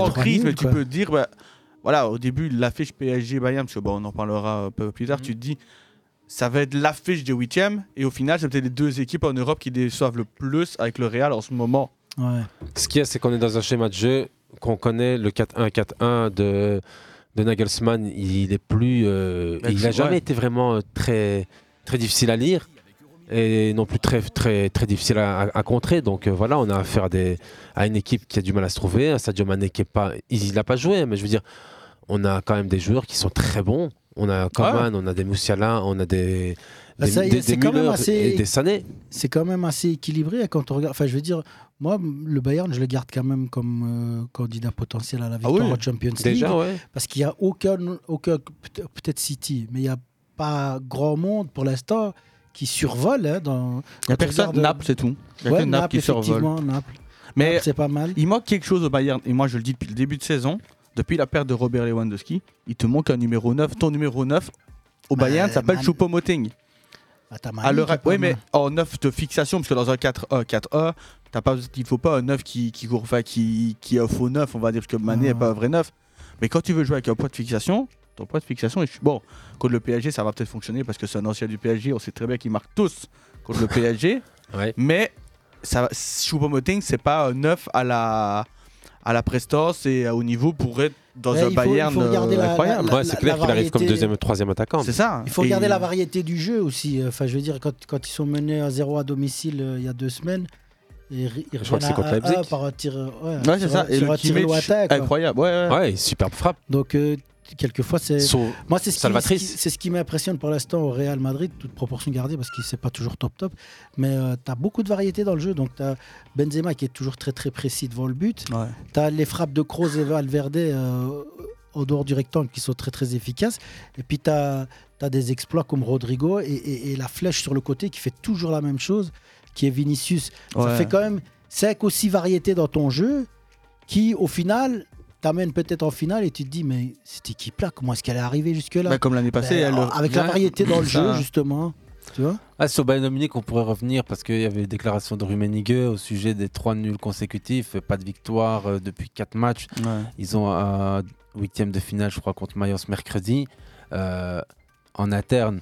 Speaker 9: en
Speaker 2: C'est trois
Speaker 9: crise,
Speaker 2: nuls,
Speaker 9: mais tu
Speaker 2: quoi.
Speaker 9: peux te dire, bah, voilà, au début, l'affiche PSG-Bayern, parce que bon, on en parlera un peu plus
Speaker 2: Mm.
Speaker 9: tard, tu te dis, ça va être l'affiche des huitièmes, et au final, c'est peut-être les deux équipes en Europe qui déçoivent le plus avec le Real en ce moment.
Speaker 7: Ce qu'il y a, c'est qu'on est dans un schéma de jeu qu'on connaît, le 4-1-4-1 de, de Nagelsmann, il est plus. euh,
Speaker 11: Mais
Speaker 7: il
Speaker 11: tu-
Speaker 7: n'a jamais
Speaker 11: ouais.
Speaker 7: été vraiment euh, très, très difficile à lire et non plus très, très, très difficile à, à- à contrer. Donc euh, voilà, on a affaire à, des, à une équipe qui a du mal à se trouver, un Sadio Mané qui est pas. Il n'a pas joué, mais je veux dire, on a quand même des joueurs qui sont très bons. On a Coman, on a des Moussiala, on a des.
Speaker 2: Ah Bah,
Speaker 7: des-
Speaker 2: ça y est,
Speaker 7: des- des
Speaker 2: c'est quand même
Speaker 7: Müller
Speaker 2: assez-
Speaker 7: et des Sané.
Speaker 2: C'est quand même assez équilibré hein, quand on regarde. Enfin, je veux dire, moi, m- le Bayern, je le garde quand même comme euh, candidat potentiel
Speaker 9: Ah
Speaker 2: à la victoire
Speaker 7: oui,
Speaker 2: en Champions League.
Speaker 7: déjà, ouais.
Speaker 2: Parce qu'il n'y a aucun, aucun peut- peut-être City, mais il n'y a pas grand monde pour l'instant qui survole. hein, dans,
Speaker 9: Il n'y a
Speaker 2: quand tu
Speaker 9: personne,
Speaker 2: regardes-
Speaker 9: Naples, c'est tout. Il n'y a
Speaker 2: Ouais,
Speaker 9: que Naples qui survole.
Speaker 2: effectivement, Naples.
Speaker 9: Mais
Speaker 2: c'est pas mal.
Speaker 9: Il manque quelque chose au Bayern. Et moi, je le dis depuis le début de saison, depuis la perte de Robert Lewandowski, il te manque un numéro 9. Ton numéro 9 au
Speaker 2: Bah,
Speaker 9: Bayern s'appelle
Speaker 2: Man-
Speaker 9: Choupo-Moting.
Speaker 2: t'as Mani
Speaker 9: À l'heure-
Speaker 2: qui est pas
Speaker 9: Oui, mais
Speaker 2: mal.
Speaker 9: en 9 de fixation, parce que dans un 4-1, 4-1, t'as pas, il faut pas un 9 qui, qui court, enfin, qui, qui est un faux 9, on va dire, parce que Mané n'est pas un vrai 9. Mais quand tu veux jouer avec un poids de fixation, ton poids de fixation est. Bon, contre le PSG, ça va peut-être fonctionner parce que c'est un ancien du PSG, on sait très bien qu'ils marquent tous contre le
Speaker 2: [LAUGHS]
Speaker 9: PSG. Mais ça, Choupo-Moting, c'est pas un 9 à la, à la prestance et au niveau pour être dans
Speaker 2: Ouais,
Speaker 9: un
Speaker 2: il faut-
Speaker 9: Bayern
Speaker 2: il faut regarder
Speaker 9: euh,
Speaker 2: la-
Speaker 9: incroyable.
Speaker 2: la- Ouais, c'est la- clair la qu'il arrive comme variété. deuxième ou
Speaker 7: troisième attaquant.
Speaker 9: C'est ça.
Speaker 2: Il faut
Speaker 9: Et-
Speaker 2: regarder la variété du jeu aussi. Euh, Enfin, je veux dire, quand, quand ils sont menés à 0 à domicile euh, il y a deux semaines, et ils
Speaker 7: Je
Speaker 2: reviennent
Speaker 7: crois que c'est
Speaker 2: à
Speaker 7: contre
Speaker 2: 1-1
Speaker 7: Leipzig.
Speaker 2: par un tir. euh, Ouais,
Speaker 9: Ouais, c'est
Speaker 2: sur
Speaker 9: ça.
Speaker 2: un-
Speaker 9: Et
Speaker 2: sur
Speaker 9: le
Speaker 2: un tir
Speaker 9: Kimmich,
Speaker 2: lointain, quoi.
Speaker 9: incroyable. Ouais, ouais.
Speaker 7: Ouais, superbe frappe.
Speaker 2: Donc, euh, quelquefois, c'est.
Speaker 7: Sau-
Speaker 2: Moi, c'est ce qui-
Speaker 7: salvatrice.
Speaker 2: ce qui, c'est ce qui m'impressionne pour l'instant au Real Madrid, toute proportion gardée, parce qu'il c'est pas toujours top top. Mais tu as beaucoup de variété dans le jeu. Donc, tu as Benzema qui est toujours très très précis devant le but. Tu as les frappes de Kroos et Valverde euh, au dehors du rectangle qui sont très très efficaces. Et puis, tu as, des exploits comme Rodrigo et, et- et la flèche sur le côté qui fait toujours la même chose, qui est Vinicius. Ça
Speaker 9: Ouais.
Speaker 2: fait quand même 5 ou 6 variétés dans ton jeu qui, au final, t'amène peut-être en finale et tu te dis, mais cette équipe-là, comment est-ce qu'elle est arrivée jusque-là
Speaker 9: Bah, comme l'année passée,
Speaker 2: Ben,
Speaker 9: elle-
Speaker 2: Avec la
Speaker 9: Ouais.
Speaker 2: variété dans le
Speaker 9: Ça.
Speaker 2: jeu, justement. Tu vois
Speaker 7: Ah, sur Bayern Munich, on pourrait revenir parce qu'il y avait une déclaration de Rummenigge au sujet des trois nuls consécutifs, euh, pas de victoire euh, depuis quatre matchs.
Speaker 9: Ouais.
Speaker 7: Ils ont un huitième de finale, je crois, contre Mayence mercredi. Euh, en interne,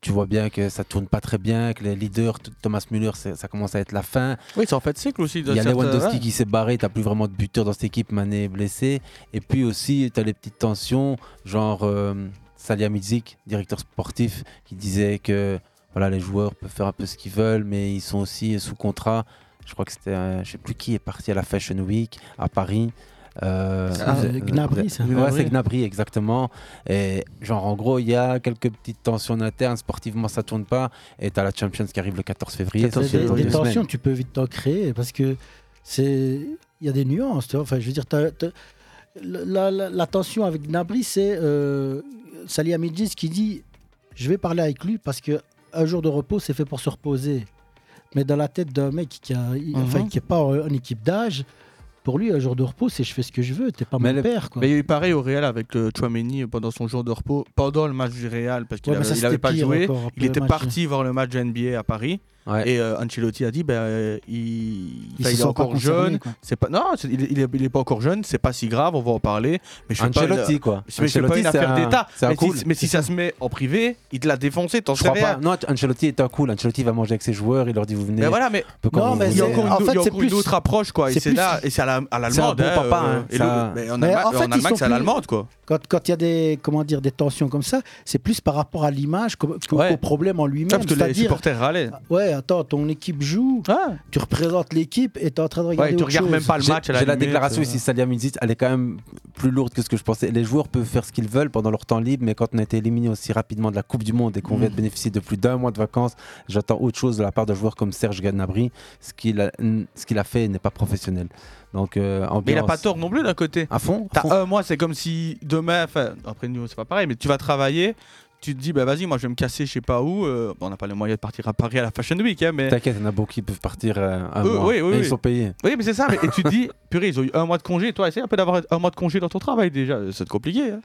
Speaker 7: tu vois bien que ça tourne pas très bien, que les leaders, t- Thomas Müller, c'est- ça commence à être la fin.
Speaker 9: Oui, c'est en fait cycle aussi.
Speaker 7: Il y a Lewandowski qui s'est barré, t'as plus vraiment de buteur dans cette équipe, Mané est blessé. Et puis aussi, t'as les petites tensions, genre euh, Salihamidzic, directeur sportif, qui disait que voilà, les joueurs peuvent faire un peu ce qu'ils veulent, mais ils sont aussi sous contrat. Je crois que c'était, euh, je sais plus qui est parti à la Fashion Week à Paris. Euh,
Speaker 2: Ah,
Speaker 7: euh,
Speaker 2: Gnabry, ça. Ah
Speaker 7: Ouais, c'est Gnabry, exactement. Et genre, en gros, il y a quelques petites tensions internes. Sportivement, ça tourne pas. Et t'as la Champions qui arrive le 14 février.
Speaker 2: Des-
Speaker 7: c'est dans
Speaker 2: des,
Speaker 7: deux
Speaker 2: tensions,
Speaker 7: semaines.
Speaker 2: tu peux vite t'en créer parce que c'est il y a des nuances. Tu vois enfin, je veux dire, t'as- t'as- la, la- la tension avec Gnabry, c'est euh, Salihamidzic qui dit je vais parler avec lui parce que un jour de repos, c'est fait pour se reposer. Mais dans la tête d'un mec qui a, il- enfin,
Speaker 9: Mhm.
Speaker 2: qui est pas en, en équipe d'âge, pour lui, un jour de repos, c'est je fais ce que je veux. T'es pas mon père, quoi.
Speaker 9: Mais il y a eu pareil au Real avec euh, Chouameni pendant son jour de repos, pendant le match du Real, parce qu'il
Speaker 2: Ouais, mais ça,
Speaker 9: n'avait
Speaker 2: c'était
Speaker 9: pas
Speaker 2: pire
Speaker 9: joué.
Speaker 2: encore, après
Speaker 9: il
Speaker 2: le
Speaker 9: était
Speaker 2: match.
Speaker 9: parti voir le match de NBA à Paris. Et euh, Ancelotti a dit, ben, euh, il,
Speaker 2: Ils
Speaker 9: enfin,
Speaker 2: se
Speaker 9: il est
Speaker 2: sont pas
Speaker 9: encore
Speaker 2: concernés,
Speaker 9: jeune.
Speaker 2: quoi.
Speaker 9: C'est pas, non, c'est- il, il est, il est pas encore jeune, c'est pas si grave, on va en parler. Mais je suis pas
Speaker 7: Ancelotti,
Speaker 9: une-
Speaker 7: quoi.
Speaker 9: Mais je suis pas
Speaker 7: Ancelotti,
Speaker 9: une
Speaker 7: c'est
Speaker 9: affaire
Speaker 7: un-
Speaker 9: d'État.
Speaker 7: c'est un
Speaker 9: Mais, si-
Speaker 7: cool.
Speaker 9: mais si ça se met en privé, il te l'a défoncé, t'en
Speaker 7: Je
Speaker 9: sais
Speaker 7: crois
Speaker 9: rien.
Speaker 7: pas. Non, Ancelotti est un cool. Ancelotti va manger avec ses joueurs. Il leur dit Vous venez.
Speaker 9: Mais voilà, mais,
Speaker 7: un peu comme vous
Speaker 9: il y a
Speaker 7: voulez.
Speaker 9: encore une,
Speaker 2: en
Speaker 9: il y a
Speaker 2: fait, c'est
Speaker 9: encore une
Speaker 2: plus-
Speaker 9: autre approche, quoi. Et
Speaker 2: c'est
Speaker 9: c'est
Speaker 2: plus-
Speaker 9: là, et c'est à la- à
Speaker 7: C'est un
Speaker 9: l'allemande.
Speaker 7: bon
Speaker 9: hein,
Speaker 7: papa,
Speaker 9: euh,
Speaker 7: hein.
Speaker 9: et
Speaker 7: Ça-
Speaker 9: le- Mais en
Speaker 2: Mais
Speaker 9: Allemagne,
Speaker 2: en
Speaker 9: c'est
Speaker 2: fait,
Speaker 9: en
Speaker 2: ils
Speaker 9: Allemagne,
Speaker 2: sont
Speaker 9: c'est à l'allemande,
Speaker 2: plus-
Speaker 9: quoi.
Speaker 2: Quand quand il y a des comment dire des tensions comme ça, c'est plus par rapport à l'image qu'au qu'au-
Speaker 9: Ouais.
Speaker 2: qu'au problème en lui-même.
Speaker 9: Ah, parce que les
Speaker 2: C'est-à-dire- ah,
Speaker 9: supporters râlaient. Ah.
Speaker 2: Ouais, attends, ton équipe joue, tu représentes l'équipe et t'es en train de regarder.
Speaker 9: tu
Speaker 2: autre
Speaker 9: regardes
Speaker 2: chose. Bah,
Speaker 9: même pas le
Speaker 7: J'ai-
Speaker 9: match à la
Speaker 7: J'ai la
Speaker 9: limite,
Speaker 7: déclaration
Speaker 9: euh.
Speaker 7: ici, Salihamidzic, elle est quand même plus lourde que ce que je pensais. Les joueurs peuvent faire ce qu'ils veulent pendant leur temps libre, mais quand on a été éliminé aussi rapidement de la Coupe du Monde et qu'on
Speaker 9: Mm.
Speaker 7: vient de bénéficier de plus d'un mois de vacances, j'attends autre chose de la part de joueurs comme Serge Gnabry. Ce qu'il a, ce qu'il a fait n'est pas professionnel. Donc, euh,
Speaker 9: Mais il a
Speaker 7: ambiance-
Speaker 9: pas tort non plus d'un côté.
Speaker 7: À fond. à fond.
Speaker 9: T'as un mois, c'est comme si demain, enfin, après nous, c'est pas pareil, mais tu vas travailler, tu te dis, bah vas-y, moi je vais me casser, je sais pas où. euh, bon, on n'a pas les moyens de partir à Paris à la Fashion Week, hein, mais.
Speaker 7: T'inquiète, il y en a beaucoup qui peuvent partir euh, un
Speaker 9: Euh,
Speaker 7: mois.
Speaker 9: oui, oui,
Speaker 7: Et ils
Speaker 9: oui.
Speaker 7: sont payés.
Speaker 9: Oui, mais c'est ça, mais, et tu te dis, [LAUGHS] purée, ils ont eu un mois de congé, toi, essaye un peu d'avoir un mois de congé dans ton travail déjà, euh, c'est compliqué. hein.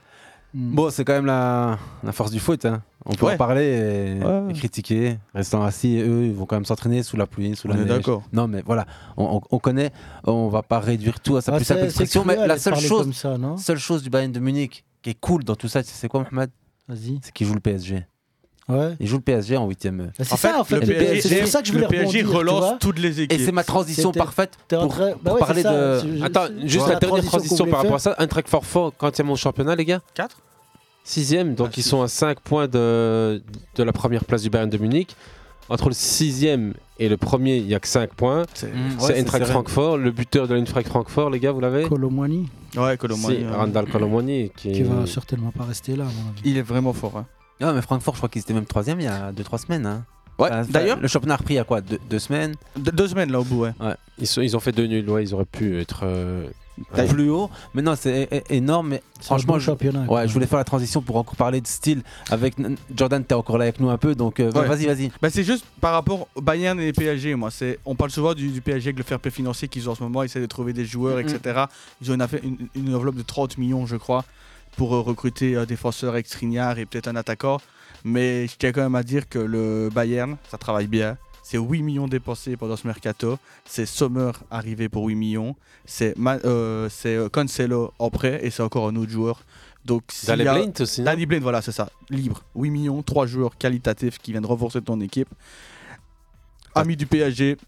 Speaker 7: Bon, c'est quand même la, la force du foot. hein. On peut
Speaker 9: Ouais.
Speaker 7: en parler et,
Speaker 9: Ouais.
Speaker 7: et critiquer. Restant assis, eux, ils vont quand même s'entraîner sous la pluie, sous
Speaker 9: On
Speaker 7: la
Speaker 9: est
Speaker 7: neige.
Speaker 9: d'accord.
Speaker 7: Non, mais voilà, on, on- on connaît, on va pas réduire tout à sa
Speaker 2: Ah,
Speaker 7: plus
Speaker 2: c'est-
Speaker 7: simple
Speaker 2: c'est
Speaker 7: expression.
Speaker 2: cruel
Speaker 7: Mais la
Speaker 2: de
Speaker 7: seule
Speaker 2: parler
Speaker 7: chose,
Speaker 2: comme ça, non
Speaker 7: seule chose du Bayern de Munich qui est cool dans tout ça, tu sais c'est quoi, Mohamed
Speaker 2: Vas-y.
Speaker 7: C'est qu'ils jouent le PSG.
Speaker 2: Ouais.
Speaker 7: Ils jouent le PSG en 8ème.
Speaker 2: Bah, c'est ça, en fait,
Speaker 9: le
Speaker 2: le PSG,
Speaker 9: PSG
Speaker 2: c'est pour ça que je voulais
Speaker 9: le PSG
Speaker 2: rebondir, tu
Speaker 9: relance
Speaker 2: vois.
Speaker 9: toutes les équipes.
Speaker 7: Et c'est ma transition
Speaker 2: C'était-
Speaker 7: parfaite
Speaker 2: t'es en
Speaker 7: pour,
Speaker 2: train- bah
Speaker 7: pour
Speaker 2: ouais,
Speaker 7: parler
Speaker 2: c'est ça,
Speaker 7: de.
Speaker 2: c'est-
Speaker 8: Attends,
Speaker 2: c'est-
Speaker 8: juste
Speaker 2: c'est
Speaker 8: la dernière
Speaker 2: transition qu'on
Speaker 8: transition
Speaker 2: voulait
Speaker 8: par rapport à
Speaker 2: faire.
Speaker 8: ça. Un track fort fort, quand ils mon championnat, les gars
Speaker 9: 4
Speaker 8: Sixième, donc
Speaker 9: Ah,
Speaker 8: ils
Speaker 9: six.
Speaker 8: sont à 5 points de, de la première place du Bayern de Munich. Entre le sixième et le premier, il n'y a que 5 points.
Speaker 9: C'est
Speaker 7: Mm, ouais,
Speaker 8: C'est Eintracht
Speaker 7: vrai.
Speaker 8: Francfort, le buteur de l'Eintracht Francfort, les gars, vous l'avez
Speaker 2: Colomwani,
Speaker 9: Ouais,
Speaker 8: C'est
Speaker 9: Colomani. euh,
Speaker 8: Randall Colomwani qui,
Speaker 2: qui va certainement pas rester là. à mon avis.
Speaker 9: Il est vraiment fort. hein.
Speaker 7: Ah, euh, mais Francfort, je crois qu'ils étaient même 3 il y a 2-3 semaines. hein.
Speaker 9: Ouais,
Speaker 7: Enfin,
Speaker 9: d'ailleurs-
Speaker 7: Le championnat a repris il y a quoi 2 semaines
Speaker 9: De- deux semaines là au bout, ouais.
Speaker 8: Ils, sont- ils ont fait deux nuls, ouais, ils auraient pu être. euh, Ouais.
Speaker 7: Plus haut. Mais non, c'est é- é- énorme. Mais
Speaker 2: C'est un
Speaker 7: franchement,
Speaker 2: bon
Speaker 7: je-
Speaker 2: championnat. quand
Speaker 7: Ouais,
Speaker 2: même.
Speaker 7: je voulais faire la transition pour encore parler de style. Avec N- Jordan, t'es encore là avec nous un peu, donc euh,
Speaker 9: Ouais.
Speaker 7: vas-y, vas-y.
Speaker 9: Bah c'est juste par rapport au Bayern et PSG, moi. C'est, on parle souvent du, du PSG avec le fair play financier qu'ils ont en ce moment, ils essaient de trouver des joueurs,
Speaker 7: Mhm.
Speaker 9: etc. Ils ont une, affaire- une- une enveloppe de 30 millions, je crois, pour euh, recruter un défenseur avec Skriniar et peut-être un attaquant. Mais je tiens quand même à dire que le Bayern, ça travaille bien. C'est 8 millions dépensés pendant ce mercato. C'est Sommer arrivé pour 8 millions. C'est, Ma- euh, c'est euh, Cancelo en prêt et c'est encore un autre joueur. Donc, s'il
Speaker 8: Daley
Speaker 9: y a-
Speaker 8: Blind aussi. non
Speaker 9: Danny Blaine, voilà, c'est ça. Libre. 8 millions, 3 joueurs qualitatifs qui viennent renforcer ton équipe.
Speaker 8: Ah.
Speaker 9: Ami du PSG,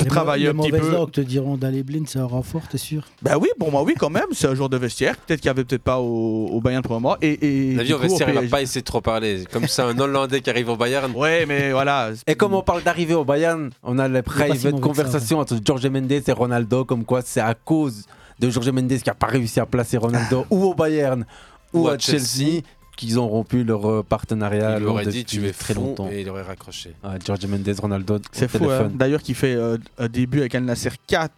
Speaker 2: Les mau-
Speaker 9: travaille
Speaker 2: les
Speaker 9: un petit
Speaker 2: mauvaises
Speaker 9: peu.
Speaker 2: langues te diront d'aller blind, c'est un renfort, t'es sûr
Speaker 9: Ben oui, pour moi, oui, quand même. C'est un joueur de vestiaire. Peut-être qu'il n'y avait peut-être pas au, au Bayern pour le moment. Et, et,
Speaker 8: La vie
Speaker 9: du
Speaker 8: au
Speaker 9: coup, au
Speaker 8: vestiaire, elle
Speaker 9: PSG.
Speaker 8: va pas essayer de trop parler. Comme ça, un Hollandais qui arrive au Bayern.
Speaker 9: Ouais, mais voilà.
Speaker 7: Et comme on parle d'arrivée au Bayern, on a les
Speaker 2: pas si mauvais que
Speaker 7: private
Speaker 2: ça,
Speaker 7: conversations entre Jorge Mendes et Ronaldo, comme quoi c'est à cause de Jorge Mendes qui a pas réussi à
Speaker 9: [LAUGHS]
Speaker 7: placer Ronaldo ou au Bayern ou,
Speaker 8: Ou à
Speaker 7: à Chelsea,
Speaker 8: Chelsea.
Speaker 7: qu'ils ont rompu leur euh, partenariat.
Speaker 8: il lui
Speaker 7: long
Speaker 8: aurait dit
Speaker 7: depuis
Speaker 8: tu es
Speaker 7: très
Speaker 8: fou,
Speaker 7: longtemps.
Speaker 8: et il aurait raccroché.
Speaker 7: Ah, Jorge Mendes, Ronaldo, au
Speaker 9: C'est fou, hein.
Speaker 7: téléphone.
Speaker 9: D'ailleurs, qui fait euh, un début avec un Nasser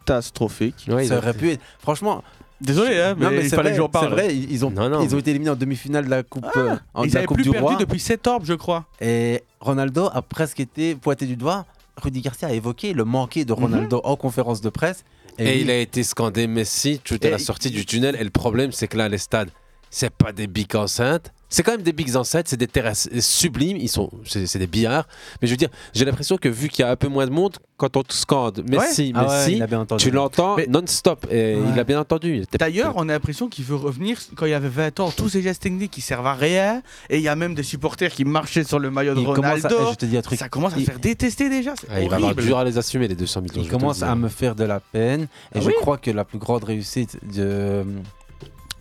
Speaker 9: catastrophique.
Speaker 8: Ouais, il
Speaker 7: Ça
Speaker 8: a-
Speaker 7: aurait pu être. Franchement,
Speaker 9: Désolé, hein, mais,
Speaker 7: non, mais
Speaker 9: il
Speaker 7: c'est
Speaker 9: fallait
Speaker 7: vrai,
Speaker 9: que j'en parle. Ah,
Speaker 7: C'est vrai, ils ils ont,
Speaker 8: Non, non,
Speaker 7: ils ont
Speaker 8: mais-
Speaker 7: été éliminés en demi-finale de la Coupe, euh, en- de
Speaker 9: Ils
Speaker 7: la
Speaker 9: n'avaient
Speaker 7: coupe
Speaker 9: plus
Speaker 7: du
Speaker 9: perdu
Speaker 7: Roi.
Speaker 9: depuis septembre, je crois.
Speaker 7: Et Ronaldo a presque été pointé du doigt. Rudy Garcia a évoqué le manqué de Ronaldo en conférence de presse.
Speaker 8: Et
Speaker 7: lui-
Speaker 8: il a été scandé Messi tout à
Speaker 7: Et-
Speaker 8: la sortie du tunnel. Et le problème, c'est que là, les stades, c'est pas des bics enceintes. C'est quand même des bics enceintes, c'est des terrasses sublimes, ils sont, c'est c'est des billards. Mais je veux dire, j'ai l'impression que vu qu'il y a un peu moins de monde, quand on te scande, mais
Speaker 9: Ouais.
Speaker 8: si,
Speaker 9: Ah
Speaker 8: mais
Speaker 9: ouais,
Speaker 8: si,
Speaker 9: il a bien entendu.
Speaker 8: tu l'entends non-stop. Et
Speaker 9: Ouais.
Speaker 8: il a bien entendu. Il était-
Speaker 9: D'ailleurs, on a l'impression qu'il veut revenir quand il avait 20 ans. Tous ces gestes techniques qui servent à rien. Et il y a même des supporters qui marchaient sur le maillot de
Speaker 7: Il commence à-
Speaker 9: Ronaldo.
Speaker 7: eh, je te dis un truc.
Speaker 9: Ça commence à
Speaker 7: Il-
Speaker 9: faire détester déjà. C'est
Speaker 8: Ah, il va avoir
Speaker 9: horrible.
Speaker 8: dur à les assumer, les 200 millions.
Speaker 7: Il commence à me faire de la peine. Et
Speaker 8: Ah
Speaker 7: je
Speaker 8: oui
Speaker 7: crois que la plus grande réussite de,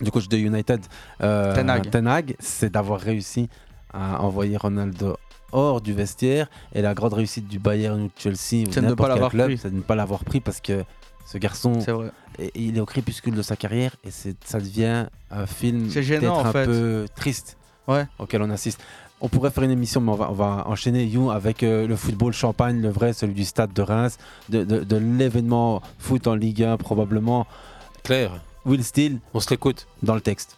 Speaker 7: du coach de United, euh,
Speaker 9: Ten Hag.
Speaker 7: Hag, c'est d'avoir réussi à envoyer Ronaldo hors du vestiaire. Et la grande réussite du Bayern ou de Chelsea ou
Speaker 9: C'est de ne pas
Speaker 7: n'importe quel
Speaker 9: l'avoir
Speaker 7: club,
Speaker 9: pris.
Speaker 7: c'est de ne pas l'avoir pris parce que ce garçon,
Speaker 9: C'est vrai.
Speaker 7: et- il est au crépuscule de sa carrière et c'est- ça devient un film
Speaker 9: C'est gênant, en
Speaker 7: peut-être un
Speaker 9: fait.
Speaker 7: peu triste
Speaker 9: Ouais.
Speaker 7: auquel on assiste. On pourrait faire une émission, mais on va, on va enchaîner You avec euh, le football champagne, le vrai, celui du stade de Reims, de, de- de l'événement foot en Ligue 1 probablement.
Speaker 8: Claire.
Speaker 7: Will Steele.
Speaker 8: On se l'écoute.
Speaker 7: Dans le texte.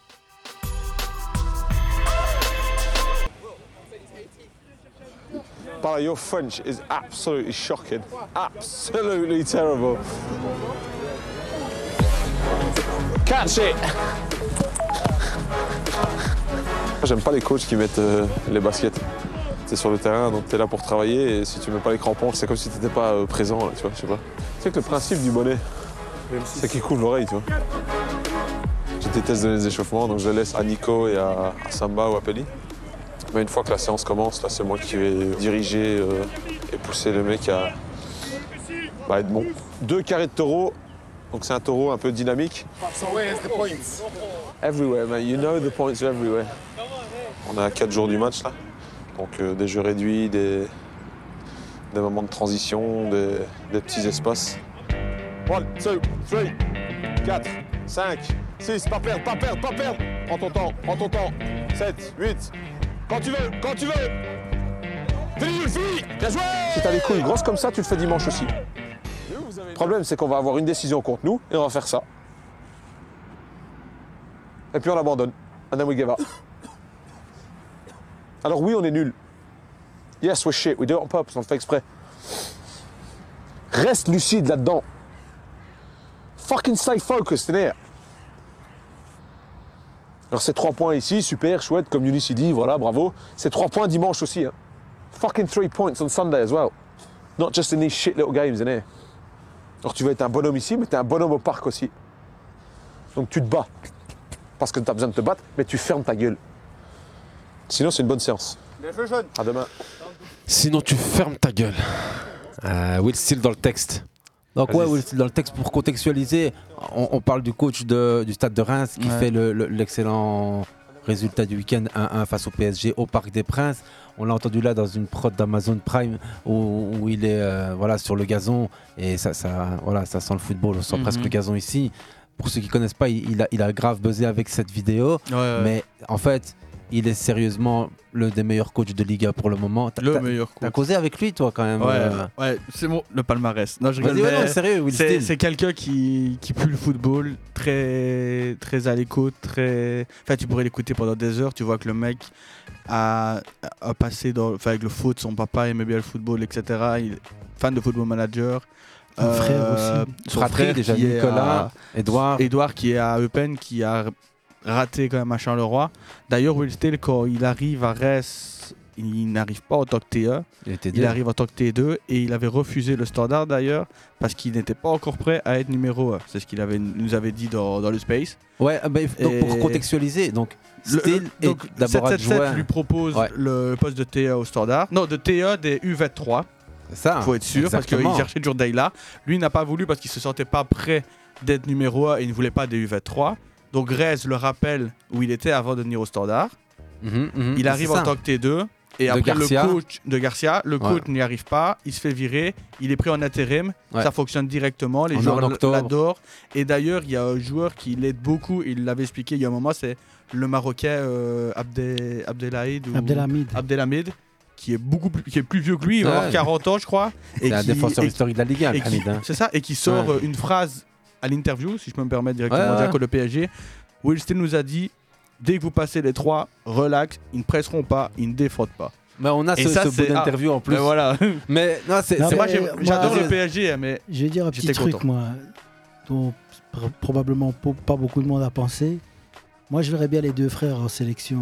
Speaker 11: Barry, your French is absolutely shocking. Absolutely terrible. Catch it! J'aime pas les coachs qui mettent euh, les baskets. T'es sur le terrain, donc t'es là pour travailler et si tu mets pas les crampons, c'est comme si t'étais pas euh, présent, là, tu vois, je sais pas. Tu sais que le principe du bonnet, c'est qu'il couvre l'oreille, tu vois. Je déteste donner des échauffements, donc je laisse à Nico et à, à Samba ou à Pelli. Mais une fois que la séance commence, là, c'est moi qui vais diriger euh, et pousser le mec à, à être bon. Deux carrés de taureau, donc c'est un taureau un peu dynamique.
Speaker 1: So where's the points?
Speaker 11: Everywhere, man. You know the points are everywhere. On est à 4 jours du match, là. Donc euh, des jeux réduits, des, des moments de transition, des, des petits espaces. 1, 2, 3, 4, 5, 6, pas perdre, pas perdre, pas perdre. Prends ton temps, prends ton temps. 7, 8, quand tu veux, quand tu veux. Fini, fini, bien joué Si t'as les couilles grosses comme ça, tu le fais dimanche aussi. Le problème, c'est qu'on va avoir une décision contre nous et on va faire ça. Et puis on abandonne. Adam Wigeva. Alors oui, on est nul. Yes, we're shit. We do it on purpose. On le fait exprès. Reste lucide là-dedans. Fucking stay focused in here. Alors ces trois points ici, super, chouette, comme Younis dit, voilà, bravo. Ces trois points dimanche aussi. hein. Fucking three points on Sunday as well. Not just in these shit little games in here. Alors tu vas être un bonhomme ici, mais t'es un bonhomme au parc aussi. Donc tu te bats parce que tu as besoin de te battre, mais tu fermes ta gueule. Sinon, c'est une bonne séance. À demain.
Speaker 8: Sinon, tu fermes ta gueule. Euh, Will Steele dans le texte.
Speaker 7: Donc ouais, Will Steele dans le texte pour contextualiser, on, on parle du coach de- du stade de Reims qui
Speaker 8: Ouais.
Speaker 7: fait le- le- l'excellent résultat du week-end 1-1 face au PSG au Parc des Princes. On l'a entendu là dans une prod d'Amazon Prime où, où il est euh, voilà sur le gazon et ça, ça voilà ça sent le football, on sent
Speaker 9: Mhm.
Speaker 7: presque le gazon ici. Pour ceux qui connaissent pas, il, il a, il a grave buzzé avec cette vidéo,
Speaker 9: Ouais, ouais.
Speaker 7: mais en fait. Il est sérieusement l'un des meilleurs coachs de Liga pour le moment. T'as-
Speaker 9: Le
Speaker 7: t'as-
Speaker 9: meilleur
Speaker 7: T'as
Speaker 9: coach.
Speaker 7: causé avec lui, toi, quand même.
Speaker 9: Ouais,
Speaker 7: euh,
Speaker 9: ouais, c'est bon, le palmarès. Non, je
Speaker 7: Vas-y,
Speaker 9: rigole.
Speaker 7: ouais,
Speaker 9: mais
Speaker 7: non, sérieux, Will
Speaker 9: c'est,
Speaker 7: Steele.
Speaker 9: c'est quelqu'un qui, qui pue le football, très, très à l'écoute, très. Enfin, tu pourrais l'écouter pendant des heures. Tu vois que le mec a, a passé dans, enfin, avec le foot. Son papa aimait bien le football, etc. Il est fan de football manager. Euh,
Speaker 2: Son frère aussi.
Speaker 9: Son
Speaker 7: Fratrie,
Speaker 9: frère
Speaker 7: déjà,
Speaker 9: qui est
Speaker 7: Nicolas,
Speaker 9: à-
Speaker 7: Édouard.
Speaker 9: Edouard qui est à Eupen, qui a raté quand même à Charleroi. D'ailleurs, Will Steele, quand il arrive à Reims, il n'arrive pas en tant que TE.
Speaker 7: Il était
Speaker 9: Il
Speaker 7: deux.
Speaker 9: arrive en tant que T2 et il avait refusé le standard d'ailleurs parce qu'il n'était pas encore prêt à être numéro 1. C'est ce qu'il avait, nous avait dit dans, dans le Space.
Speaker 7: Ouais, ah bah, donc pour
Speaker 9: Et-
Speaker 7: contextualiser, donc
Speaker 9: Le-
Speaker 7: Steele
Speaker 9: le-
Speaker 7: est
Speaker 9: donc,
Speaker 7: d'abord
Speaker 9: 777
Speaker 7: adjoint.
Speaker 9: lui propose
Speaker 7: Ouais.
Speaker 9: le poste de TE au standard. Non, de TE des U23.
Speaker 7: Ça,
Speaker 9: faut être sûr
Speaker 7: exactement.
Speaker 9: parce qu'il cherchait toujours Dayla. Lui n'a pas voulu parce qu'il se sentait pas prêt d'être numéro 1 et il ne voulait pas des U23. Donc Grèce le rappelle où il était avant de venir au standard.
Speaker 7: Mhm, mhm,
Speaker 9: Il
Speaker 7: c'est
Speaker 9: arrive en
Speaker 7: ça.
Speaker 9: tant que T2 et
Speaker 7: De
Speaker 9: après
Speaker 7: Garcia.
Speaker 9: le coach de Garcia, le coach n'y arrive pas, il se fait virer, il est pris en intérim,
Speaker 7: Ouais.
Speaker 9: ça fonctionne directement, les
Speaker 7: On est en
Speaker 9: joueurs l-
Speaker 7: octobre.
Speaker 9: l'adorent. Et d'ailleurs, il y a un joueur qui l'aide beaucoup, il l'avait expliqué il y a un moment, c'est le Marocain euh, Abde- Abdelhaid ou-
Speaker 2: Abdelhamid.
Speaker 9: Abdelhamid, qui est beaucoup plus, qui est plus vieux que lui, il va
Speaker 7: Ouais.
Speaker 9: avoir 40 ans je crois.
Speaker 7: C'est un défenseur
Speaker 9: et-
Speaker 7: historique de la Ligue 1,
Speaker 9: et qui-
Speaker 7: Hamid, hein.
Speaker 9: C'est ça, et qui sort
Speaker 7: Ouais.
Speaker 9: euh, une phrase à l'interview, si je peux me permettre directement,
Speaker 7: Ouais, ouais.
Speaker 9: Jaco, le PSG. Will Steele nous a dit dès que vous passez les trois, relax, ils ne presseront pas, ils ne défraudent pas.
Speaker 7: Mais Ben, on a
Speaker 9: Et
Speaker 7: ce,
Speaker 9: ça,
Speaker 7: ce
Speaker 9: c'est-
Speaker 7: bout d'interview
Speaker 9: ah,
Speaker 7: en plus.
Speaker 9: mais
Speaker 7: [LAUGHS]
Speaker 9: voilà.
Speaker 7: Mais non, c'est
Speaker 2: Non,
Speaker 7: c'est-
Speaker 9: Moi,
Speaker 2: mais
Speaker 9: j'ai-
Speaker 2: moi,
Speaker 9: j'adore
Speaker 2: vas-y,
Speaker 9: le
Speaker 2: vas-y.
Speaker 9: PSG, mais
Speaker 2: Je vais dire un
Speaker 9: J'étais
Speaker 2: petit truc,
Speaker 9: content.
Speaker 2: moi, dont pr- probablement po- pas beaucoup de monde a pensé. Moi, je verrais bien les deux frères en sélection.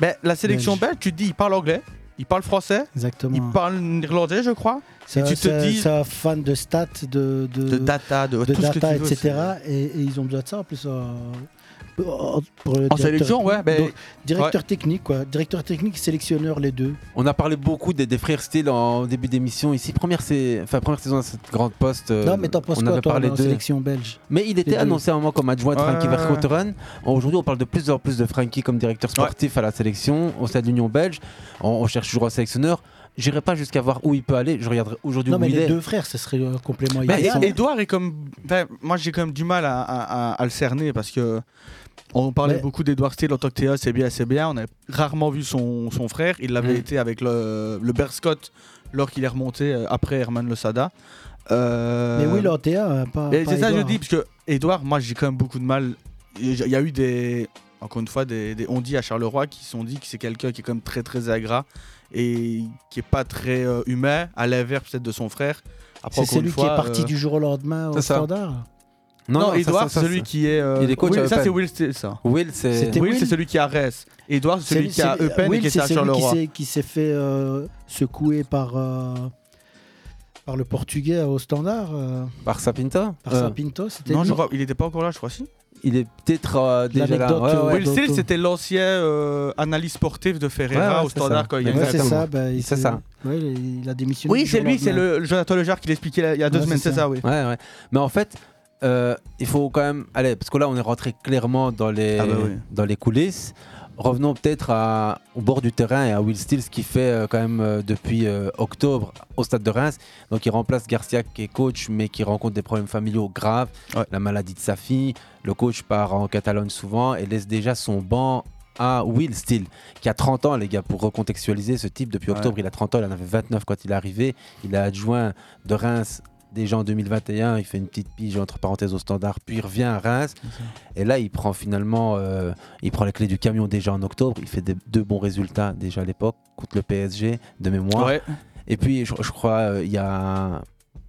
Speaker 9: Ben, la sélection belge, tu te dis, il parle anglais, il parle français,
Speaker 2: Exactement.
Speaker 9: il parle néerlandais, je crois.
Speaker 2: C'est
Speaker 9: et tu te
Speaker 2: c'est-
Speaker 9: dis,
Speaker 2: c'est un fan de stats, de, de,
Speaker 9: De data, de- tout ce que
Speaker 2: data,
Speaker 9: tu veux,
Speaker 2: etc. Et, et ils ont besoin de ça en plus. euh, pour- pour le
Speaker 9: En sélection, ouais, ben,
Speaker 2: donc, directeur technique, quoi. Directeur technique, sélectionneur, les deux.
Speaker 7: On a parlé beaucoup des, des frères Steele en début d'émission ici. Première, sa- enfin, première saison à cette grande poste. euh,
Speaker 2: non, mais t'en penses
Speaker 7: on
Speaker 2: quoi,
Speaker 7: avait
Speaker 2: toi,
Speaker 7: parlé
Speaker 2: en
Speaker 7: de
Speaker 2: sélection belge
Speaker 7: Mais il
Speaker 2: Les
Speaker 7: était
Speaker 2: deux.
Speaker 7: annoncé à un moment comme adjoint de
Speaker 2: Ouais,
Speaker 7: Frankie
Speaker 2: ouais, ouais.
Speaker 7: Verkouteren. Aujourd'hui, on parle de plus en plus de Frankie comme directeur sportif à la sélection, au sein de l'Union belge. On, on cherche toujours un sélectionneur. J'irai pas jusqu'à voir où il peut aller. Je regarderai aujourd'hui
Speaker 2: Non,
Speaker 7: où
Speaker 2: mais
Speaker 7: il
Speaker 2: les
Speaker 7: est.
Speaker 2: deux frères, ce serait un complément
Speaker 9: Ben,
Speaker 2: idéal.
Speaker 9: Ed- Edouard est comme. ben, moi, j'ai quand même du mal à, à- à- à le cerner parce que. On parlait
Speaker 2: Mais-
Speaker 9: beaucoup d'Edouard Steele en tant que TA, c'est bien, c'est bien. On a rarement vu son, son frère. Il l'avait
Speaker 7: Mhm.
Speaker 2: Mm.
Speaker 9: été avec le, le Bear Scott lors qu'il est remonté euh, après Herman Le Sada. Euh,
Speaker 2: Mais oui, leur TA, hein, pas.
Speaker 9: et
Speaker 2: pas
Speaker 9: c'est ça que je
Speaker 2: Edouard.
Speaker 9: dis, parce que Edouard, moi j'ai quand même beaucoup de mal. Il y a- il y a eu des, encore une fois, des, des on dit à Charleroi qui se sont dit que c'est quelqu'un qui est quand même très très agrat et qui est pas très euh, humain, à l'inverse peut-être de son frère. Après,
Speaker 2: C'est
Speaker 9: encore une
Speaker 2: celui qui
Speaker 9: fois,
Speaker 2: est parti
Speaker 9: euh,
Speaker 2: du jour au lendemain au
Speaker 9: c'est ça.
Speaker 2: standard.
Speaker 9: Non,
Speaker 7: Non, non, ça,
Speaker 9: Edouard,
Speaker 7: ça, ça,
Speaker 9: c'est celui
Speaker 7: ça.
Speaker 9: qui est. euh,
Speaker 7: Il est coach
Speaker 9: Will-
Speaker 7: à
Speaker 9: ça,
Speaker 7: Eupen.
Speaker 9: c'est Will, Steele, ça.
Speaker 7: Will, c'est- C'était
Speaker 9: Will,
Speaker 7: Will
Speaker 9: c'est celui qui est à Rest. Edouard, c'est celui qui est à
Speaker 2: c'est-
Speaker 9: Eupen et
Speaker 2: Will,
Speaker 9: qui est
Speaker 2: c'est
Speaker 9: à
Speaker 2: celui qui
Speaker 9: Charleroi.
Speaker 2: s'est- qui s'est fait euh, secouer par, euh, par le portugais au standard. euh,
Speaker 7: Par Sapinta
Speaker 2: Par
Speaker 7: Euh,
Speaker 2: Sapinto, c'était
Speaker 9: Non,
Speaker 2: lui.
Speaker 9: je crois, il était pas encore là, je crois, si.
Speaker 7: Il est peut-être euh, déjà là.
Speaker 2: L'anecdote, euh,
Speaker 9: Will Steele, c'était l'ancien euh, analyste sportif de Ferreira
Speaker 7: Ouais, ouais,
Speaker 9: au
Speaker 7: c'est ça.
Speaker 9: standard quand il
Speaker 2: Ouais,
Speaker 9: gagnait.
Speaker 2: c'est ça, bah, il
Speaker 7: C'est
Speaker 2: s'est-
Speaker 7: ça.
Speaker 2: ouais, il a démissionné.
Speaker 9: Oui,
Speaker 2: du
Speaker 9: c'est
Speaker 2: jour au
Speaker 9: lui, c'est
Speaker 2: lendemain.
Speaker 9: le Jonathan Lejar qui l'expliquait la- il y a deux
Speaker 2: Ouais,
Speaker 9: semaines,
Speaker 2: c'est
Speaker 9: c'est
Speaker 2: ça.
Speaker 9: ça, oui.
Speaker 7: Ouais, ouais. Mais en fait, euh, il faut quand même. Allez, parce que là, on est rentré clairement dans les,
Speaker 9: Ah bah oui.
Speaker 7: dans les coulisses. Revenons peut-être à- au bord du terrain et à Will Steele, ce qu'il fait euh, quand même euh, depuis euh, octobre au stade de Reims. Donc, il remplace Garcia qui est coach, mais qui rencontre des problèmes familiaux graves. La maladie de sa fille. Le coach part en Catalogne souvent et laisse déjà son banc à Will Steele, qui a 30 ans, les gars, pour recontextualiser ce type. Depuis
Speaker 9: Ouais.
Speaker 7: octobre, il a 30 ans, il en avait 29 quand il est arrivé. Il est adjoint de Reims déjà en 2021. Il fait une petite pige entre parenthèses au standard, puis il revient à Reims. Et là, il prend finalement euh, il prend les clés du camion déjà en octobre. Il fait des, deux bons résultats déjà à l'époque contre le PSG de mémoire.
Speaker 9: Ouais.
Speaker 7: Et puis, je, je crois, euh, il y a.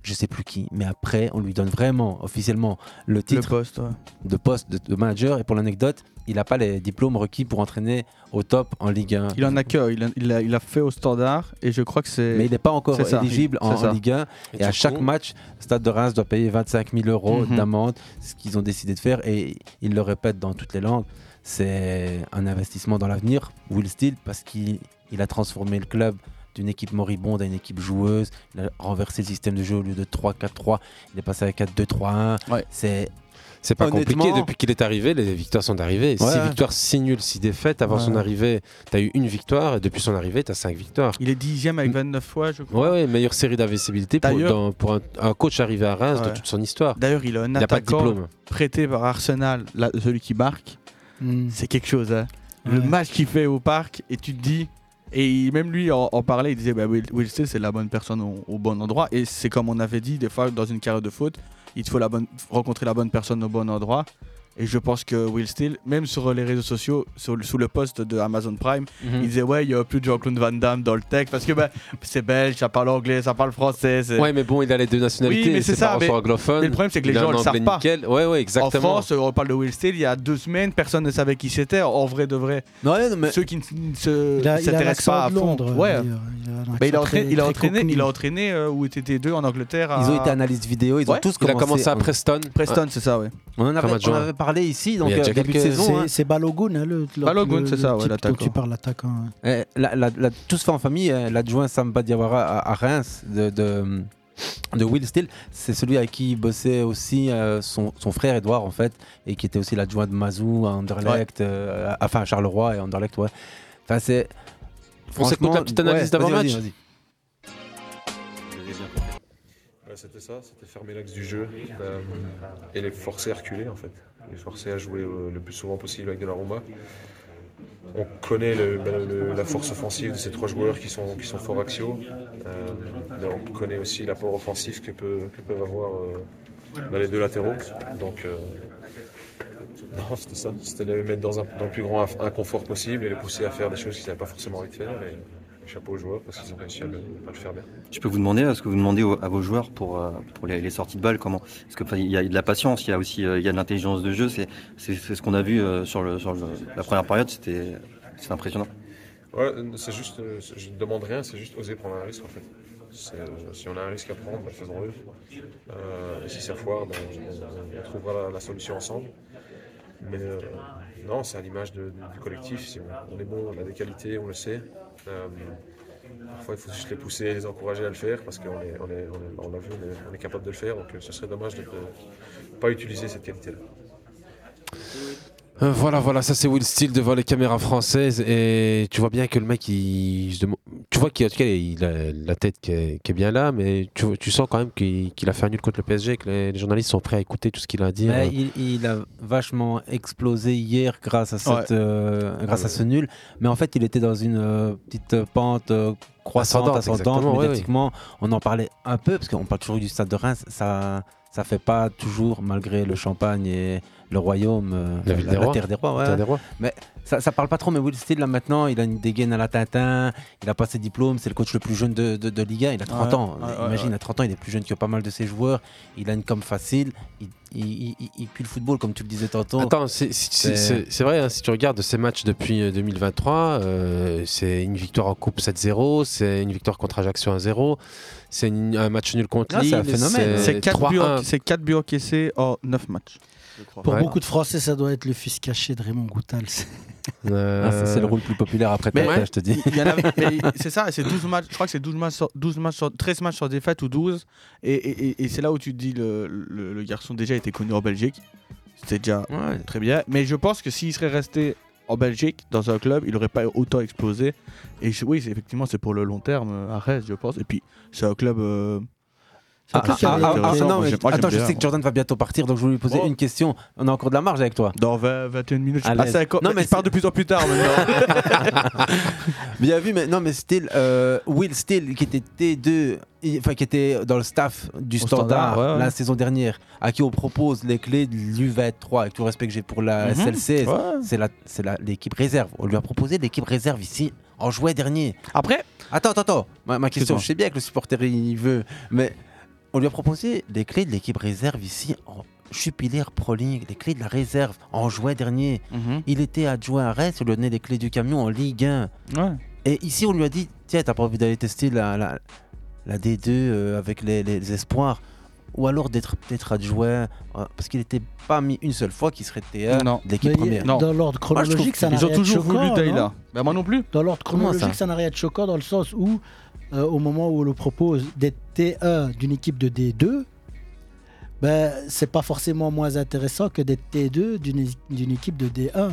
Speaker 7: Je sais plus qui, mais après, on lui donne vraiment officiellement le titre
Speaker 9: poste, ouais.
Speaker 7: de poste de, de manager. Et pour l'anecdote, il n'a pas les diplômes requis pour entraîner au top en Ligue 1.
Speaker 9: Il en a que, il a, il a- il a fait au standard et je crois que c'est.
Speaker 7: Mais il n'est pas encore
Speaker 9: C'est ça.
Speaker 7: éligible en,
Speaker 9: C'est ça.
Speaker 7: en Ligue 1.
Speaker 9: Et
Speaker 7: Et, à
Speaker 9: du
Speaker 7: chaque
Speaker 9: coup-
Speaker 7: match, Stade de Reims doit payer 25 000 euros
Speaker 9: Mhm.
Speaker 7: d'amende, ce qu'ils ont décidé de faire. Et ils le répètent dans toutes les langues. C'est un investissement dans l'avenir, Will Steele, parce qu'il il a transformé le club d'une équipe moribonde à une équipe joueuse. Il a renversé le système de jeu au lieu de 3-4-3. Il est passé à 4-2-3-1. C'est
Speaker 8: C'est pas compliqué
Speaker 7: honnêtement-
Speaker 8: depuis qu'il est arrivé, les victoires sont arrivées.
Speaker 7: Ouais.
Speaker 8: 6 victoires, 6 nuls, 6 défaites. Avant
Speaker 9: Ouais.
Speaker 8: son arrivée, t'as eu une victoire et depuis son arrivée, t'as 5 victoires.
Speaker 9: Il est dixième avec 29 fois, je crois.
Speaker 8: Ouais, ouais, meilleure série d'invisibilité pour,
Speaker 9: D'ailleurs-
Speaker 8: dans- pour un, un coach arrivé à Reims
Speaker 9: Ouais.
Speaker 8: de toute son histoire.
Speaker 9: D'ailleurs, il a un
Speaker 8: Il a pas de
Speaker 9: attaquant
Speaker 8: diplôme.
Speaker 9: euh, prêté par Arsenal, là, celui qui marque. C'est quelque chose. hein. Le match qu'il fait au parc, et tu te dis. Et il- même lui en, en parlait, il disait bah, Will, Will Steele, c'est la bonne personne au, au bon endroit. Et c'est comme on avait dit, des fois, dans une carrière de foot, il te faut la bonne, rencontrer la bonne personne au bon endroit. Et je pense que Will Steele, même sur les réseaux sociaux, sur le- sous le post de Amazon Prime,
Speaker 8: Mhm.
Speaker 9: il disait Ouais, il n'y a plus de Jean-Claude Van Damme dans le texte parce que bah, c'est belge, ça parle anglais, ça parle français. c'est-
Speaker 8: Ouais, mais bon, il a les deux nationalités.
Speaker 9: Oui, mais c'est ça.
Speaker 8: Pas
Speaker 9: mais-
Speaker 8: mais... anglophone.
Speaker 9: mais le problème, c'est que les
Speaker 8: Il a
Speaker 9: gens
Speaker 8: un
Speaker 9: le savent
Speaker 8: anglais
Speaker 9: pas.
Speaker 8: nickel. Ouais, ouais, exactement.
Speaker 9: En France, on parle de Will Steele, il y a deux semaines, personne ne savait qui c'était. En vrai de vrai. Ceux qui ne s- ne se-
Speaker 2: Il a- il a
Speaker 9: s'intéressent
Speaker 2: l'accent
Speaker 9: pas à
Speaker 2: de
Speaker 9: fond.
Speaker 2: Londres,
Speaker 9: ouais.
Speaker 2: d'ailleurs. Il a un
Speaker 9: Mais il a
Speaker 2: accent
Speaker 9: entraîné,
Speaker 2: très-
Speaker 9: il a
Speaker 2: très
Speaker 9: entraîné,
Speaker 2: cockney.
Speaker 9: il a entraîné euh, où étaient tes deux en Angleterre. à-
Speaker 7: Ils ont été analystes vidéo, ils ont
Speaker 9: Ouais.
Speaker 7: tous
Speaker 9: Il a
Speaker 7: commencé.
Speaker 9: commencé à
Speaker 7: en-
Speaker 9: Preston. Preston,
Speaker 7: Ouais.
Speaker 9: c'est ça, ouais.
Speaker 7: On en
Speaker 9: Comme
Speaker 7: avait, on
Speaker 9: adjoint.
Speaker 7: avait parlé ici, donc
Speaker 9: Mais il y a
Speaker 7: euh,
Speaker 9: déjà
Speaker 7: début de
Speaker 9: quelques-
Speaker 7: saison. hein.
Speaker 2: C'est- C'est Balogun, hein, le, le-
Speaker 9: Balogun,
Speaker 2: le-
Speaker 9: c'est
Speaker 2: le
Speaker 9: ça, ouais,
Speaker 2: type dont
Speaker 9: l'attaquant.
Speaker 2: tu parles, l'attaquant. ouais.
Speaker 7: Eh, la- la- la- tout se fait en famille. hein. L'adjoint Samba Diawara à, à Reims de, de, de Will Steele, c'est celui avec qui bossait aussi euh, son, son frère Edouard, en fait, et qui était aussi l'adjoint de Mazou à Anderlecht, euh, à- enfin à Charleroi et à Anderlecht, ouais. Enfin, c'est.
Speaker 8: On s'écoute
Speaker 7: franchement,
Speaker 8: la petite analyse
Speaker 7: ouais,
Speaker 8: d'avant-match
Speaker 7: vas-y, vas-y, vas-y.
Speaker 13: Ouais, c'était ça, c'était fermer l'axe du jeu euh, et les forcer à reculer en fait. Les forcer à jouer euh, le plus souvent possible avec de la rumba. On connaît le- bah, le- la force offensive de ces trois joueurs qui sont, qui sont forts axiaux. Euh, mais on connaît aussi l'apport offensif que, peut- que peuvent avoir euh, bah, les deux latéraux. Donc, euh, [LAUGHS] non, c'était ça. C'était les mettre dans, un- dans le plus grand inf- inconfort possible et les pousser à faire des choses qu'ils n'avaient pas forcément envie de faire. Et, chapeau aux joueurs parce qu'ils ont réussi à le, à le faire bien.
Speaker 14: Je peux vous demander euh, ce que vous demandez au- à vos joueurs pour, euh, pour les, les sorties de balles. Comment Parce que enfin, il y a de la patience, il y a aussi euh, il y a de l'intelligence de jeu. C'est c'est c'est ce qu'on a vu euh, sur le sur le- la première période. C'était c'est impressionnant.
Speaker 13: Ouais, euh, c'est juste, euh, c'est- je ne demande rien, c'est juste oser prendre un risque en fait. C'est, euh, si on a un risque à prendre, bah, faisons-le. Euh, et si ça foire, ben, on, on trouvera la, la solution ensemble. Mais euh, non, c'est à l'image de- du collectif. Si on, on est bon, on a des qualités, on le sait. Euh, parfois, il faut juste les pousser, les encourager à le faire parce qu'on est, on est, on est- on l'a vu, on est, on est capable de le faire. Donc, euh, ce serait dommage de ne pas utiliser cette qualité-là.
Speaker 8: Euh, voilà, voilà, ça c'est Will Steele devant les caméras françaises et tu vois bien que le mec, il, se demande- tu vois qu'en tout cas il a la tête qui est, qui est bien là, mais tu, tu sens quand même qu'il qu'il a fait un nul contre le PSG, et que les, les journalistes sont prêts à écouter tout ce qu'il a à dire.
Speaker 7: Mais il, il a vachement explosé hier grâce à, cette,
Speaker 8: Ouais.
Speaker 7: euh, grâce à ce nul. Mais en fait, il était dans une euh, petite euh, pente euh, croissante,
Speaker 8: Ascendante,
Speaker 7: ascendante,
Speaker 8: exactement, ouais, ouais.
Speaker 7: médiatiquement. On en parlait un peu, parce qu'on parle toujours du stade de Reims. Ça ça fait pas toujours, malgré le champagne et le royaume, euh,
Speaker 8: La ville des rois.
Speaker 7: terre des rois. ouais.
Speaker 8: Terre des rois.
Speaker 7: Mais ça, ça parle pas trop, mais Will Steele, là maintenant, il a une dégaine à la Tintin, il a pas ses diplômes, c'est le coach le plus jeune de, de, de Liga, il a 30
Speaker 8: Ouais,
Speaker 7: ans.
Speaker 8: ouais, ouais,
Speaker 7: Imagine,
Speaker 8: ouais.
Speaker 7: à 30 ans, il est plus jeune que pas mal de ses joueurs, il a une com facile, il, il, il- il pue le football, comme tu le disais tantôt.
Speaker 8: Attends, c'est- c'est- c'est c'est vrai, hein, si tu regardes ces matchs depuis euh, 2023, euh, c'est une victoire en Coupe 7-0, c'est une victoire contre Ajaccio 1-0, c'est une- un match nul contre
Speaker 9: Ah,
Speaker 8: Lille.
Speaker 9: c'est un phénomène. C'est 4 buts,
Speaker 8: 3-1.
Speaker 9: en- c'est quatre buts encaissés en 9 matchs.
Speaker 2: Pour beaucoup
Speaker 7: hein.
Speaker 2: de Français, ça doit être le fils caché de Raymond Goutal.
Speaker 7: Ah, c'est- c'est le rôle le plus populaire après
Speaker 9: Mais-
Speaker 7: Tata, je te dis.
Speaker 9: Il y en
Speaker 7: [LAUGHS]
Speaker 9: a- mais c'est ça, c'est 12 matchs, je crois que c'est 12 matchs, sur- 12 matchs sur- 13 matchs sur défaite ou 12. Et, et- et- et c'est là où tu te dis le, le- le garçon déjà était connu en Belgique. C'était déjà très bien. Mais je pense que s'il serait resté en Belgique, dans un club, il n'aurait pas autant explosé. Et je- oui, c'est- effectivement, c'est pour le long terme euh, à Rennes, je pense. Et puis, c'est un club. euh, c'est un
Speaker 7: Ah,
Speaker 9: club qui
Speaker 7: ah,
Speaker 9: est
Speaker 7: ah, ah,
Speaker 9: intéressant.
Speaker 7: non,
Speaker 9: Moi,
Speaker 7: mais
Speaker 9: j'aime- moi, j'aime
Speaker 7: attends, je
Speaker 9: bien.
Speaker 7: sais que Jordan va bientôt partir, donc je voulais lui poser
Speaker 9: Bon.
Speaker 7: une question. On a encore de la marge avec toi.
Speaker 9: Dans 20, 21 minutes,
Speaker 7: À
Speaker 9: je passe
Speaker 7: l'aise.
Speaker 9: à quoi-
Speaker 7: Non, Ah, mais
Speaker 9: je pars de plus en plus tard maintenant.
Speaker 7: Bien vu, mais non, mais Steele, euh, Will Steele, qui était T2, il- enfin qui était dans le staff du
Speaker 8: Au
Speaker 7: Standard,
Speaker 8: Standard, ouais, ouais.
Speaker 7: la saison dernière, à qui on propose les clés de l'U23, avec tout le respect que j'ai pour la
Speaker 8: Mhm,
Speaker 7: SLC,
Speaker 8: ouais.
Speaker 7: c'est la- c'est la- l'équipe réserve. On lui a proposé l'équipe réserve ici en juillet dernier.
Speaker 9: Après,
Speaker 7: attends, attends, attends. Ma, ma question,
Speaker 8: Excuse-moi.
Speaker 7: je sais bien que le supporter il veut, mais on lui a proposé les clés de l'équipe réserve ici en Jupiler Pro League, les clés de la réserve en juin dernier.
Speaker 9: Mhm.
Speaker 7: Il était adjoint à Rennes, on lui a donné les clés du camion en Ligue 1. Et ici, on lui a dit Tiens, t'as pas envie d'aller tester la, la, la D2 euh, avec les, les- les espoirs ou alors d'être peut-être adjoint, euh, parce qu'il n'était pas mis une seule fois qu'il serait T1
Speaker 9: Non.
Speaker 7: de l'équipe
Speaker 9: Mais
Speaker 7: première.
Speaker 9: dans Non. l'ordre
Speaker 2: chronologique, ça n'a
Speaker 9: Ils ont
Speaker 2: rien de
Speaker 9: toujours voulu
Speaker 2: choquant,
Speaker 9: Taylor.
Speaker 2: non
Speaker 9: Bah, moi non plus.
Speaker 2: Dans l'ordre chronologique,
Speaker 9: Comment
Speaker 2: ça n'a rien de choquant dans le sens où, euh, au moment où on le propose d'être T1 d'une équipe de D2, ben, c'est pas forcément moins intéressant que d'être T2 d'une d'une équipe de D1.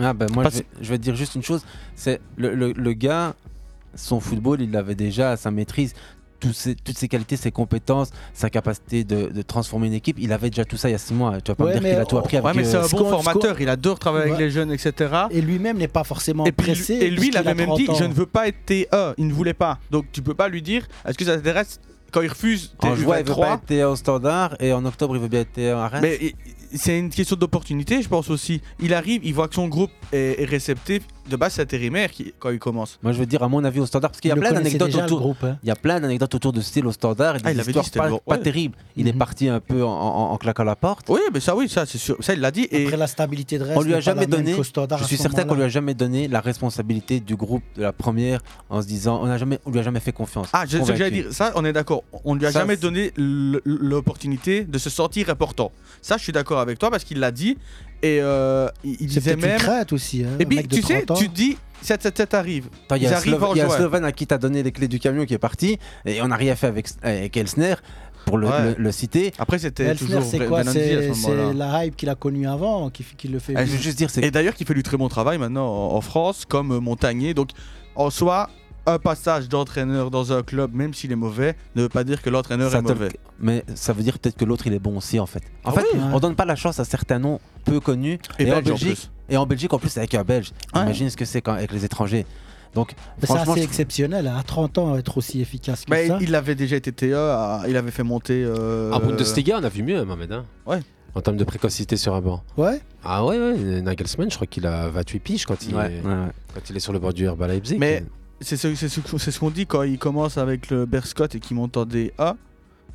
Speaker 7: Ah ben moi,
Speaker 2: Parce-
Speaker 7: je vais, je vais te dire juste une chose, c'est le, le- le gars, son football, il l'avait déjà, sa maîtrise, tous ses- toutes ses qualités, ses compétences, sa capacité de, de transformer une équipe, il avait déjà tout ça il y a six mois. Tu vas pas me dire qu'il a tout appris avec.
Speaker 9: Ouais, mais oh, c'est
Speaker 7: euh,
Speaker 9: un
Speaker 7: ce
Speaker 9: bon
Speaker 7: qu'on- ce qu'on-
Speaker 9: formateur, il adore travailler
Speaker 7: Ouais.
Speaker 9: avec les jeunes, etc.
Speaker 2: Et lui-même n'est pas forcément
Speaker 9: et puis,
Speaker 2: pressé.
Speaker 9: Et lui, il
Speaker 2: puisqu'il a
Speaker 9: avait même
Speaker 2: 30
Speaker 9: dit
Speaker 2: ans.
Speaker 9: Je ne veux pas être T1, il ne voulait pas. Donc tu peux pas lui dire Est-ce que ça t'intéresse Quand il refuse
Speaker 7: En juin, il veut
Speaker 9: T3,
Speaker 7: pas être T1 au standard et en octobre, il veut bien être T1 à Rennes.
Speaker 9: mais i- i- c'est une question d'opportunité, je pense aussi. Il arrive, il voit que son groupe est, est réceptif. De base, c'est intérimaire qui, quand il commence.
Speaker 7: Moi, je veux dire, à mon avis, au standard, parce qu'il y a
Speaker 9: Il le
Speaker 7: plein
Speaker 9: connaissait
Speaker 7: d'anecdotes
Speaker 9: déjà, le
Speaker 7: autour.
Speaker 9: groupe, hein.
Speaker 7: Il y a plein d'anecdotes autour de style au standard. Et
Speaker 9: Ah, il
Speaker 7: des
Speaker 9: avait dit
Speaker 7: histoires
Speaker 9: que c'était
Speaker 7: pas,
Speaker 9: le gros-
Speaker 7: pas
Speaker 9: ouais.
Speaker 7: terribles. Il
Speaker 9: Mhm.
Speaker 7: est parti un peu en, en- en claquant la porte.
Speaker 9: Oui, mais ça, oui, ça, c'est sûr. Ça, il l'a dit. Et
Speaker 2: Après la stabilité de Rennes,
Speaker 7: On lui
Speaker 2: n'est
Speaker 7: a
Speaker 2: pas
Speaker 7: jamais
Speaker 2: la même
Speaker 7: donné.
Speaker 2: qu'au Standard
Speaker 7: Je
Speaker 2: à
Speaker 7: suis
Speaker 2: ce
Speaker 7: certain qu'on lui
Speaker 2: moment-là.
Speaker 7: a jamais donné la responsabilité du groupe de la première en se disant on a jamais, on lui a jamais fait confiance.
Speaker 9: Ah, je, ce que
Speaker 7: Convaincu.
Speaker 9: j'allais dire, ça, on est d'accord. On lui a
Speaker 7: Ça,
Speaker 9: jamais
Speaker 7: c'est-
Speaker 9: donné l- l'opportunité de se sentir important. Ça, je suis d'accord avec toi parce qu'il l'a dit. Et euh, il, il
Speaker 2: C'est
Speaker 9: disait
Speaker 2: peut-être
Speaker 9: même.
Speaker 2: une crainte aussi. hein,
Speaker 9: Et
Speaker 2: un
Speaker 9: puis,
Speaker 2: mec de
Speaker 9: tu sais,
Speaker 2: 30 ans.
Speaker 9: tu te dis, 7-7-7 arrive.
Speaker 7: Attends, Il y
Speaker 9: Ils
Speaker 7: a, un
Speaker 9: arrivent
Speaker 7: Slova-
Speaker 9: en
Speaker 7: il y a un
Speaker 9: juin.
Speaker 7: Slovan à qui t'a donné les clés du camion qui est parti et on n'a rien fait avec, avec Elsner pour le,
Speaker 9: Ouais.
Speaker 7: le- le citer.
Speaker 9: Après, c'était
Speaker 2: Elsner, c'est
Speaker 9: Ben
Speaker 2: quoi C'est c'est la hype qu'il a connue avant qui, fait- qui le fait.
Speaker 9: Ah,
Speaker 2: vivre.
Speaker 9: je- Et d'ailleurs, qui fait du très bon travail maintenant en, en France, comme euh, Montagnier. Donc, en soi, un passage d'entraîneur dans un club, même s'il est mauvais, ne veut pas dire que l'entraîneur
Speaker 7: Ça
Speaker 9: est
Speaker 7: te-
Speaker 9: mauvais.
Speaker 7: Mais ça veut dire peut-être que l'autre il est bon aussi en fait. En fait,
Speaker 9: oui.
Speaker 7: on donne pas la chance à certains noms peu connus.
Speaker 9: Et Belges,
Speaker 7: en
Speaker 9: en
Speaker 7: Belgique,
Speaker 9: plus.
Speaker 7: et en Belgique en plus avec un Belge. Imagine ce que c'est quand avec les étrangers. Donc
Speaker 2: Mais Ben, C'est
Speaker 7: franchement,
Speaker 2: assez
Speaker 7: je-
Speaker 2: exceptionnel hein. à 30 ans être aussi efficace que
Speaker 9: Mais
Speaker 2: ça.
Speaker 9: il avait déjà été TE, à- il avait fait monter. euh,
Speaker 8: En Ah, Bundesliga, on a vu mieux, Mohamed. hein.
Speaker 9: Ouais.
Speaker 8: En termes de précocité sur un banc.
Speaker 2: Ouais.
Speaker 8: Ah ouais, ouais, Nagelsmann, je crois qu'il a 28 piges quand il,
Speaker 7: Ouais,
Speaker 8: est,
Speaker 7: ouais, ouais.
Speaker 8: quand il est sur le bord du Herbal Leipzig.
Speaker 9: Mais C'est ce, c'est ce- c'est ce qu'on dit quand il commence avec le Berscott et qu'il monte en DA.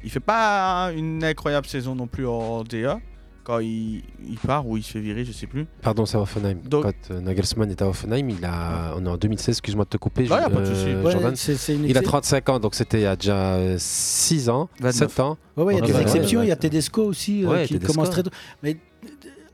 Speaker 9: Il fait pas une incroyable saison non plus en DA. Quand il, il part ou il se fait virer, je sais plus.
Speaker 8: Pardon, c'est à Hoffenheim. Quand euh, Nagelsmann était à Hoffenheim, il a... on est en 2016, excuse-moi de te couper,
Speaker 9: Non,
Speaker 8: Jo-
Speaker 9: y a pas de souci.
Speaker 8: euh,
Speaker 9: Ouais,
Speaker 8: Jordan.
Speaker 2: c'est- c'est une
Speaker 8: il a
Speaker 2: excep-
Speaker 8: 35 ans, donc c'était il y a déjà 6 ans, 7 ans.
Speaker 2: Ouais, ouais, il y a
Speaker 8: Donc,
Speaker 2: des
Speaker 8: euh,
Speaker 2: exceptions.
Speaker 8: ouais.
Speaker 2: Il y a Tedesco aussi euh,
Speaker 8: Ouais,
Speaker 2: qui
Speaker 8: Tedesco.
Speaker 2: commence très tôt. Mais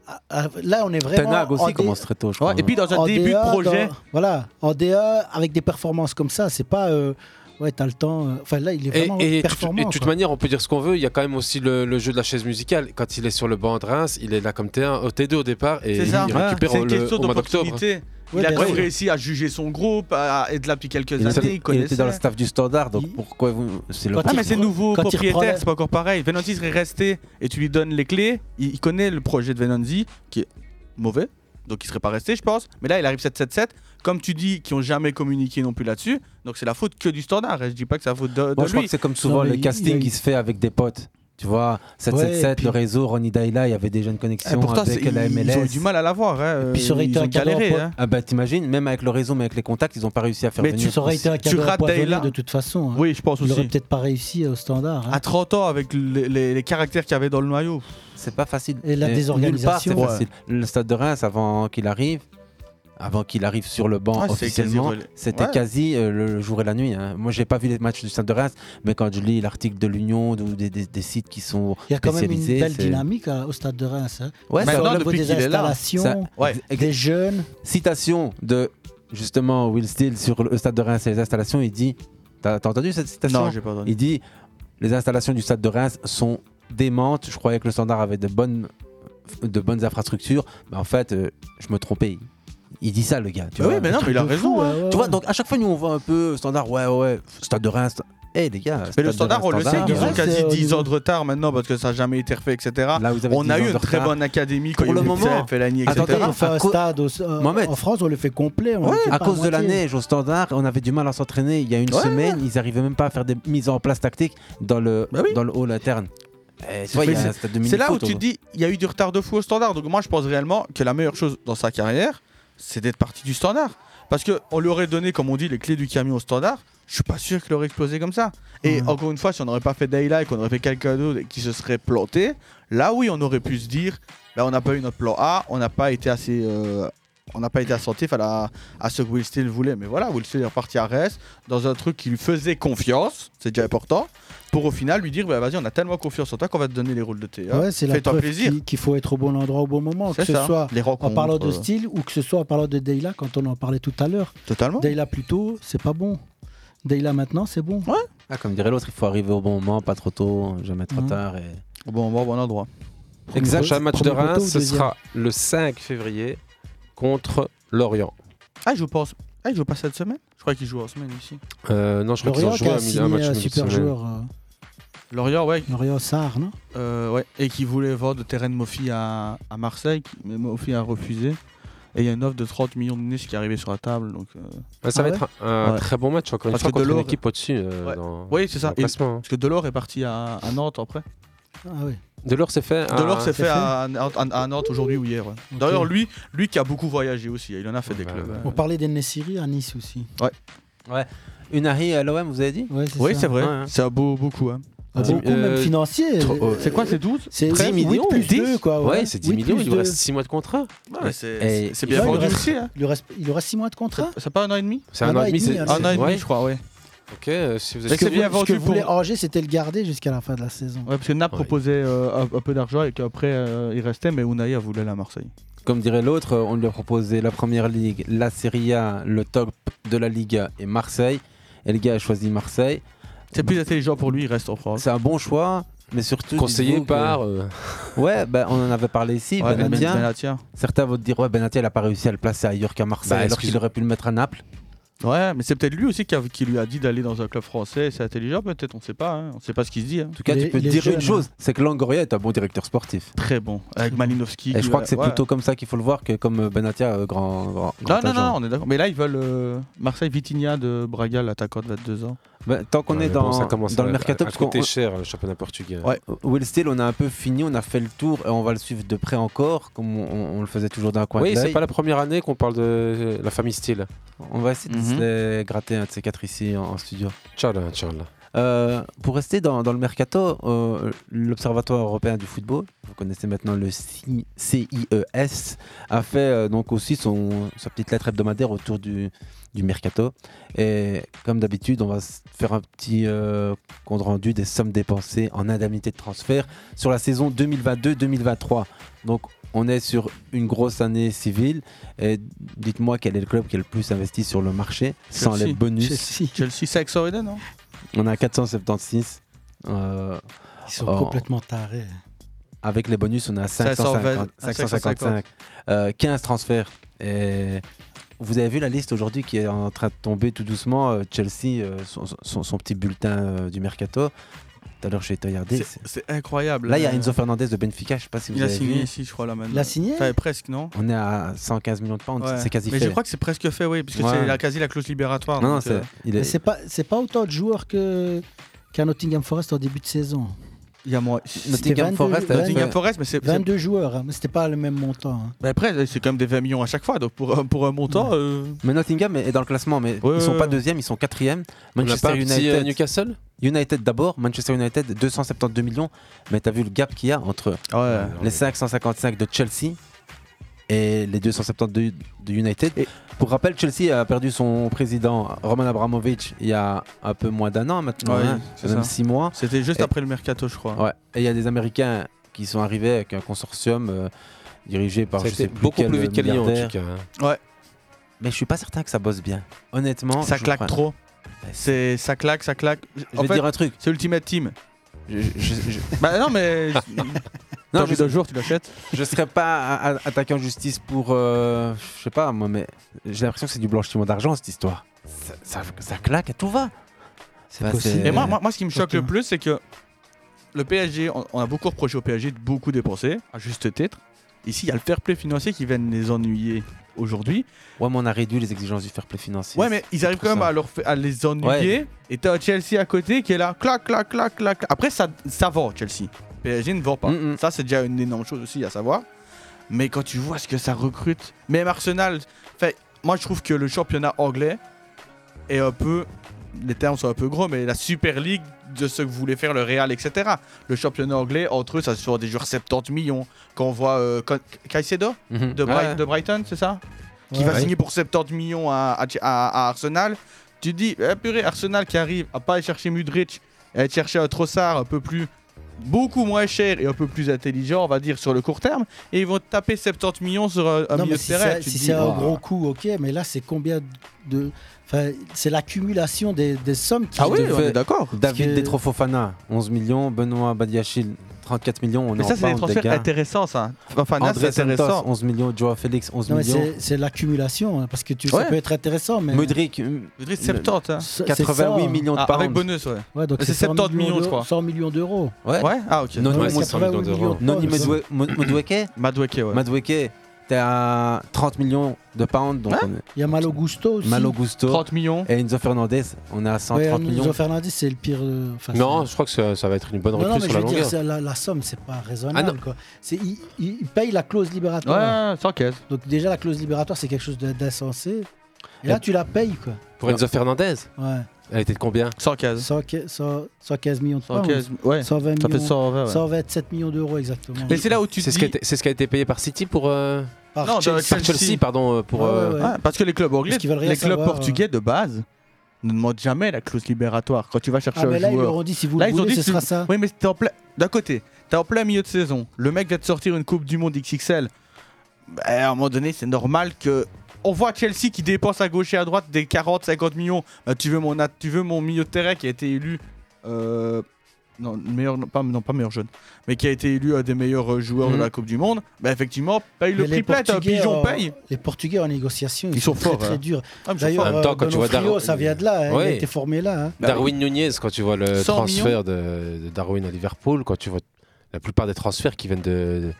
Speaker 2: euh, euh, là, on est vraiment.
Speaker 7: Ten Hag aussi
Speaker 2: en D-
Speaker 7: commence très tôt, je crois.
Speaker 9: et puis dans un
Speaker 2: en
Speaker 9: début de
Speaker 2: DA,
Speaker 9: projet-
Speaker 2: dans- voilà, en DA, avec des performances comme ça, c'est pas. euh, ouais, t'as le temps. euh, Enfin, là, il est
Speaker 8: Et, et,
Speaker 2: vraiment
Speaker 8: de toute-
Speaker 2: performant.
Speaker 8: et de toute
Speaker 2: quoi.
Speaker 8: manière, on peut dire ce qu'on veut. Il y a quand même aussi le, le jeu de la chaise musicale. Quand il est sur le banc de Reims, il est là comme T1, au T2 au départ, et
Speaker 9: C'est ça.
Speaker 8: il récupère
Speaker 9: C'est
Speaker 8: au,
Speaker 9: une
Speaker 8: le-
Speaker 9: question
Speaker 8: au mois d'octobre.
Speaker 9: d'opportunité.
Speaker 8: Ouais,
Speaker 9: il a
Speaker 8: bien
Speaker 9: quand même
Speaker 8: sûr.
Speaker 9: réussi à juger son groupe à- et de là depuis quelques
Speaker 7: Il,
Speaker 9: années. Il,
Speaker 7: était- il était dans le
Speaker 9: connaissait.
Speaker 7: staff du Standard, donc pourquoi vous. C'est le
Speaker 9: Ah mais c'est nouveau
Speaker 7: Quand il
Speaker 9: propriétaire,
Speaker 7: reprenait-
Speaker 9: c'est pas encore pareil. Venanzi serait resté et tu lui donnes les clés. Il, il connaît le projet de Venanzi qui est mauvais, donc il serait pas resté, je pense. Mais là, il arrive 7-7-7. Comme tu dis, qui ont jamais communiqué non plus là-dessus. Donc c'est la faute que du standard. Et je dis pas que c'est la faute de, de
Speaker 7: Moi, je
Speaker 9: lui.
Speaker 7: crois que c'est comme souvent le casting qui se fait avec des potes. Tu vois, 777,
Speaker 9: et puis-
Speaker 7: le réseau, Ronnie Daila, il y avait déjà une
Speaker 9: Et
Speaker 7: connexion
Speaker 9: Eh, pourtant, c'est-
Speaker 7: avec la
Speaker 9: ils, ils ont eu
Speaker 7: MLS.
Speaker 9: du mal à l'avoir. Hein. euh, ils ont galéré. hein.
Speaker 7: Ah bah t'imagines, même avec le réseau, mais avec les contacts, ils n'ont pas réussi à faire
Speaker 9: Mais
Speaker 7: venir.
Speaker 9: tu- ça aurait été un Tu cadeau rates empoisonné Daila.
Speaker 2: de toute façon. hein.
Speaker 9: Oui, je pense
Speaker 2: Il aurait
Speaker 9: aussi.
Speaker 2: peut-être pas réussi euh, au standard.
Speaker 7: Ah,
Speaker 2: hein.
Speaker 9: À 30 ans, avec les, les- les caractères qu'il y avait dans le noyau.
Speaker 7: C'est pas facile.
Speaker 2: Et la
Speaker 7: Et
Speaker 2: désorganisation.
Speaker 7: nulle part, c'est
Speaker 2: Ouais.
Speaker 7: facile. Le stade de Reims, avant qu'il arrive, avant qu'il arrive sur le banc
Speaker 2: Ouais, Ah, c'est
Speaker 7: officiellement,
Speaker 2: quasi relais.
Speaker 7: c'était
Speaker 2: Ouais.
Speaker 7: quasi euh, le le jour et la nuit. hein. Moi, j'ai pas vu les matchs du stade de Reims, mais quand je lis l'article de l'Union ou des, des- des sites qui sont
Speaker 2: Il y a quand même une
Speaker 7: spécialisés,
Speaker 2: belle
Speaker 7: c'est-
Speaker 2: dynamique euh, au stade de Reims. hein.
Speaker 7: Ouais,
Speaker 2: Sur
Speaker 7: ça-
Speaker 2: le niveau des installations.
Speaker 7: Ça-
Speaker 2: des jeunes.
Speaker 7: Citation de justement Will Steele sur le stade de Reims et les installations. Il dit T'as t'as entendu cette citation
Speaker 9: Non, j'ai pas entendu.
Speaker 7: Il dit Les installations du stade de Reims sont démentes. Je croyais que le standard avait de bonnes, de bonnes infrastructures, mais en fait, euh, je me trompais. Il dit ça, le gars. Tu
Speaker 9: Bah
Speaker 7: vois,
Speaker 9: oui, mais
Speaker 7: un
Speaker 9: non,
Speaker 7: truc
Speaker 9: il a
Speaker 7: de
Speaker 9: raison, hein.
Speaker 7: Tu vois, donc à chaque fois, nous, on voit un peu standard, ouais, ouais, stade de Reims. Eh, les gars,
Speaker 9: Mais le
Speaker 7: Stade de hein.
Speaker 9: standard,
Speaker 7: Reims,
Speaker 9: on le sait, ils ont
Speaker 7: Reims, c'est
Speaker 9: quasi
Speaker 7: au
Speaker 9: 10
Speaker 7: niveau-
Speaker 9: ans de retard maintenant parce que ça n'a jamais été refait, etc.
Speaker 7: vous avez
Speaker 9: on a
Speaker 7: 10 ans
Speaker 9: eu
Speaker 7: de
Speaker 9: une très
Speaker 7: retard.
Speaker 9: bonne académie quand
Speaker 7: Pour
Speaker 9: il y a
Speaker 7: le
Speaker 9: eu
Speaker 7: moment.
Speaker 9: Pep, Fellaini, etc.
Speaker 7: Attendez,
Speaker 2: on fait un stade au- euh, en France, on le fait complet. on le
Speaker 7: Ouais,
Speaker 2: fait
Speaker 7: à
Speaker 2: pas
Speaker 7: cause de la
Speaker 2: moitié.
Speaker 7: neige au standard, on avait du mal à s'entraîner. Il y a une
Speaker 2: Ouais.
Speaker 7: semaine, ils arrivaient même pas à faire des mises en place tactiques dans le, dans le hall interne. Eh, tu vois, il
Speaker 9: Mais
Speaker 7: y a un
Speaker 9: c'est-
Speaker 7: stade de hein.
Speaker 9: C'est là où
Speaker 7: mini-foot,
Speaker 9: tu
Speaker 7: on-
Speaker 9: te dis, il y a eu du retard de fou au standard. Donc moi, je pense réellement que la meilleure chose dans sa carrière, c'est d'être parti du standard. Parce qu'on lui aurait donné, comme on dit, les clés du camion au standard. Je suis pas sûr qu'il aurait explosé comme ça. Et encore une fois, si on n'aurait pas fait Daylight, qu'on aurait fait quelqu'un d'autre et qui se serait planté, là oui, on aurait pu se dire, là on n'a pas eu notre plan A, on n'a pas été assez, euh, on n'a pas été attentif à, la- à ce que Will Steele voulait. Mais voilà, Will Steele est reparti à Reims dans un truc qui lui faisait confiance, c'est déjà important, pour au final lui dire bah, vas-y, on a tellement confiance en toi qu'on va te donner les rôles de TA.
Speaker 2: Ah Ouais, c'est la
Speaker 9: Fais-toi
Speaker 2: preuve
Speaker 9: plaisir.
Speaker 2: qu'il- qu'il faut être au bon endroit au bon moment, que
Speaker 9: C'est
Speaker 2: ce
Speaker 9: ça,
Speaker 2: soit
Speaker 9: les
Speaker 2: en
Speaker 9: rencontres,
Speaker 2: parlant de
Speaker 9: euh.
Speaker 2: style ou que ce soit en parlant de Deyla quand on en parlait tout à l'heure.
Speaker 9: Totalement.
Speaker 2: Deyla plus tôt, c'est pas bon. Deyla maintenant, c'est bon.
Speaker 9: Ouais.
Speaker 7: Ah, comme dirait l'autre, il faut arriver au bon moment, pas trop tôt, jamais trop
Speaker 2: Mhm.
Speaker 7: tard. Et...
Speaker 9: Au bon moment, au bon endroit.
Speaker 8: Exact.
Speaker 7: Premier-
Speaker 8: Prochain match de
Speaker 7: premier poteau
Speaker 8: Reims,
Speaker 7: ou
Speaker 8: ce
Speaker 7: deuxième
Speaker 8: sera le 5 février contre Lorient.
Speaker 9: Ah, je pense. Ah, il joue pas cette semaine Je crois qu'il joue en semaine ici.
Speaker 8: Euh, non, je crois qu'ils ont
Speaker 2: Lorient qui
Speaker 8: joué
Speaker 2: a
Speaker 8: un, mi- un
Speaker 2: signé
Speaker 8: match
Speaker 2: un
Speaker 8: milieu de
Speaker 2: super
Speaker 8: semaine.
Speaker 2: joueur. euh,
Speaker 9: Lorient, ouais.
Speaker 2: Lorient Sarr, non
Speaker 9: Euh, ouais. Et qui voulait vendre Terrain Mofi à, à Marseille, qui- mais Mofi a refusé. Et il y a une offre de 30 millions de niches qui est arrivée sur la table. Donc, euh,
Speaker 8: Ouais,
Speaker 2: Ah
Speaker 8: ça va être un, un
Speaker 9: Ouais.
Speaker 8: très bon match encore une
Speaker 9: Parce
Speaker 8: fois
Speaker 9: que
Speaker 8: contre une
Speaker 9: Delors-
Speaker 8: équipe au-dessus. euh,
Speaker 9: Ouais.
Speaker 8: dans-
Speaker 9: Oui, c'est
Speaker 8: dans
Speaker 9: ça.
Speaker 8: le
Speaker 9: Et-
Speaker 8: classement, hein.
Speaker 9: parce que Delors est parti à, à Nantes après.
Speaker 2: Ah oui.
Speaker 8: Delors s'est fait. hein. à-
Speaker 9: Delors s'est fait, à, à- à Nantes aujourd'hui ou hier. ouais.
Speaker 2: Ok.
Speaker 9: D'ailleurs, lui, lui qui a beaucoup voyagé aussi, il en a fait
Speaker 8: bah
Speaker 9: des clubs.
Speaker 2: On parlait d'Ennessiri à Nice aussi.
Speaker 9: Ouais.
Speaker 7: Ouais. Unari à l'OM, vous avez dit
Speaker 2: Ouais, c'est
Speaker 9: Oui,
Speaker 2: ça.
Speaker 9: c'est vrai.
Speaker 2: Ouais, hein.
Speaker 9: C'est un beau, beaucoup. Hein.
Speaker 2: Ah, beaucoup, même financier.
Speaker 9: C'est quoi, c'est 12
Speaker 2: C'est 10 millions plus 2, quoi.
Speaker 8: Ouais, c'est 10
Speaker 2: Huit
Speaker 8: millions,
Speaker 2: plus
Speaker 8: il lui reste
Speaker 2: deux.
Speaker 8: 6 mois de contrat.
Speaker 9: Ouais, c'est- c'est bien
Speaker 2: Ouais, il
Speaker 9: vendu
Speaker 2: lui reste-
Speaker 9: aussi. hein.
Speaker 2: Il lui reste- il lui reste 6 mois de contrat
Speaker 9: C'est pas un an et demi hein,
Speaker 8: C'est un an et demi, c'est-
Speaker 2: alors.
Speaker 9: Un an et demi,
Speaker 8: ouais.
Speaker 9: je crois, ouais.
Speaker 8: Ok, euh, si vous
Speaker 9: Mais
Speaker 8: avez
Speaker 9: c'est bien
Speaker 2: Ce que
Speaker 9: vendu pour.
Speaker 2: voulait Angers, c'était le garder jusqu'à la fin de la saison.
Speaker 9: Ouais, parce que Nap proposait euh, un, un peu d'argent et qu'après euh, il restait, mais Unai a voulu aller à Marseille.
Speaker 7: Comme dirait l'autre, euh, on lui a proposé la Première Ligue, la Serie A, le top de la Liga et Marseille. Et le gars a choisi Marseille.
Speaker 9: C'est plus intelligent pour lui, il reste en France.
Speaker 7: C'est un bon choix, mais surtout...
Speaker 8: Conseillé
Speaker 7: dites-vous que-
Speaker 8: par, euh,
Speaker 7: Ouais, ben, on en avait parlé ici,
Speaker 9: Ouais, Ben-
Speaker 7: Benatia.
Speaker 9: Benatia.
Speaker 7: Certains vont te dire, ouais, Benatia, il a pas réussi à le placer ailleurs qu'à Marseille,
Speaker 9: Bah,
Speaker 7: alors qu'il
Speaker 9: excuse-
Speaker 7: aurait pu le mettre à Naples.
Speaker 9: Ouais, mais c'est peut-être lui aussi qui, a- qui lui a dit d'aller dans un club français. C'est intelligent, peut-être, on sait pas. hein. On sait pas ce qu'il se dit. En
Speaker 7: tout cas, tu peux te dire
Speaker 9: hein.
Speaker 7: une chose, c'est que Longoria est un bon directeur sportif.
Speaker 9: Très bon, avec Malinowski.
Speaker 7: Et je
Speaker 9: qui-
Speaker 7: crois que c'est
Speaker 9: ouais.
Speaker 7: plutôt comme ça qu'il faut le voir que comme euh, Benatia, euh, grand, grand, grand
Speaker 9: Non, non,
Speaker 7: agent.
Speaker 9: non, on est d'accord. Mais là, ils veulent euh, Marseille Vitinha de Braga, l'attaquant de 22 ans.
Speaker 7: Bah, tant qu'on
Speaker 8: Ouais,
Speaker 7: est
Speaker 8: mais bon,
Speaker 7: dans,
Speaker 8: ça commence
Speaker 7: dans
Speaker 8: à-
Speaker 7: le mercato,
Speaker 8: à- à
Speaker 7: parce qu'on-
Speaker 8: coûter cher, le championnat portugais.
Speaker 7: Ouais. Will Steele, on a un peu fini, on a fait le tour et on va le suivre de près encore, comme on, on- on le faisait toujours d'un coin
Speaker 8: Oui,
Speaker 7: de
Speaker 8: c'est
Speaker 7: l'œil.
Speaker 8: pas la première année qu'on parle de euh, la famille Steele.
Speaker 7: On va essayer de se les gratter un de ces quatre ici en, en studio.
Speaker 8: Tchala, tchala.
Speaker 7: Euh, pour rester dans, dans le mercato, euh, l'Observatoire européen du football, vous connaissez maintenant le CI- CIES, a fait euh, donc aussi son, sa petite lettre hebdomadaire autour du, du mercato. Et comme d'habitude, on va s- faire un petit euh, compte rendu des sommes dépensées en indemnités de transfert sur la saison 2022-2023. Donc on est sur une grosse année civile. Et dites-moi quel est le club qui a le plus investi sur le marché sans les bonus.
Speaker 9: Chelsea, Chelsea c'est avec Sorida, non
Speaker 7: On a 476. euh,
Speaker 2: Ils sont
Speaker 7: en-
Speaker 2: complètement tarés.
Speaker 7: Avec les bonus, on est à
Speaker 2: 520,
Speaker 7: 550,
Speaker 2: à
Speaker 7: 555. euh, 15 transferts. Et vous avez vu la liste aujourd'hui qui est en train de tomber tout doucement. euh, Chelsea, euh, son, son- son petit bulletin euh, du mercato. Tout à l'heure, j'ai été regarder.
Speaker 9: C'est- C'est incroyable.
Speaker 7: Là, il y a
Speaker 9: Euh,
Speaker 7: Enzo Fernandez de Benfica. Je sais pas si vous
Speaker 9: Il a
Speaker 7: avez
Speaker 9: signé
Speaker 7: vu.
Speaker 9: ici, je crois, là maintenant. Il a signé Enfin, presque, non
Speaker 7: On est à 115 millions de pounds.
Speaker 9: Ouais.
Speaker 7: C'est quasi
Speaker 9: Mais
Speaker 7: fait.
Speaker 9: je crois que c'est presque fait, oui, parce que
Speaker 7: Ouais.
Speaker 9: c'est la- quasi la clause libératoire.
Speaker 7: Non,
Speaker 9: donc,
Speaker 7: c'est-
Speaker 9: euh,
Speaker 7: il
Speaker 2: Mais
Speaker 7: est-
Speaker 2: c'est pas, c'est pas autant de joueurs que, qu'à Nottingham Forest en début de saison.
Speaker 9: Il y a moi.
Speaker 2: C'était 22
Speaker 9: Nottingham
Speaker 2: 22
Speaker 9: Forest, mais c'est. c'est-
Speaker 2: 22 joueurs, hein, mais c'était pas le même montant. hein.
Speaker 9: Mais après, c'est quand même des 20 millions à chaque fois, donc pour, un- pour un montant. euh,
Speaker 7: Mais Nottingham est est dans le classement, mais
Speaker 9: Ouais,
Speaker 7: ils sont
Speaker 9: ouais,
Speaker 7: pas
Speaker 9: ouais.
Speaker 7: deuxième, ils sont quatrième.
Speaker 8: On a
Speaker 7: Manchester
Speaker 8: pas un petit,
Speaker 7: United,
Speaker 8: euh, Newcastle
Speaker 7: United d'abord, Manchester United 272 millions, mais t'as vu le gap qu'il y a entre euh, les 555 de Chelsea et les 272 de United. pour rappel, Chelsea a perdu son président Roman Abramovich il y a un peu moins d'un an maintenant,
Speaker 9: Ouais,
Speaker 7: hein,
Speaker 9: c'est
Speaker 7: même
Speaker 9: ça.
Speaker 7: six mois.
Speaker 9: C'était juste
Speaker 7: Et-
Speaker 9: après le mercato, je crois.
Speaker 7: Ouais. Et il y a des Américains qui sont arrivés avec un consortium euh, dirigé par
Speaker 8: Ça a
Speaker 7: je
Speaker 8: été
Speaker 7: sais plus
Speaker 8: beaucoup
Speaker 7: quel
Speaker 8: plus vite qu'à Lyon, en
Speaker 7: milliardaire.
Speaker 8: tout cas, hein.
Speaker 9: Ouais.
Speaker 7: Mais je suis pas certain que ça bosse bien. Honnêtement,
Speaker 9: Ça
Speaker 7: je
Speaker 9: claque
Speaker 7: crois-
Speaker 9: trop. C'est ça claque, ça claque.
Speaker 7: Je vais te dire un truc.
Speaker 9: C'est Ultimate Team. Bah non
Speaker 7: [LAUGHS]
Speaker 9: mais.
Speaker 7: Non,
Speaker 9: non,
Speaker 7: je
Speaker 9: mais d'un jour tu l'achètes.
Speaker 7: Je serais pas a- a- attaqué en justice pour, euh, je sais pas moi, mais j'ai l'impression que c'est du blanchiment d'argent cette histoire. Ça, ça- ça claque à tout va. Bah, C'est
Speaker 9: Et moi, moi, moi, ce qui me choque le plus, c'est que le PSG, on, on a beaucoup reproché au PSG de beaucoup dépenser, à juste titre. Ici, il y a le fair play financier qui vient de les ennuyer aujourd'hui.
Speaker 7: Ouais, mais on a réduit les exigences du fair play financier.
Speaker 9: Ouais, mais ils arrivent quand même à, leur fa- à les ennuyer.
Speaker 7: Ouais.
Speaker 9: Et t'as Chelsea à côté qui est là, clac, clac, clac, clac. clac. Après, ça, ça vend, Chelsea. PSG ne vend pas. Ça, c'est déjà une énorme chose aussi à savoir. Mais quand tu vois ce que ça recrute, même Arsenal, fait, moi je trouve que le championnat anglais est un peu. Les termes sont un peu gros, mais la Super League de ce que voulait faire le Real, etc. Le championnat anglais, entre eux, ça se sort des joueurs 70 millions. Quand on voit euh, Ca- Caicedo
Speaker 8: Mhm.
Speaker 9: de,
Speaker 8: Ouais,
Speaker 9: Bright-
Speaker 8: ouais.
Speaker 9: de Brighton, c'est ça Qui
Speaker 8: Ouais.
Speaker 9: va
Speaker 8: Ouais.
Speaker 9: signer pour 70 millions à, à- à- à Arsenal. Tu te dis, eh, purée, Arsenal qui arrive à pas aller chercher Mudrich, à aller chercher un Trossard un peu plus beaucoup moins cher et un peu plus intelligent, on va dire, sur le court terme, et ils vont te taper 70 millions sur un, un
Speaker 2: Non,
Speaker 9: milieu
Speaker 2: mais
Speaker 9: de
Speaker 2: si
Speaker 9: terrain.
Speaker 2: c'est
Speaker 9: Ah, tu te
Speaker 2: si
Speaker 9: dis,
Speaker 2: c'est un
Speaker 9: Ouah.
Speaker 2: gros coup, ok, mais là, c'est combien de. Enfin, c'est l'accumulation des, des sommes
Speaker 9: Ah
Speaker 2: qui.
Speaker 7: Qui te fait
Speaker 2: Parce
Speaker 7: David
Speaker 2: que-
Speaker 7: Detro Fofana, 11 millions. Benoît Badiachil, 34 millions. On
Speaker 9: Mais
Speaker 7: en
Speaker 9: ça, c'est des
Speaker 7: parle,
Speaker 9: transferts
Speaker 7: gars.
Speaker 9: intéressants, ça. Enfin, là,
Speaker 7: André
Speaker 9: c'est intéressant.
Speaker 7: Santos, 11 millions. Joao Félix, 11
Speaker 2: Non, mais
Speaker 7: millions.
Speaker 2: c'est c'est l'accumulation, hein, parce que tu,
Speaker 7: Ouais.
Speaker 2: ça peut être intéressant, mais.
Speaker 7: Modric, euh,
Speaker 9: Modric, 70, hein.
Speaker 2: C'est- c'est
Speaker 7: 88
Speaker 2: ça, hein.
Speaker 7: millions de
Speaker 9: Ah,
Speaker 7: pounds.
Speaker 9: avec bonus, ouais.
Speaker 2: Ouais, donc
Speaker 9: Mais c'est
Speaker 2: 100
Speaker 9: 70 millions, je
Speaker 2: d'euros-
Speaker 9: crois.
Speaker 2: 100 millions d'euros.
Speaker 7: Ouais.
Speaker 9: Ah, ok.
Speaker 7: Non,
Speaker 9: Ouais,
Speaker 7: non,
Speaker 9: 80 millions d'euros.
Speaker 7: Non,
Speaker 9: Ouais,
Speaker 7: ni
Speaker 9: c'est
Speaker 7: Madwe-
Speaker 9: ça.
Speaker 7: Mo- Madweke.
Speaker 9: Madweke, ouais.
Speaker 7: Madweke, t'es à 30 millions de pounds. Donc on est-
Speaker 2: Il y a Malo Gusto aussi.
Speaker 7: Malo Gusto.
Speaker 9: 30 millions.
Speaker 7: Et Enzo Fernandez, on est à 130
Speaker 2: Ouais,
Speaker 7: millions.
Speaker 2: Enzo Fernandez, c'est le pire. euh, enfin,
Speaker 8: Non, je crois que ça, ça va être une bonne
Speaker 2: Non, non,
Speaker 8: recrue
Speaker 2: mais
Speaker 8: sur
Speaker 2: je
Speaker 8: la
Speaker 2: veux dire,
Speaker 8: longueur.
Speaker 2: c'est la, la somme, c'est pas
Speaker 8: Ah
Speaker 2: raisonnable.
Speaker 8: non.
Speaker 2: quoi. C'est, il, il- il paye la clause libératoire.
Speaker 9: Ouais, t'inquiète.
Speaker 2: Donc déjà, la clause libératoire, c'est quelque chose de- d'insensé. Et là,
Speaker 8: Et-
Speaker 2: tu la payes, quoi.
Speaker 8: Pour Enzo Fernandez
Speaker 2: Ouais.
Speaker 8: Elle était de combien
Speaker 9: 115.
Speaker 2: 100 100 115 millions de pounds.
Speaker 8: 115, ouais.
Speaker 2: 120
Speaker 8: Ça fait
Speaker 2: millions.
Speaker 8: 120, ouais.
Speaker 2: 127 millions d'euros, exactement.
Speaker 8: C'est ce qui a été- C'est ce qui a été payé par City pour. euh,
Speaker 2: Par
Speaker 8: non,
Speaker 2: Chelsea. Ah
Speaker 8: par Chelsea. pardon. euh, Pour,
Speaker 2: Ouais, ouais,
Speaker 8: euh,
Speaker 2: ouais.
Speaker 9: Ouais, Ah, parce que les clubs anglais,
Speaker 2: Parce qu'ils veulent rien
Speaker 9: les clubs
Speaker 2: savoir,
Speaker 9: portugais de base ne demandent jamais la clause libératoire quand tu vas chercher
Speaker 2: Ah, mais
Speaker 9: un
Speaker 2: là, ils
Speaker 9: joueur.
Speaker 2: leur ont dit, si vous
Speaker 9: Là,
Speaker 2: le
Speaker 9: ils ont
Speaker 2: voulez,
Speaker 9: dit,
Speaker 2: ce
Speaker 9: si-
Speaker 2: sera ça.
Speaker 9: Oui, mais t'es en plein. D'un côté, t'es en plein milieu de saison. Le mec vient de sortir une Coupe du Monde XXL. Bah, à un moment donné, c'est normal que. On voit Chelsea qui dépense à gauche et à droite des 40-50 millions. Bah, tu, veux mon, at- tu veux mon milieu de terrain qui a été élu. euh, Non, meilleur, non, pas, non, pas meilleur jeune, mais qui a été élu un des meilleurs euh, joueurs de
Speaker 2: Mhm.
Speaker 9: la Coupe du Monde. Bah, effectivement, paye le
Speaker 2: Mais euh,
Speaker 9: prix
Speaker 8: hein,
Speaker 9: plate, un pigeon
Speaker 2: en-
Speaker 9: paye.
Speaker 2: Les Portugais en négociation, ils,
Speaker 9: Ils sont
Speaker 2: sont,
Speaker 9: forts,
Speaker 2: très,
Speaker 9: hein.
Speaker 2: très durs.
Speaker 9: Ah, mais ils sont
Speaker 2: D'ailleurs,
Speaker 8: forts. En même temps, quand tu vois
Speaker 2: Donofrio,
Speaker 8: Dar-
Speaker 2: ça vient de là. hein, Il a
Speaker 8: Ouais.
Speaker 2: été formé là. hein.
Speaker 8: Darwin Nunez, quand tu vois le
Speaker 2: 100
Speaker 8: transfert de, de Darwin à Liverpool, quand tu vois la plupart des transferts qui viennent de,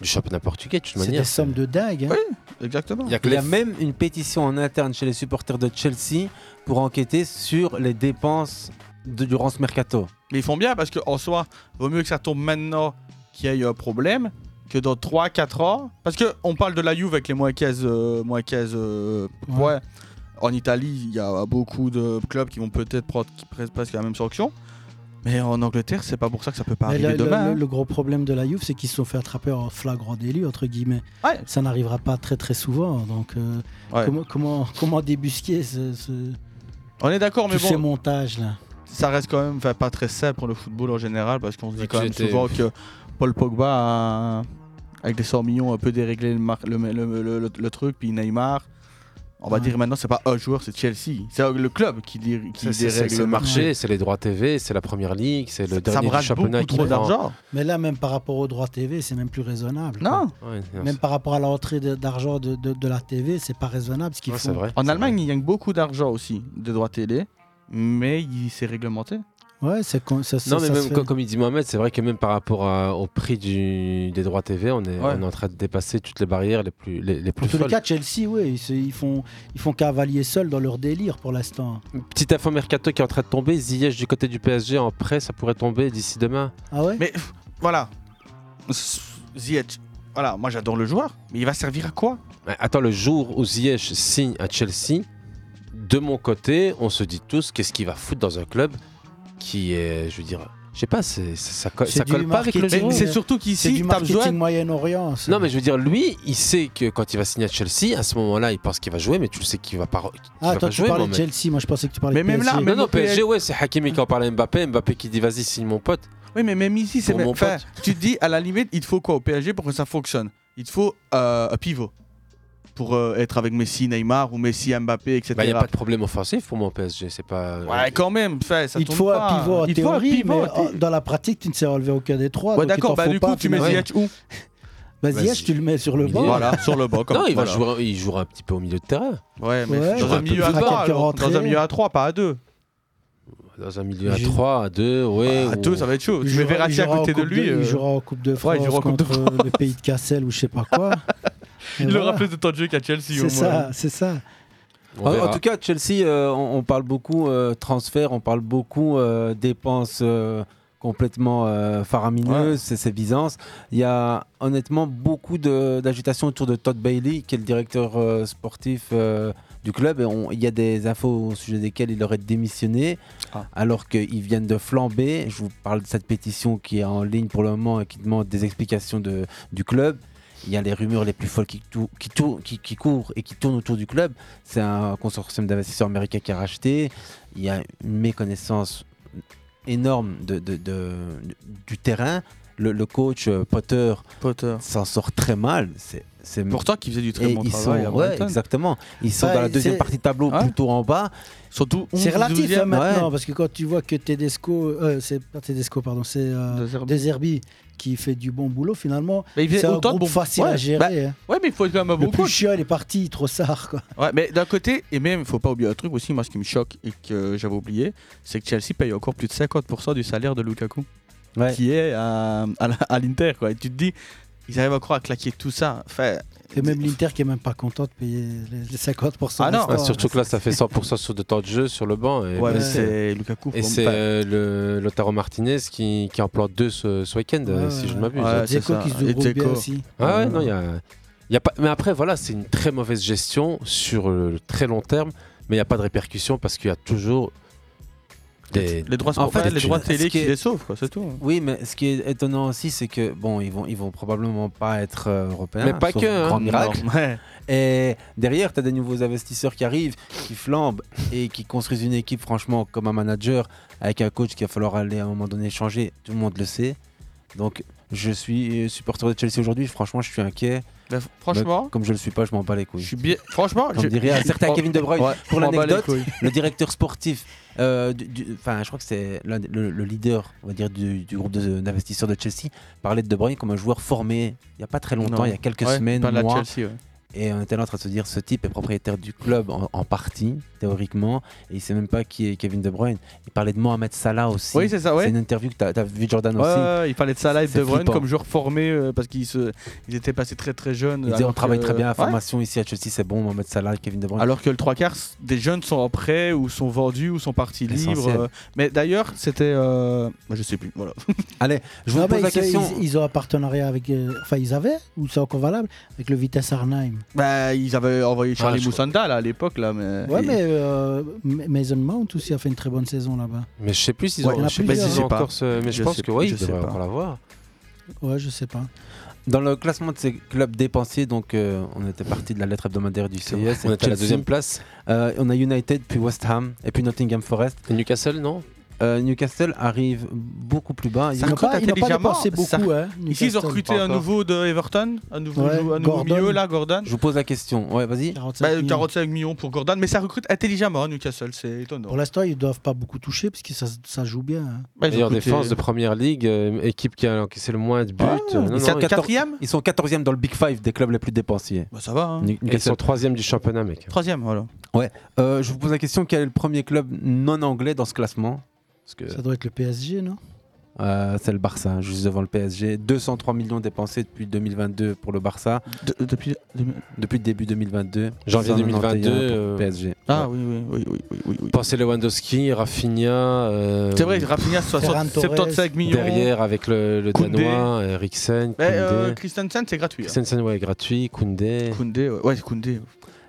Speaker 8: du championnat portugais, de toute
Speaker 2: C'est
Speaker 8: manière.
Speaker 2: des sommes de dingue. hein.
Speaker 9: exactement.
Speaker 8: Il y a,
Speaker 7: même une pétition en interne chez les supporters de Chelsea pour enquêter sur les dépenses de, durant ce mercato.
Speaker 9: Mais ils font bien parce qu'en soi, vaut mieux que ça tombe maintenant qu'il y ait eu un problème que dans 3-4 ans. Parce qu'on parle de la Juve avec les moins 15, euh, moins 15 euh, points. En Italie, il y a beaucoup de clubs qui vont peut-être prendre qui prennent presque la même sanction. Mais en Angleterre, c'est pas pour ça que ça peut pas
Speaker 2: Mais
Speaker 9: arriver
Speaker 2: le, le-
Speaker 9: demain. hein.
Speaker 2: le- le gros problème de la Juve, c'est qu'ils se sont fait attraper en flagrant délit, entre guillemets. Ça n'arrivera pas très très souvent. Donc, euh,
Speaker 9: Ouais.
Speaker 2: comment, comment, comment débusquer ce, ce-
Speaker 9: On est d'accord, mais
Speaker 2: tous
Speaker 9: bon.
Speaker 2: ces montages-là
Speaker 9: ça reste quand même enfin, pas très sain pour le football en général parce qu'on se dit
Speaker 2: Ouais,
Speaker 9: quand même
Speaker 2: c'était-
Speaker 9: souvent que Paul Pogba a, avec des 100 millions un peu déréglé le, mar- le, le- le- le- le truc puis Neymar on va
Speaker 8: Ouais.
Speaker 9: dire maintenant c'est pas un joueur c'est Chelsea c'est le club qui, dir- qui
Speaker 8: C'est- c'est-
Speaker 9: dérègle
Speaker 8: C'est le marché, c'est les droits TV, c'est la première ligue, c'est le dernier du
Speaker 9: brasse
Speaker 8: championnat
Speaker 9: beaucoup
Speaker 8: qui
Speaker 9: trop
Speaker 8: prend.
Speaker 9: d'argent.
Speaker 2: Mais là, même par rapport aux droits TV, c'est même plus raisonnable.
Speaker 9: Non.
Speaker 2: quoi.
Speaker 8: Ouais, non,
Speaker 2: Même par rapport à l'entrée de- d'argent de, de- de la TV, c'est pas raisonnable ce qu'ils font.
Speaker 9: en Allemagne ils gagnent beaucoup d'argent aussi de droits télé mais il- c'est réglementé
Speaker 2: Ouais, c'est con- ça, ça-
Speaker 8: Non, mais
Speaker 2: ça se
Speaker 8: même
Speaker 2: fait.
Speaker 8: comme, comme il dit Mohamed, c'est vrai que même par rapport à- au prix du- des droits TV, on est,
Speaker 2: Ouais.
Speaker 8: on est en train de dépasser toutes les barrières les plus, les, les plus
Speaker 2: En tous les
Speaker 8: folles.
Speaker 2: cas, Chelsea, oui, ils, se- ils font, ils font cavalier seul dans leur délire pour l'instant.
Speaker 8: Petite info mercato qui est en train de tomber, Ziyech du côté du PSG en prêt, ça pourrait tomber d'ici demain.
Speaker 2: Ah ouais
Speaker 9: mais voilà Ziyech voilà moi j'adore le joueur mais il va servir à quoi
Speaker 8: Ouais, Attends, le jour où Ziyech signe à Chelsea, de mon côté, on se dit tous qu'est-ce qu'il va foutre dans un club qui est, je veux dire, je sais pas, c'est- c'est- ça, co-
Speaker 2: C'est
Speaker 8: ça
Speaker 2: du
Speaker 8: colle pas avec le
Speaker 2: marketing,
Speaker 8: jour.
Speaker 2: euh, c'est du marketing Moyen-Orient. ça.
Speaker 8: Non, mais je veux dire, lui, il sait que quand il va signer à Chelsea, à ce moment-là, il pense qu'il va jouer, mais tu le sais qu'il va pas. qu'il
Speaker 2: Ah,
Speaker 8: va
Speaker 2: toi,
Speaker 8: pas
Speaker 2: tu
Speaker 8: jouer,
Speaker 2: parlais de
Speaker 8: Mohamed.
Speaker 2: Chelsea, moi je pensais que tu parlais
Speaker 9: Mais
Speaker 2: de
Speaker 9: même
Speaker 2: PSG.
Speaker 9: là,
Speaker 8: Non, non, PSG, ouais, c'est Hakimi qui en parle à Mbappé. Mbappé qui dit vas-y, signe mon pote.
Speaker 9: Oui, mais même ici, c'est
Speaker 8: Pour
Speaker 9: même-
Speaker 8: mon
Speaker 9: enfin,
Speaker 8: pote.
Speaker 9: Tu te dis, à la limite, il te faut quoi au PSG pour que ça fonctionne Il te faut euh, un pivot pour euh, être avec Messi, Neymar ou Messi, Mbappé, etc.
Speaker 8: Il n'y Bah, a pas de problème offensif pour moi au PSG. C'est pas. euh,
Speaker 9: Ouais, quand même, enfin, ça
Speaker 2: il te
Speaker 9: tourne
Speaker 2: faut
Speaker 9: pas. hein.
Speaker 2: un pivot en
Speaker 9: Il te faut un
Speaker 2: théorie,
Speaker 9: pivot,
Speaker 2: mais oh,
Speaker 9: t'es-
Speaker 2: en- dans la pratique, tu ne sais relever aucun des trois.
Speaker 9: Ouais,
Speaker 2: donc il
Speaker 9: d'accord,
Speaker 2: t'en
Speaker 9: bah,
Speaker 2: faut
Speaker 9: du
Speaker 2: pas,
Speaker 9: coup, tu mets
Speaker 2: finalement.
Speaker 9: Ziyech où
Speaker 2: Bah, Ziyech, tu le mets sur le banc.
Speaker 9: Voilà,
Speaker 8: [LAUGHS]
Speaker 9: sur le banc. comme-
Speaker 8: non, il, va
Speaker 9: voilà.
Speaker 8: jouer, il jouera un petit peu au milieu de terrain.
Speaker 9: Ouais, mais
Speaker 8: Il
Speaker 9: dans,
Speaker 8: jouera
Speaker 9: un
Speaker 8: peu
Speaker 9: milieu à
Speaker 8: plus bas.
Speaker 9: trois, alors. dans un milieu à 3, pas à 2.
Speaker 8: Dans un milieu à 3, à 2, ouais.
Speaker 9: À
Speaker 8: ou-
Speaker 9: 2, ça va être chaud.
Speaker 2: Il
Speaker 9: Tu mets
Speaker 2: jouera- il
Speaker 9: Verratti à
Speaker 2: jouera
Speaker 9: côté
Speaker 2: en
Speaker 9: de
Speaker 2: Coupe
Speaker 9: lui. euh,
Speaker 2: Il jouera en Coupe de France
Speaker 9: Ouais, il jouera en Coupe de
Speaker 2: contre euh, le pays de Cassel ou je sais pas quoi. Et
Speaker 9: Il aura
Speaker 2: voilà.
Speaker 9: plus de temps de jeu qu'à Chelsea, au
Speaker 2: C'est ça,
Speaker 9: moins.
Speaker 2: c'est ça.
Speaker 7: En, en tout cas, Chelsea, euh, on, on parle beaucoup euh, transfert, on parle beaucoup euh, dépenses euh, complètement euh, faramineuses, c'est c'est Byzance. Il y a honnêtement beaucoup de- d'agitation autour de Todd Bailey, qui est le directeur euh, sportif euh, du club. Et on- il y a des infos au sujet desquelles il aurait démissionné, alors qu'ils viennent de flamber. Je vous parle de cette pétition qui est en ligne pour le moment et qui demande des explications de- du club. Il y a les rumeurs les plus folles qui, tou- qui, tou- qui- qui courent et qui tournent autour du club. C'est un consortium d'investisseurs américains qui a racheté. Il y a une méconnaissance énorme de, de- de- du terrain. Le, le coach euh, Potter, s'en sort très mal. C'est, c'est...
Speaker 9: Pourtant, qu'il faisait du très
Speaker 7: Et
Speaker 9: bon
Speaker 7: ils
Speaker 9: travail
Speaker 7: sont-
Speaker 9: à
Speaker 7: ouais,
Speaker 9: Brighton.
Speaker 7: exactement. Ils sont
Speaker 2: Ouais,
Speaker 7: dans la deuxième
Speaker 2: c'est-
Speaker 7: partie de tableau, plutôt en bas.
Speaker 9: Surtout
Speaker 2: C'est relatif hein, maintenant,
Speaker 7: Ouais.
Speaker 2: parce que quand tu vois que Tedesco, euh, c'est pas Tedesco, pardon, c'est euh, Deserbi. qui fait du bon boulot finalement,
Speaker 9: Mais il faisait
Speaker 2: c'est un
Speaker 9: autant de
Speaker 2: groupe
Speaker 9: bon-
Speaker 2: facile
Speaker 9: Ouais,
Speaker 2: à gérer.
Speaker 9: bah,
Speaker 2: hein.
Speaker 9: Ouais, mais il faut être quand même un
Speaker 2: Le
Speaker 9: bon
Speaker 2: plus
Speaker 9: coach.
Speaker 2: chiant, il est parti, trop sard. Quoi.
Speaker 9: Ouais, mais d'un côté, et même, il faut pas oublier un truc aussi, moi, ce qui me choque et que j'avais oublié, c'est que Chelsea paye encore plus de 50% du salaire de Lukaku, qui est à, à la- à l'Inter, quoi. Et tu te dis, ils arrivent encore à claquer tout ça. Enfin,
Speaker 2: Et même l'Inter qui est même pas content de payer les les 50%.
Speaker 9: Ah non.
Speaker 2: restants.
Speaker 8: Ouais, surtout que là, ça fait 100% sur de temps de jeu sur le banc. Et
Speaker 9: Ouais, mais
Speaker 8: et
Speaker 9: c'est Lukaku,
Speaker 8: Et
Speaker 9: faut-
Speaker 8: c'est
Speaker 9: enfin-
Speaker 8: euh, le Lautaro Martinez qui, qui en plante deux ce, ce week-end, euh, si je ne m'abuse.
Speaker 9: Ouais, c'est Dzeko ça. qui se Et débrouille bien Dzeko. aussi.
Speaker 8: Ouais, ouais,
Speaker 9: Ouais.
Speaker 8: non, il y a, il y a pas... Mais après, voilà, c'est une très mauvaise gestion sur euh, le très long terme, mais il n'y a pas de répercussions parce qu'il y a toujours. Des,
Speaker 9: les droits
Speaker 8: en fait,
Speaker 9: sportifs,
Speaker 8: des
Speaker 9: les droits
Speaker 8: thunes.
Speaker 9: télé
Speaker 7: Ce qui
Speaker 9: qui
Speaker 7: est-
Speaker 9: les sauvent, quoi, c'est tout. hein.
Speaker 7: Oui, mais ce qui est étonnant aussi, c'est que bon, ils vont, ils vont probablement pas être euh, européens.
Speaker 8: Mais pas
Speaker 7: sauf
Speaker 8: que, hein.
Speaker 7: Grand miracle. [LAUGHS]
Speaker 9: Non, ouais.
Speaker 7: Et derrière, tu as des nouveaux investisseurs qui arrivent, qui flambent et qui construisent une équipe, franchement, comme un manager, avec un coach qu'il va falloir aller à un moment donné changer. Tout le monde le sait. Donc, je suis euh, supporter de Chelsea aujourd'hui. Franchement, je suis inquiet.
Speaker 9: Bah, f- franchement-
Speaker 7: Mais comme je le suis pas, je m'en bats les couilles. Je suis
Speaker 9: bien. Franchement,
Speaker 7: je
Speaker 9: je-
Speaker 7: dirais à
Speaker 9: je-
Speaker 7: certain
Speaker 9: je-
Speaker 7: Kevin De Bruyne.
Speaker 9: Ouais,
Speaker 7: pour
Speaker 9: je m'en bats les
Speaker 7: l'anecdote,
Speaker 9: couilles.
Speaker 7: le directeur sportif, euh, du- du- enfin, je crois que c'est l'un des- le, le leader, on va dire, du, du groupe de- d'investisseurs de, Chelsea, parlait de De Bruyne comme un joueur formé il n'y a pas très longtemps,
Speaker 9: Non.
Speaker 7: il y a quelques
Speaker 9: Ouais,
Speaker 7: semaines,
Speaker 9: pas de la
Speaker 7: mois.
Speaker 9: Chelsea, ouais.
Speaker 7: Et on était là en train de se dire, ce type est propriétaire du club en, en partie, théoriquement, et il sait même pas qui est Kevin De Bruyne. Il parlait de Mohamed Salah aussi.
Speaker 9: Oui, c'est ça, ouais.
Speaker 7: une interview que tu as, vu Jordan
Speaker 9: Ouais,
Speaker 7: aussi.
Speaker 9: ouais, il parlait de Salah et de
Speaker 7: C'est
Speaker 9: De Bruyne
Speaker 7: flippant.
Speaker 9: comme joueurs formés euh, parce qu'ils se... ils étaient passés très très jeunes.
Speaker 7: Il disait,
Speaker 9: alors
Speaker 7: on travaille
Speaker 9: que-
Speaker 7: très bien la
Speaker 9: Ouais.
Speaker 7: formation ici à Chelsea, c'est bon, Mohamed Salah, Kevin De Bruyne.
Speaker 9: Alors que le trois quarts s- des jeunes sont en prêt ou sont vendus ou sont partis libres.
Speaker 7: Essentiel.
Speaker 9: euh, Mais d'ailleurs, c'était. euh, moi, je sais plus. Voilà.
Speaker 7: [LAUGHS] Allez,
Speaker 2: Non, mais ils- Ils, ils ont un partenariat avec. euh, Enfin, ils avaient, ou c'est encore valable, avec le Vitesse Arnhem.
Speaker 9: Bah, ils avaient envoyé Charlie
Speaker 2: Ah, je
Speaker 9: Moussanda là, à l'époque là, mais.
Speaker 2: Ouais,
Speaker 9: Et-
Speaker 2: mais euh, M- Mason Mount aussi a fait une très bonne saison là-bas.
Speaker 8: Mais je sais plus s'ils
Speaker 2: Ouais, il y en
Speaker 8: ont,
Speaker 2: a
Speaker 8: je sais pas
Speaker 2: plusieurs.
Speaker 8: s'ils ont encore ce. Euh, Mais je, pense que oui, ils devraient encore l'avoir.
Speaker 2: Ouais, je sais pas.
Speaker 7: Dans le classement de ces clubs dépensiers, donc euh, on était parti de la lettre hebdomadaire du CES.
Speaker 8: On était à la
Speaker 7: Chelsea.
Speaker 8: deuxième place.
Speaker 7: Euh, on a United, puis West Ham, et puis Nottingham Forest. Euh,
Speaker 8: Newcastle, non
Speaker 7: Newcastle arrive beaucoup plus bas.
Speaker 9: Sarko,
Speaker 7: pas- hein,
Speaker 9: t'as intelligemment- Sar- Ici, ils ont
Speaker 7: Newcastle.
Speaker 9: recruté
Speaker 7: Pas
Speaker 9: un
Speaker 7: encore.
Speaker 9: nouveau de Everton, un nouveau,
Speaker 7: Ouais,
Speaker 9: un nouveau
Speaker 7: Gordon.
Speaker 9: milieu là, Gordon.
Speaker 7: Je vous pose la question. Ouais, vas-y.
Speaker 2: 45
Speaker 9: Bah,
Speaker 2: millions.
Speaker 9: 45 millions pour Gordon, mais ça recrute intelligemment hein, Newcastle, c'est étonnant.
Speaker 2: Pour l'instant, ils doivent pas beaucoup toucher parce que ça, ça joue bien. hein.
Speaker 9: Bah, ils ont
Speaker 8: Meilleure
Speaker 9: coûté-
Speaker 8: défense de première ligue, euh, équipe qui a encaissé le moins de buts. Euh, non,
Speaker 7: ils,
Speaker 8: non,
Speaker 7: sont
Speaker 8: ils-
Speaker 7: 14 ils sont 14e dans le Big Five des clubs les plus dépensiers.
Speaker 9: Bah, ça va. hein.
Speaker 7: New-
Speaker 8: Et Ils
Speaker 7: Newcastle.
Speaker 8: sont troisième du championnat, mec.
Speaker 9: Troisième, voilà.
Speaker 7: Ouais. Euh, je vous pose la question quel est le premier club non anglais dans ce classement Parce que
Speaker 2: Ça doit être le PSG, non
Speaker 7: euh, c'est le Barça, juste devant le PSG. 203 millions dépensés depuis 2022 pour le Barça.
Speaker 9: depuis,
Speaker 7: depuis début 2022.
Speaker 8: Janvier
Speaker 7: 191
Speaker 8: 2022.
Speaker 7: pour
Speaker 8: euh,
Speaker 7: PSG.
Speaker 9: Ah oui, oui, oui, oui, oui, oui, oui.
Speaker 8: Pensez Lewandowski, Rafinha. euh,
Speaker 9: C'est vrai, Rafinha, 60 Ferran Torres. 75 millions.
Speaker 8: Derrière avec le, le
Speaker 9: Koundé.
Speaker 8: Danois, Eriksen.
Speaker 9: Mais
Speaker 8: Koundé.
Speaker 9: euh, Christensen, c'est gratuit. hein.
Speaker 8: Christensen, ouais, gratuit. Koundé.
Speaker 9: Koundé, ouais, Koundé.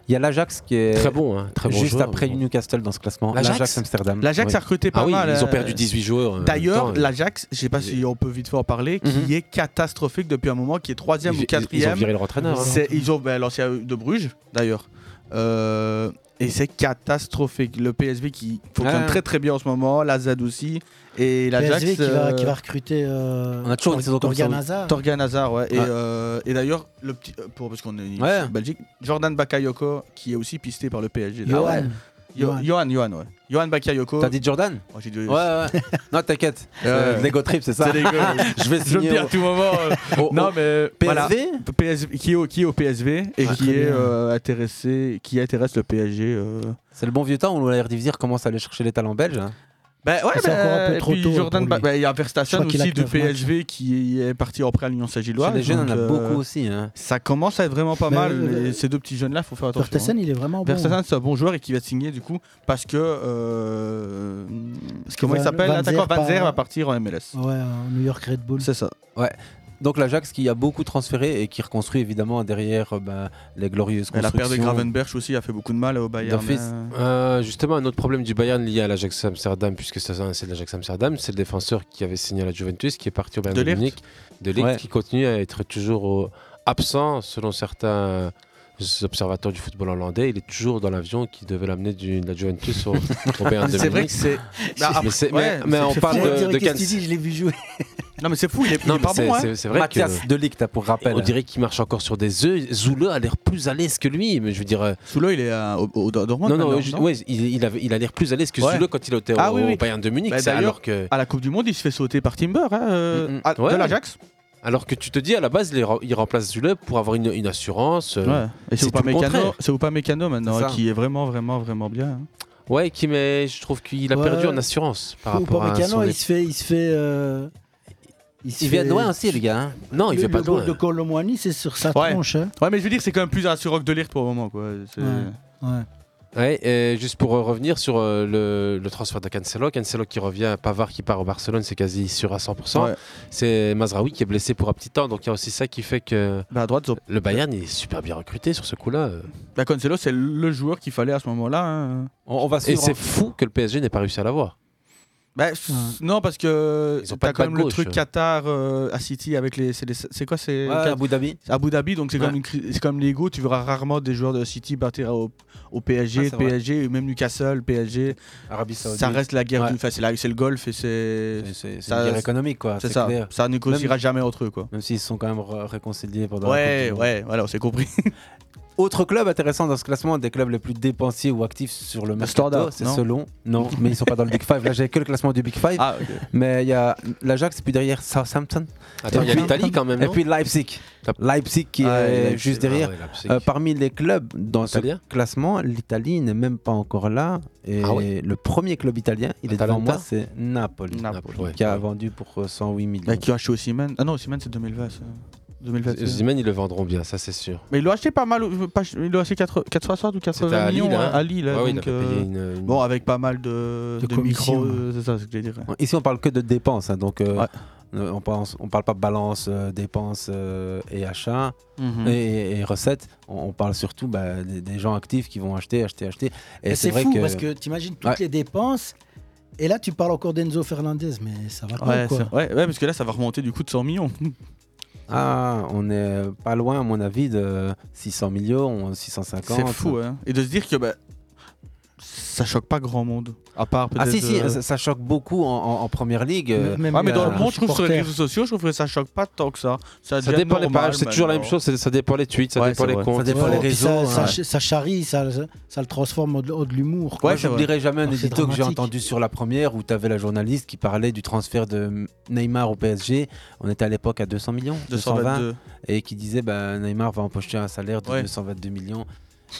Speaker 7: Il y a l'Ajax qui est
Speaker 8: Très bon, hein, très bon
Speaker 7: juste
Speaker 8: joueur,
Speaker 7: après
Speaker 8: mais
Speaker 7: Newcastle dans ce classement.
Speaker 8: L'Ajax
Speaker 7: L'Ajax Amsterdam.
Speaker 9: L'Ajax
Speaker 7: Ouais.
Speaker 9: a recruté pas
Speaker 8: Ah oui,
Speaker 9: mal.
Speaker 8: ils ont
Speaker 9: euh,
Speaker 8: perdu 18 joueurs, euh, en
Speaker 9: D'ailleurs,
Speaker 8: même temps, euh. Mhm.
Speaker 9: l'Ajax, je sais pas si on peut vite fait en parler, qui est catastrophique depuis un moment, qui est troisième
Speaker 8: Ils-
Speaker 9: ou
Speaker 8: ils-
Speaker 9: quatrième.
Speaker 8: ils ont viré leur entraîneur, hein.
Speaker 9: C'est- Ils ont ben, l'ancien de Bruges, d'ailleurs. Euh, et c'est catastrophique. Le PSV qui fonctionne
Speaker 2: Ah.
Speaker 9: très très bien en ce moment, la Z aussi. Et l'Ajax.
Speaker 2: PSV qui, va,
Speaker 9: euh,
Speaker 2: qui va recruter. euh,
Speaker 7: On a toujours une saison comme ça,
Speaker 2: Torgan
Speaker 7: oui.
Speaker 2: Hazard. Ah.
Speaker 9: Torgan Hazard, ouais. Et,
Speaker 7: Ouais.
Speaker 9: euh, et d'ailleurs, le petit. euh, pour, parce qu'on est ici
Speaker 7: Ouais.
Speaker 9: en Belgique, Jordan Bakayoko, qui est aussi pisté par le PSG. là.
Speaker 7: Johan.
Speaker 9: Ouais. Yo-
Speaker 7: Johan.
Speaker 9: Johan, Johan, ouais. Johan Bakayoko.
Speaker 7: T'as dit Jordan
Speaker 9: Moi, j'ai dit-
Speaker 7: Ouais, ouais.
Speaker 9: [LAUGHS]
Speaker 7: ouais. non, t'inquiète.
Speaker 9: Euh,
Speaker 7: C'est Lego Trip, c'est ça
Speaker 9: C'est Lego, oui.
Speaker 7: [LAUGHS] Je vais
Speaker 9: Je le
Speaker 7: signer
Speaker 9: dis à
Speaker 7: au-
Speaker 9: tout moment. euh,
Speaker 7: [LAUGHS] au-
Speaker 9: non,
Speaker 7: au-
Speaker 9: mais.
Speaker 7: PSV
Speaker 9: voilà. PSV, qui, est au, qui est au PSV et
Speaker 7: Ah,
Speaker 9: qui,
Speaker 7: très
Speaker 9: est,
Speaker 7: bien.
Speaker 9: euh, intéressé, qui intéresse le PSG. euh.
Speaker 7: C'est le bon vieux temps où la Eredivisie commence à aller chercher les talents belges. hein.
Speaker 9: Ben ouais,
Speaker 7: C'est
Speaker 9: ben,
Speaker 7: encore un peu
Speaker 9: et
Speaker 7: trop
Speaker 9: puis
Speaker 7: tôt,
Speaker 9: Jordan,
Speaker 7: pour
Speaker 9: Ba-
Speaker 7: lui.
Speaker 9: ben, il y a
Speaker 7: Je
Speaker 9: Verstappen
Speaker 7: crois qu'il a
Speaker 9: aussi
Speaker 7: que
Speaker 9: de
Speaker 7: neuf matchs.
Speaker 9: PSV qui est parti en prêt à l'Union Saint-Gilloise.
Speaker 7: Chez les jeunes,
Speaker 9: donc,
Speaker 7: on en a
Speaker 9: euh,
Speaker 7: beaucoup aussi. hein.
Speaker 9: Ça commence à être vraiment pas
Speaker 2: Mais,
Speaker 9: mal.
Speaker 2: euh,
Speaker 9: et ces deux petits jeunes-là, faut faire attention.
Speaker 2: Vertassen,
Speaker 9: hein.
Speaker 2: il est vraiment bon.
Speaker 9: Verstappen, c'est un bon joueur et qui va signer du coup parce que. euh,
Speaker 2: que
Speaker 9: comment il
Speaker 2: Van-
Speaker 9: s'appelle
Speaker 2: Van
Speaker 9: L'attaquant
Speaker 2: Zer part-
Speaker 9: Van Zer va partir en MLS.
Speaker 2: Ouais, en New York Red Bull.
Speaker 9: C'est ça.
Speaker 7: Ouais. Donc l'Ajax qui a beaucoup transféré et qui reconstruit évidemment derrière euh, bah, les glorieuses
Speaker 9: Et la paire de
Speaker 7: constructions.
Speaker 9: Gravenberch aussi a fait beaucoup de mal au Bayern.
Speaker 7: D'office.
Speaker 9: euh.
Speaker 8: Euh, justement, un autre problème du Bayern lié à l'Ajax Amsterdam, puisque c'est c'est l'Ajax Amsterdam, c'est le défenseur qui avait signé à la Juventus, qui est parti au Bayern
Speaker 9: De
Speaker 8: de,
Speaker 9: Ligt.
Speaker 8: Munich, de Ligt,
Speaker 7: Ouais.
Speaker 8: qui continue à être toujours au- absent, selon certains euh, observateurs du football hollandais. Il est toujours dans l'avion qui devait l'amener du- de la Juventus au, au Bayern de
Speaker 9: [LAUGHS] C'est vrai
Speaker 8: Munich.
Speaker 9: que c'est. Bah, après-
Speaker 8: Mais, c'est- mais-
Speaker 9: ouais,
Speaker 8: mais
Speaker 9: c'est-
Speaker 8: on
Speaker 9: c'est
Speaker 8: parle
Speaker 9: fou.
Speaker 8: de,
Speaker 9: On dirait
Speaker 8: de
Speaker 9: qu'il
Speaker 8: Kans-
Speaker 2: Si, si, je l'ai vu jouer.
Speaker 9: Non, mais c'est fou, il est, il
Speaker 8: Non,
Speaker 9: est pas
Speaker 8: mais
Speaker 9: bon. hein.
Speaker 8: c'est- c'est vrai
Speaker 7: Mathias
Speaker 8: que-
Speaker 7: de Ligt, pour rappel.
Speaker 8: On dirait qu'il marche encore sur des œufs. Zoula a l'air plus à l'aise que lui, mais je veux dire. euh,
Speaker 9: Soula, il est à- au, au Dortmund.
Speaker 8: non, non,
Speaker 9: maintenant,
Speaker 8: je-
Speaker 9: non
Speaker 8: ouais, il, il avait- il a l'air plus à l'aise que
Speaker 9: Ouais.
Speaker 8: Zoula quand il était au,
Speaker 9: Ah oui,
Speaker 8: au
Speaker 9: oui.
Speaker 8: Bayern de Munich.
Speaker 9: Bah,
Speaker 8: c'est
Speaker 9: d'ailleurs,
Speaker 8: alors que. Mm.
Speaker 9: À la Coupe du Monde, il se fait sauter par Timber hein, euh, à-
Speaker 8: Ouais.
Speaker 9: de l'Ajax.
Speaker 8: Alors que tu te dis à la base, il, re- il remplace Zule pour avoir une, une assurance. euh,
Speaker 9: Ouais. Et c'est
Speaker 8: tout le contraire.
Speaker 9: Upamecano- c'est Upamecano maintenant
Speaker 8: C'est
Speaker 9: hein,
Speaker 8: ça.
Speaker 9: qui est vraiment, vraiment, vraiment bien. hein.
Speaker 8: Ouais, qui mais je trouve qu'il a
Speaker 2: Ouais.
Speaker 8: perdu en assurance par
Speaker 2: Ou
Speaker 8: rapport à
Speaker 2: Upamecano,
Speaker 8: son
Speaker 2: il se fait. Il, se fait, euh, se
Speaker 7: Il vient de loin aussi, le gars. hein.
Speaker 8: Non, il
Speaker 2: le,
Speaker 8: vient pas
Speaker 2: le
Speaker 8: de loin.
Speaker 2: goal de Colomwani, c'est sur sa
Speaker 9: Ouais.
Speaker 2: tronche. hein.
Speaker 9: Ouais, mais je veux dire, c'est quand même plus assurant que de lire pour le moment. Quoi. C'est-
Speaker 2: Ouais. Ouais.
Speaker 8: Ouais, et juste pour euh, revenir sur euh, le, le transfert de Cancelo, Cancelo qui revient, Pavard qui part au Barcelone, c'est quasi sûr à 100%.
Speaker 9: Ouais.
Speaker 8: C'est Mazraoui qui est blessé pour un petit temps, donc il y a aussi ça qui fait que
Speaker 9: Bah, à droite, ils ont-
Speaker 8: le Bayern il est super bien recruté sur ce coup-là. euh.
Speaker 9: bah, Cancelo, c'est le joueur qu'il fallait à ce moment-là. hein.
Speaker 7: On, on va
Speaker 8: Et
Speaker 7: suivre.
Speaker 8: c'est fou que le PSG n'ait pas réussi à l'avoir.
Speaker 9: Bah, pff, Non, parce que
Speaker 8: Ils ont pas
Speaker 9: t'as
Speaker 8: de
Speaker 9: quand
Speaker 8: balle
Speaker 9: même le
Speaker 8: gauche.
Speaker 9: truc Qatar euh, à City avec les. C'est les- c'est quoi C'est
Speaker 7: Ouais,
Speaker 9: Qatar-
Speaker 7: Abu Dhabi.
Speaker 9: Abu Dhabi, donc c'est
Speaker 7: Ouais.
Speaker 9: comme, une cri- c'est comme l'ego. Tu verras rarement des joueurs de City partir au, au
Speaker 7: Ah,
Speaker 9: PSG,
Speaker 7: c'est vrai.
Speaker 9: PSG, et même Newcastle, PSG.
Speaker 7: Arabie Saoudite.
Speaker 9: Ça reste la guerre
Speaker 7: Ouais.
Speaker 9: du. Enfin, c'est la- c'est le golf et c'est.
Speaker 7: C'est- C'est c'est
Speaker 9: ça-
Speaker 7: une guerre économique, quoi.
Speaker 9: C'est
Speaker 7: C'est
Speaker 9: ça.
Speaker 7: clair.
Speaker 9: Ça négociera
Speaker 7: Même-
Speaker 9: jamais entre eux, quoi.
Speaker 7: Même s'ils se sont quand même re- réconciliés pendant la Coupe
Speaker 9: Ouais,
Speaker 7: du Monde.
Speaker 9: ouais, voilà, on s'est compris.
Speaker 7: [LAUGHS] Autre club intéressant dans ce classement, des clubs les plus dépensiers ou actifs sur le mercato,
Speaker 15: Standard,
Speaker 7: c'est
Speaker 15: non
Speaker 7: selon. Non, mais ils sont pas dans le Big Five. Là, j'ai que le classement du Big Five.
Speaker 15: Ah, ok.
Speaker 7: Mais il y a l'Ajax, puis derrière Southampton.
Speaker 8: Attends,
Speaker 7: Et
Speaker 8: il y a
Speaker 7: puis-
Speaker 8: l'Italie quand même,
Speaker 7: Et
Speaker 8: non
Speaker 7: puis Leipzig. Leipzig qui
Speaker 8: Ah,
Speaker 7: est
Speaker 8: Leipzig.
Speaker 7: juste derrière.
Speaker 8: Ah ouais, Leipzig.
Speaker 7: Euh, parmi les clubs dans ce
Speaker 8: Italien
Speaker 7: classement, l'Italie n'est même pas encore là. Et
Speaker 8: Ah ouais.
Speaker 7: le premier club italien, il est devant
Speaker 15: Atalanta
Speaker 7: moi, c'est Napoli, qui a vendu pour euh, 108 millions.
Speaker 15: Bah, qui ont acheté Osimhen. Ah non, Osimhen c'est 2020. ça. 2020. c'est-
Speaker 8: Zimane, ils le vendront bien, ça c'est sûr.
Speaker 15: Mais ils l'ont acheté pas mal, euh, pas- ils l'ont acheté 4 460 ou 80
Speaker 8: à
Speaker 15: millions
Speaker 8: Lille,
Speaker 15: hein,
Speaker 8: hein.
Speaker 15: à Lille.
Speaker 8: Ouais, ouais, il
Speaker 15: donc,
Speaker 8: avait payé
Speaker 15: euh,
Speaker 8: une- une-
Speaker 15: Bon, avec pas mal de, de, micros, euh, c'est ça ce que j'ai dit.
Speaker 7: hein. Ici, on parle que de dépenses, hein, donc euh, euh, on pense, on parle pas balance, euh, dépenses euh, et achats
Speaker 15: Mhm.
Speaker 7: et, et recettes. On, on parle surtout bah, des, des gens actifs qui vont acheter, acheter, acheter.
Speaker 2: Et c'est fou parce que t'imagines toutes
Speaker 7: Ouais.
Speaker 2: les dépenses. Et là, tu parles encore d'Enzo Fernandez, mais ça va pas
Speaker 15: Ouais,
Speaker 2: ou quoi.
Speaker 15: c'est- ouais, ouais, parce que là, ça va remonter du coup de 100 millions.
Speaker 7: Ah, on est pas loin, à mon avis, de 600 millions, 650.
Speaker 15: C'est fou, hein. Et de se dire que bah, ça choque pas grand monde. À part peut-être.
Speaker 7: Ah si, si,
Speaker 15: euh,
Speaker 7: ça, ça choque beaucoup en, en- en première ligue. euh.
Speaker 15: Ouais, mais, dans
Speaker 2: euh,
Speaker 15: le monde, je trouve sur les réseaux sociaux, je trouve que ça choque pas tant que ça. Ça,
Speaker 8: Ça
Speaker 15: devient
Speaker 8: dépend des
Speaker 15: normal
Speaker 8: pages, c'est toujours la même
Speaker 15: maintenant.
Speaker 8: chose, c'est- ça dépend les tweets, ça
Speaker 15: hein, Ouais,
Speaker 8: dépend
Speaker 15: c'est
Speaker 8: les
Speaker 15: vrai.
Speaker 8: comptes.
Speaker 15: Ça dépend les
Speaker 2: Puis ça,
Speaker 15: réseaux, hein.
Speaker 2: ça
Speaker 7: hein.
Speaker 15: ouais.
Speaker 2: ch- ça charrie, ça, ça le transforme au au de l'humour. quoi.
Speaker 7: Ouais, j'oublierai jamais un
Speaker 2: Alors, c'est
Speaker 7: édito que j'ai
Speaker 2: dramatique.
Speaker 7: entendu sur la première où tu avais la journaliste qui parlait du transfert de Neymar au PSG. On était à l'époque à 200 millions, 220,
Speaker 15: 222.
Speaker 7: et qui disait bah, Neymar va empocher un salaire de
Speaker 15: Ouais.
Speaker 7: 222 millions.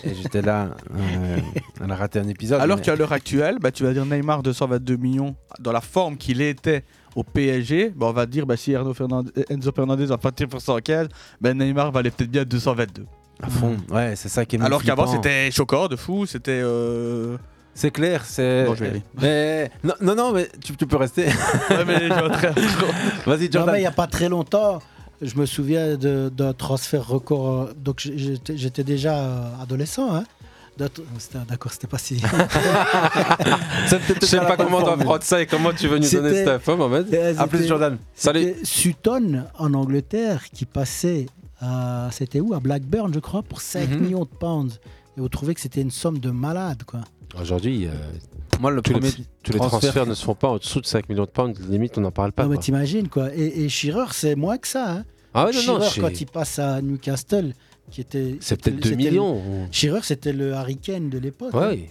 Speaker 7: Et j'étais là,
Speaker 15: [LAUGHS]
Speaker 7: euh, on a raté un épisode.
Speaker 15: Alors
Speaker 7: mais-
Speaker 15: qu'à l'heure actuelle, bah, tu vas dire Neymar 222 millions dans la forme qu'il était au PSG, bah, on va dire bah, si Enzo Fernandez, Enzo Fernandez va partir pour 115, bah, Neymar valait peut-être bien 222.
Speaker 7: À fond, ouais, c'est ça qui est
Speaker 15: Alors qu'avant
Speaker 7: flippant.
Speaker 15: c'était choquant de fou, c'était. euh,
Speaker 7: C'est clair, c'est.
Speaker 15: Bon, je vais aller.
Speaker 7: Mais- non, non, non, mais tu, tu
Speaker 15: [LAUGHS]
Speaker 7: peux rester. Vas-y,
Speaker 2: Non,
Speaker 7: Jordan. [LAUGHS]
Speaker 2: mais il n'y a pas très longtemps, je me souviens de- d'un transfert record. euh, Donc j- j'étais j'étais déjà euh, adolescent. hein. D'un tr- c'était- D'accord, c'était
Speaker 8: [LAUGHS]
Speaker 2: pas si.
Speaker 8: Je sais pas comment t'en prendre ça et comment tu veux nous donner
Speaker 2: C'était-
Speaker 8: cette info, Mohamed.
Speaker 7: Eh,
Speaker 2: Euh,
Speaker 8: A plus,
Speaker 2: c'était-
Speaker 8: Jordan. Salut.
Speaker 2: c'était Sutton en Angleterre qui passait à. C'était où À Blackburn, je crois, pour 5
Speaker 8: Mhm.
Speaker 2: millions de pounds. Et vous trouvez que c'était une somme de malade, quoi.
Speaker 8: Aujourd'hui, euh,
Speaker 7: Moi, le
Speaker 8: tous, les,
Speaker 7: premier
Speaker 8: tous les
Speaker 7: transfert-
Speaker 8: transferts ne se font pas en dessous de 5 millions de pounds, limite on n'en parle pas.
Speaker 2: non, mais
Speaker 8: quoi.
Speaker 2: t'imagines, quoi. Et, et Shearer, c'est moins que ça. Hein.
Speaker 8: Ah ouais, non, non,
Speaker 2: Shearer,
Speaker 8: chez-
Speaker 2: quand il passe à Newcastle, qui était.
Speaker 8: C'est
Speaker 2: c'était-
Speaker 8: peut-être 2
Speaker 2: c'était
Speaker 8: millions,
Speaker 2: Le...
Speaker 8: ou-
Speaker 2: Shearer, c'était le Hurricane de l'époque.
Speaker 8: Ouais,
Speaker 2: hein.
Speaker 8: oui.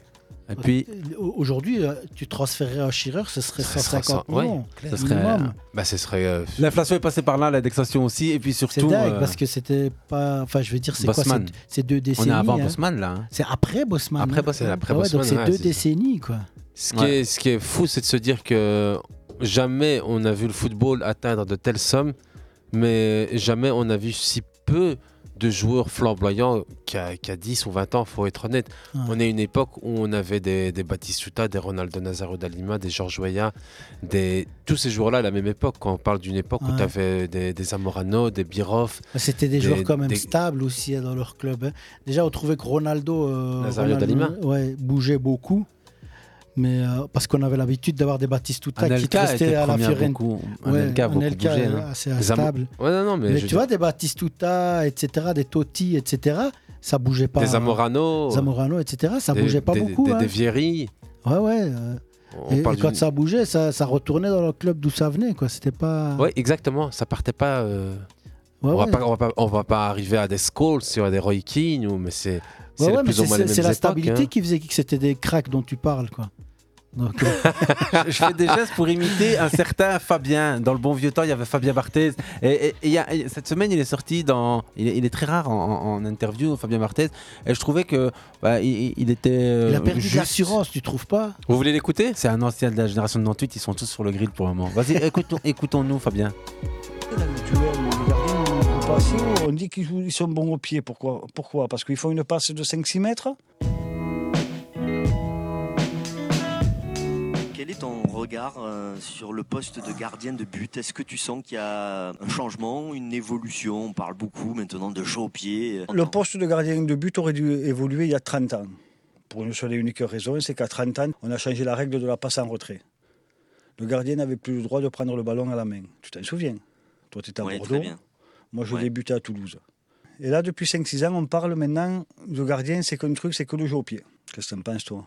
Speaker 8: Et puis-
Speaker 2: Euh, au- Aujourd'hui, euh, tu transférerais un Shearer, ce serait
Speaker 8: Ça sera
Speaker 2: 150
Speaker 8: cent- ouais,
Speaker 2: millions.
Speaker 8: ça serait,
Speaker 2: minimum.
Speaker 8: bah, ce serait, euh,
Speaker 7: L'inflation est passée par là, l'indexation aussi, et puis
Speaker 2: C'est
Speaker 7: surtout.
Speaker 2: dingue
Speaker 7: euh,
Speaker 2: parce que c'était pas. Enfin, je veux dire, c'est quoi
Speaker 7: Bosman.
Speaker 2: ces- Ces deux décennies.
Speaker 7: On est avant
Speaker 2: hein.
Speaker 7: Bosman là. hein.
Speaker 2: C'est après Bosman.
Speaker 7: Après
Speaker 2: hein.
Speaker 7: Bosman, après
Speaker 2: Ah ouais,
Speaker 8: Bosman,
Speaker 2: Donc c'est
Speaker 8: ouais,
Speaker 2: deux
Speaker 8: c'est ça.
Speaker 2: décennies, quoi.
Speaker 8: Ce qui, est, ce qui est fou, c'est de se dire que jamais on a vu le football atteindre de telles sommes, mais jamais on a vu si peu de joueurs flamboyants qu'à qu'à 10 ou 20 ans, faut être honnête.
Speaker 2: Ouais.
Speaker 8: On est une époque où on avait des, des Batistuta, des Ronaldo Nazario d'Alima, des Georges Weah, des tous ces joueurs-là à la même époque. Quand on parle d'une époque où
Speaker 2: Ouais.
Speaker 8: tu avais des, des Zamorano, des Biroff.
Speaker 2: C'était des, joueurs quand même stables aussi hein, dans leur club. hein. Déjà, on trouvait que Ronaldo, euh,
Speaker 8: Nazario
Speaker 2: Ronaldo,
Speaker 8: Dalima.
Speaker 2: ouais, bougeait beaucoup. Mais euh, parce qu'on avait l'habitude d'avoir des Batistuta qui
Speaker 7: Anelka
Speaker 2: restaient
Speaker 7: était
Speaker 2: à la
Speaker 7: premier à
Speaker 2: Fiorentina.
Speaker 7: beaucoup-
Speaker 2: Ouais,
Speaker 7: Anelka a beaucoup
Speaker 2: Anelka,
Speaker 7: bougé,
Speaker 2: euh,
Speaker 7: hein.
Speaker 2: assez
Speaker 7: Les Am-
Speaker 2: instable.
Speaker 8: Ouais, non, non, mais je veux
Speaker 2: tu
Speaker 8: dire-
Speaker 2: vois, des Batistuta, etc., des Totti, etc., ça bougeait pas.
Speaker 8: Des Zamorano.
Speaker 2: Zamorano,
Speaker 7: Ah,
Speaker 2: etc., ça
Speaker 8: des-
Speaker 2: bougeait pas
Speaker 8: des-
Speaker 2: beaucoup.
Speaker 8: des-
Speaker 2: hein.
Speaker 8: des Vieri.
Speaker 2: Ouais, ouais. euh,
Speaker 8: On
Speaker 2: Et, et
Speaker 8: parle
Speaker 2: quand
Speaker 8: d'une-
Speaker 2: ça bougeait, ça, ça retournait dans le club d'où ça venait, quoi. C'était pas.
Speaker 7: Ah.
Speaker 8: Ouais, exactement. Ça partait pas. euh,
Speaker 2: Ouais,
Speaker 8: on, va
Speaker 2: ouais.
Speaker 8: pas, on va pas, on va pas arriver à des Scholes ou à des Roy Keane, ou, mais c'est c'est
Speaker 2: Ouais, ouais,
Speaker 8: le
Speaker 2: mais
Speaker 8: plus ou moins les
Speaker 2: c'est-
Speaker 8: mêmes
Speaker 2: c'est la
Speaker 8: époques, [LAUGHS]
Speaker 2: stabilité
Speaker 8: hein.
Speaker 2: qui faisait que c'était des cracks dont tu parles, quoi. Donc, euh,
Speaker 7: je je fais des gestes pour imiter un certain Fabien. Dans le bon vieux temps, il y avait Fabien Barthez. Et, et- et il y a- et cette semaine, il est sorti dans. Il est, il est très rare en, en- en interview, Fabien Barthez. Et je trouvais que bah, il, il était. euh,
Speaker 2: il a perdu
Speaker 7: juste-
Speaker 2: de l'assurance, tu trouves pas
Speaker 7: Vous voulez l'écouter C'est un ancien de la génération de 98. Ils sont tous sur le grill pour le moment. Vas-y, [LAUGHS] écoutons- écoutons-nous, Fabien.
Speaker 16: passer, on dit qu'ils jouent- ils sont bons au pied. Pourquoi, Pourquoi Parce qu'ils font une passe de 5-6 mètres.
Speaker 17: Quel est ton regard euh, sur le poste de gardien de but Est-ce que tu sens qu'il y a un changement, une évolution On parle beaucoup maintenant de euh. jeu au pied.
Speaker 16: Le poste de gardien de but aurait dû évoluer il y a 30 ans. Pour une seule et unique raison, c'est qu'à 30 ans, on a changé la règle de la passe en retrait. Le gardien n'avait plus le droit de prendre le ballon à la main. Tu t'en souviens Toi, tu étais à
Speaker 17: Ouais, très
Speaker 16: Bordeaux.
Speaker 17: bien.
Speaker 16: Moi, je
Speaker 17: Ouais.
Speaker 16: débutais à Toulouse. Et là, depuis 5-6 ans, on parle maintenant de gardien, c'est qu'un truc, c'est que le jeu au pied. Qu'est-ce que t'en penses, toi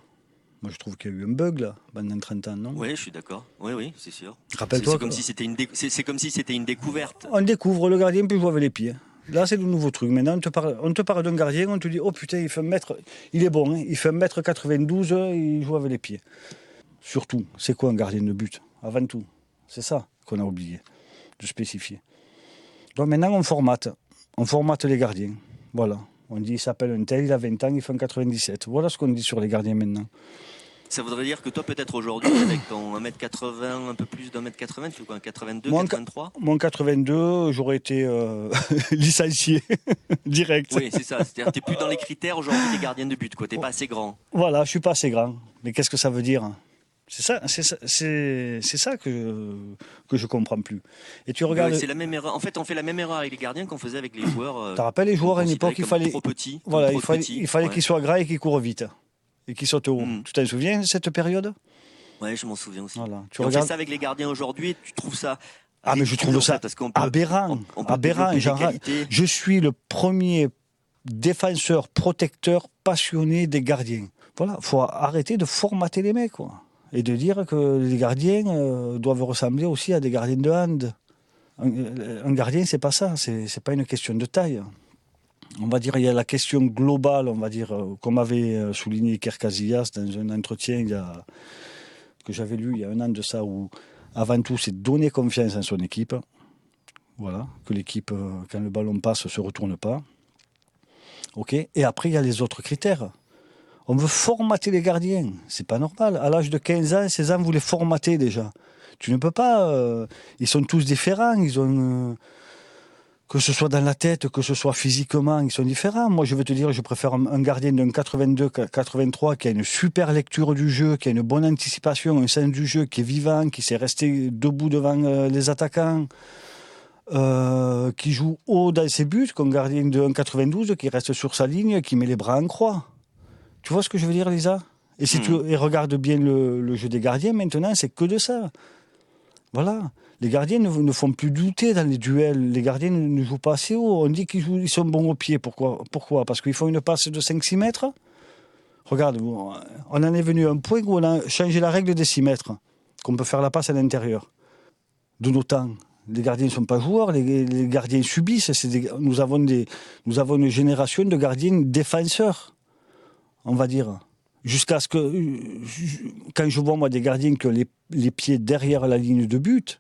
Speaker 16: Moi, je trouve qu'il y a eu un bug, là, pendant 30 ans, non
Speaker 17: Oui, je suis d'accord. Oui, oui, c'est sûr. C'est
Speaker 16: Rappelle-toi
Speaker 17: c'est comme
Speaker 16: que-
Speaker 17: si c'était une, déc- c'est- c'est comme si c'était une découverte.
Speaker 16: On découvre, le gardien peut jouer avec les pieds. Là, c'est le nouveau truc. Maintenant, on te parle, on te parle d'un gardien, on te dit, oh putain, il fait un mètre, il est bon, hein, il fait un mètre 92, euh, il joue avec les pieds. Surtout, c'est quoi un gardien de but Avant tout, c'est ça qu'on a oublié de spécifier. Donc maintenant, on formate. On formate les gardiens. Voilà. On dit, il s'appelle un tel, il a 20 ans, il fait un 97. Voilà ce qu'on dit sur les gardiens maintenant.
Speaker 17: Ça voudrait dire que toi, peut-être
Speaker 2: [COUGHS]
Speaker 17: aujourd'hui, avec ton 1m80, un peu plus d'un mètre 80, tu fais quoi, un 82,
Speaker 16: Moi, en
Speaker 17: 83
Speaker 16: Mon 82, j'aurais été euh, [LAUGHS] licencié [LAUGHS] direct.
Speaker 17: Oui, c'est ça. C'est-à-dire que t'es plus dans les critères aujourd'hui des gardiens de but, quoi. T'es pas assez grand.
Speaker 16: Voilà, je suis pas assez grand. Mais qu'est-ce que ça veut dire C'est ça, c'est ça, c'est c'est ça que je, que je comprends plus. Et tu regardes.
Speaker 17: Ouais, c'est la même erreur. En fait, on fait la même erreur avec les gardiens qu'on faisait avec les joueurs. euh,
Speaker 16: Tu te Ah, rappelles les joueurs à une
Speaker 17: considérés
Speaker 16: époque, il
Speaker 17: comme
Speaker 16: fallait.
Speaker 17: trop petits, comme
Speaker 16: voilà,
Speaker 17: trop
Speaker 16: il fallait,
Speaker 17: petits.
Speaker 16: il fallait
Speaker 17: Ouais. Mm.
Speaker 16: qu'ils soient gras et qu'ils courent vite et qu'ils sautent haut. Tu t'en souviens de cette période
Speaker 17: Ouais, je m'en souviens aussi.
Speaker 16: tu
Speaker 17: Et on
Speaker 16: regardes-
Speaker 17: fait ça avec les gardiens aujourd'hui, tu trouves ça.
Speaker 16: Ah, mais je
Speaker 17: ridicule,
Speaker 16: trouve
Speaker 17: en fait,
Speaker 16: ça
Speaker 17: parce qu'on peut-
Speaker 16: aberrant.
Speaker 17: on peut
Speaker 16: aberrant.
Speaker 17: développer
Speaker 16: j'en
Speaker 17: des
Speaker 16: râle.
Speaker 17: qualités.
Speaker 16: Je suis le premier défenseur, protecteur, passionné des gardiens. Voilà, faut arrêter de formater les mecs, quoi. Et de dire que les gardiens euh, doivent ressembler aussi à des gardiens de hand. Un, un gardien, c'est pas ça. C'est c'est pas une question de taille. On va dire, il y a la question globale, on va dire, euh, comme avait euh, souligné Kerkazias dans un entretien il y a, que j'avais lu il y a un an de ça, où avant tout, c'est donner confiance en son équipe. Voilà, que l'équipe, euh, quand le ballon passe, ne se retourne pas. OK Et après, il y a les autres critères. On veut formater les gardiens. C'est pas normal. À l'âge de 15 ans, 16 ans, vous les formatez déjà. Tu ne peux pas. euh, ils sont tous différents. Ils ont. euh, que ce soit dans la tête, que ce soit physiquement, ils sont différents. Moi, je vais te dire, je préfère un un gardien d'un 82, qu'un 83, qui a une super lecture du jeu, qui a une bonne anticipation, un sens du jeu, qui est vivant, qui sait rester debout devant euh, les attaquants, euh, qui joue haut dans ses buts, qu'un gardien d'un 92, qui reste sur sa ligne, qui met les bras en croix. Tu vois ce que je veux dire, Lisa Et si tu et regarde bien le, le jeu des gardiens, maintenant, c'est que de ça. Voilà. Les gardiens ne, ne font plus douter dans les duels. Les gardiens ne, ne jouent pas assez haut. On dit qu'ils jouent- ils sont bons au pied. Pourquoi, Pourquoi Parce qu'ils font une passe de 5-6 mètres Regarde, on on en est venu à un point où on a changé la règle des 6 mètres, qu'on peut faire la passe à l'intérieur. De nos temps. Les gardiens ne sont pas joueurs, les, les gardiens subissent. C'est des- nous, avons des, nous avons une génération de gardiens défenseurs on va dire. Jusqu'à ce que, euh, ju- quand je vois moi des gardiens qui ont les, les pieds derrière la ligne de but,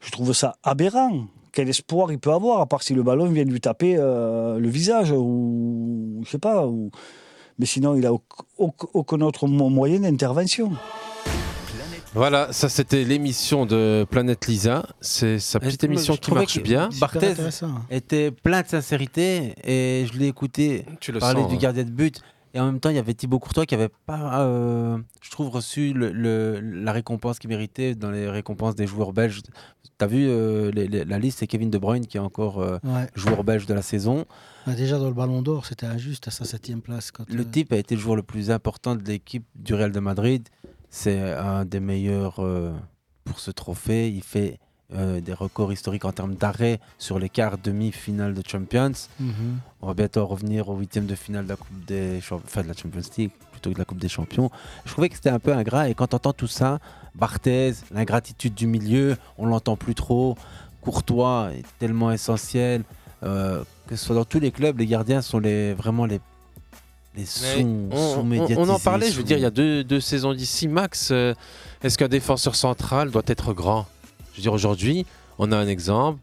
Speaker 16: je trouve ça aberrant. Quel espoir il peut avoir, à part si le ballon vient lui taper euh, le visage ou je sais pas. Ou... Mais sinon, il a au- au- aucun autre mo- moyen d'intervention.
Speaker 8: Voilà, ça c'était l'émission de Planète Lisa. C'est sa petite émission qui marche bien.
Speaker 7: Barthez était plein de sincérité et je l'ai écouté
Speaker 8: le
Speaker 7: parler
Speaker 8: sens,
Speaker 7: du
Speaker 8: hein.
Speaker 7: gardien de but. Et en même temps, il y avait Thibaut Courtois qui avait pas, euh, je trouve, reçu le- le- la récompense qu'il méritait dans les récompenses des joueurs belges. T'as vu euh, les- les- la liste, c'est Kevin De Bruyne qui est encore euh,
Speaker 2: Ouais.
Speaker 7: joueur belge de la saison.
Speaker 2: Ah, déjà dans le Ballon d'Or, c'était injuste à sa septième place. Quand,
Speaker 7: Le
Speaker 2: euh,
Speaker 7: type a été le joueur le plus important de l'équipe du Real de Madrid. C'est euh, un des meilleurs euh, pour ce trophée. Il fait euh, des records historiques en termes d'arrêt sur les quarts demi-finale de Champions.
Speaker 2: Mhm.
Speaker 7: On va bientôt revenir au huitième de finale de la Coupe des Champions, enfin de la Champions League plutôt que de la Coupe des Champions. Je trouvais que c'était un peu ingrat et quand t'entends tout ça, Barthez, l'ingratitude du milieu, on l'entend plus trop. Courtois est tellement essentiel. euh, que ce soit dans tous les clubs, les gardiens sont les, vraiment les les
Speaker 8: Mais
Speaker 7: sous,
Speaker 8: on, on-
Speaker 7: sous-médiatisés,
Speaker 8: on en parlait, je
Speaker 7: sous-
Speaker 8: veux dire, il y a deux, deux saisons d'ici, max. euh, Est-ce qu'un défenseur central doit être grand Je veux dire, aujourd'hui, on a un exemple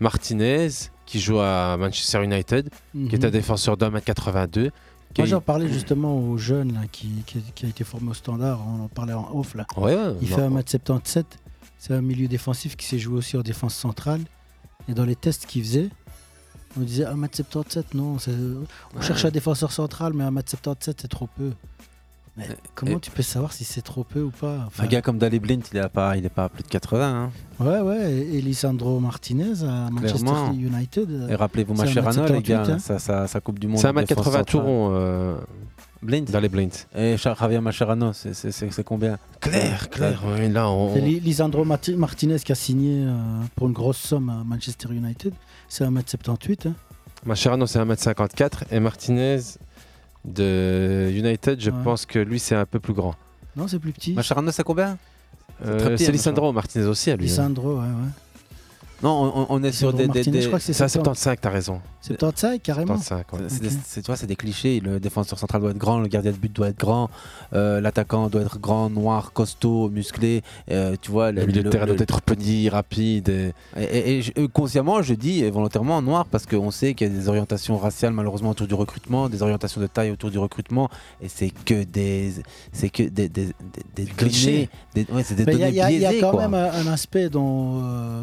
Speaker 8: Martinez, qui joue à Manchester United,
Speaker 2: Mhm.
Speaker 8: qui est un défenseur d'un mètre 82. qui
Speaker 2: Moi,
Speaker 8: est-
Speaker 2: j'en parlais justement au jeune là, qui, qui, qui a été formé au standard. On en parlait en off. Là.
Speaker 8: Ouais,
Speaker 2: Il
Speaker 8: non.
Speaker 2: fait 1m77. C'est un milieu défensif qui s'est joué aussi en défense centrale. Et dans les tests qu'il faisait, on disait 1m77, non. c'est- On
Speaker 7: Ouais.
Speaker 2: cherche un défenseur central, mais 1m77, c'est trop peu. Mais
Speaker 8: Euh,
Speaker 2: comment
Speaker 7: et-
Speaker 2: tu peux savoir si c'est trop peu ou pas Enfin,
Speaker 7: Un gars comme Daley Blind, il n'est pas, il est pas à plus de 80. hein.
Speaker 2: Ouais, ouais. Et et Lisandro Martinez à Manchester
Speaker 7: Clairement.
Speaker 2: United. euh,
Speaker 7: Et rappelez-vous, ma
Speaker 2: c'est
Speaker 7: chère Anna, les
Speaker 2: 1m78,
Speaker 7: gars,
Speaker 2: hein.
Speaker 7: sa, sa- sa Coupe du Monde.
Speaker 8: C'est un
Speaker 7: défense
Speaker 8: mètre 80
Speaker 7: centrale.
Speaker 8: touron. euh, Dans les blinds.
Speaker 7: Et Charles Javier Mascherano, c'est- c'est c'est- c'est combien
Speaker 8: Claire, Claire, ouais, là, on-
Speaker 2: C'est Li- Lisandro Marti- Martinez qui a signé euh, pour une grosse somme à Manchester United. C'est 1m78. hein.
Speaker 8: Mascherano, c'est 1m54 et Martinez de United, je
Speaker 2: Ouais.
Speaker 8: pense que lui, c'est un peu plus grand.
Speaker 2: Non, c'est plus petit.
Speaker 7: Mascherano, c'est combien
Speaker 8: Euh,
Speaker 7: très petit,
Speaker 8: c'est
Speaker 7: hein,
Speaker 8: Lisandro Martinez aussi à lui. hein.
Speaker 2: Lisandro, ouais, ouais.
Speaker 7: Non, on, on est sur des. des,
Speaker 2: Martinez,
Speaker 7: des...
Speaker 2: je crois que c'est C'est à 70.
Speaker 7: 75, t'as raison.
Speaker 2: 75 carrément.
Speaker 7: 75, ouais. C'est
Speaker 2: Ok.
Speaker 7: des- c'est- tu vois, c'est des clichés. Le défenseur central doit être grand, le gardien de but doit être grand, euh, l'attaquant doit être grand, noir, costaud, musclé. euh, tu vois,
Speaker 8: Le milieu de terrain doit être
Speaker 7: petit, rapide. Et, et- et je- euh, consciemment, je dis et volontairement noir parce qu'on sait qu'il y a des orientations raciales malheureusement autour du recrutement, des orientations de taille autour du recrutement, et c'est que des, c'est que des, des, des- des
Speaker 2: clichés.
Speaker 7: données, des, ouais, c'est des
Speaker 2: Mais il y, a-
Speaker 7: données
Speaker 2: il y a- il y a
Speaker 7: biaisées,
Speaker 2: quand
Speaker 7: quoi.
Speaker 2: même un, un aspect dont euh,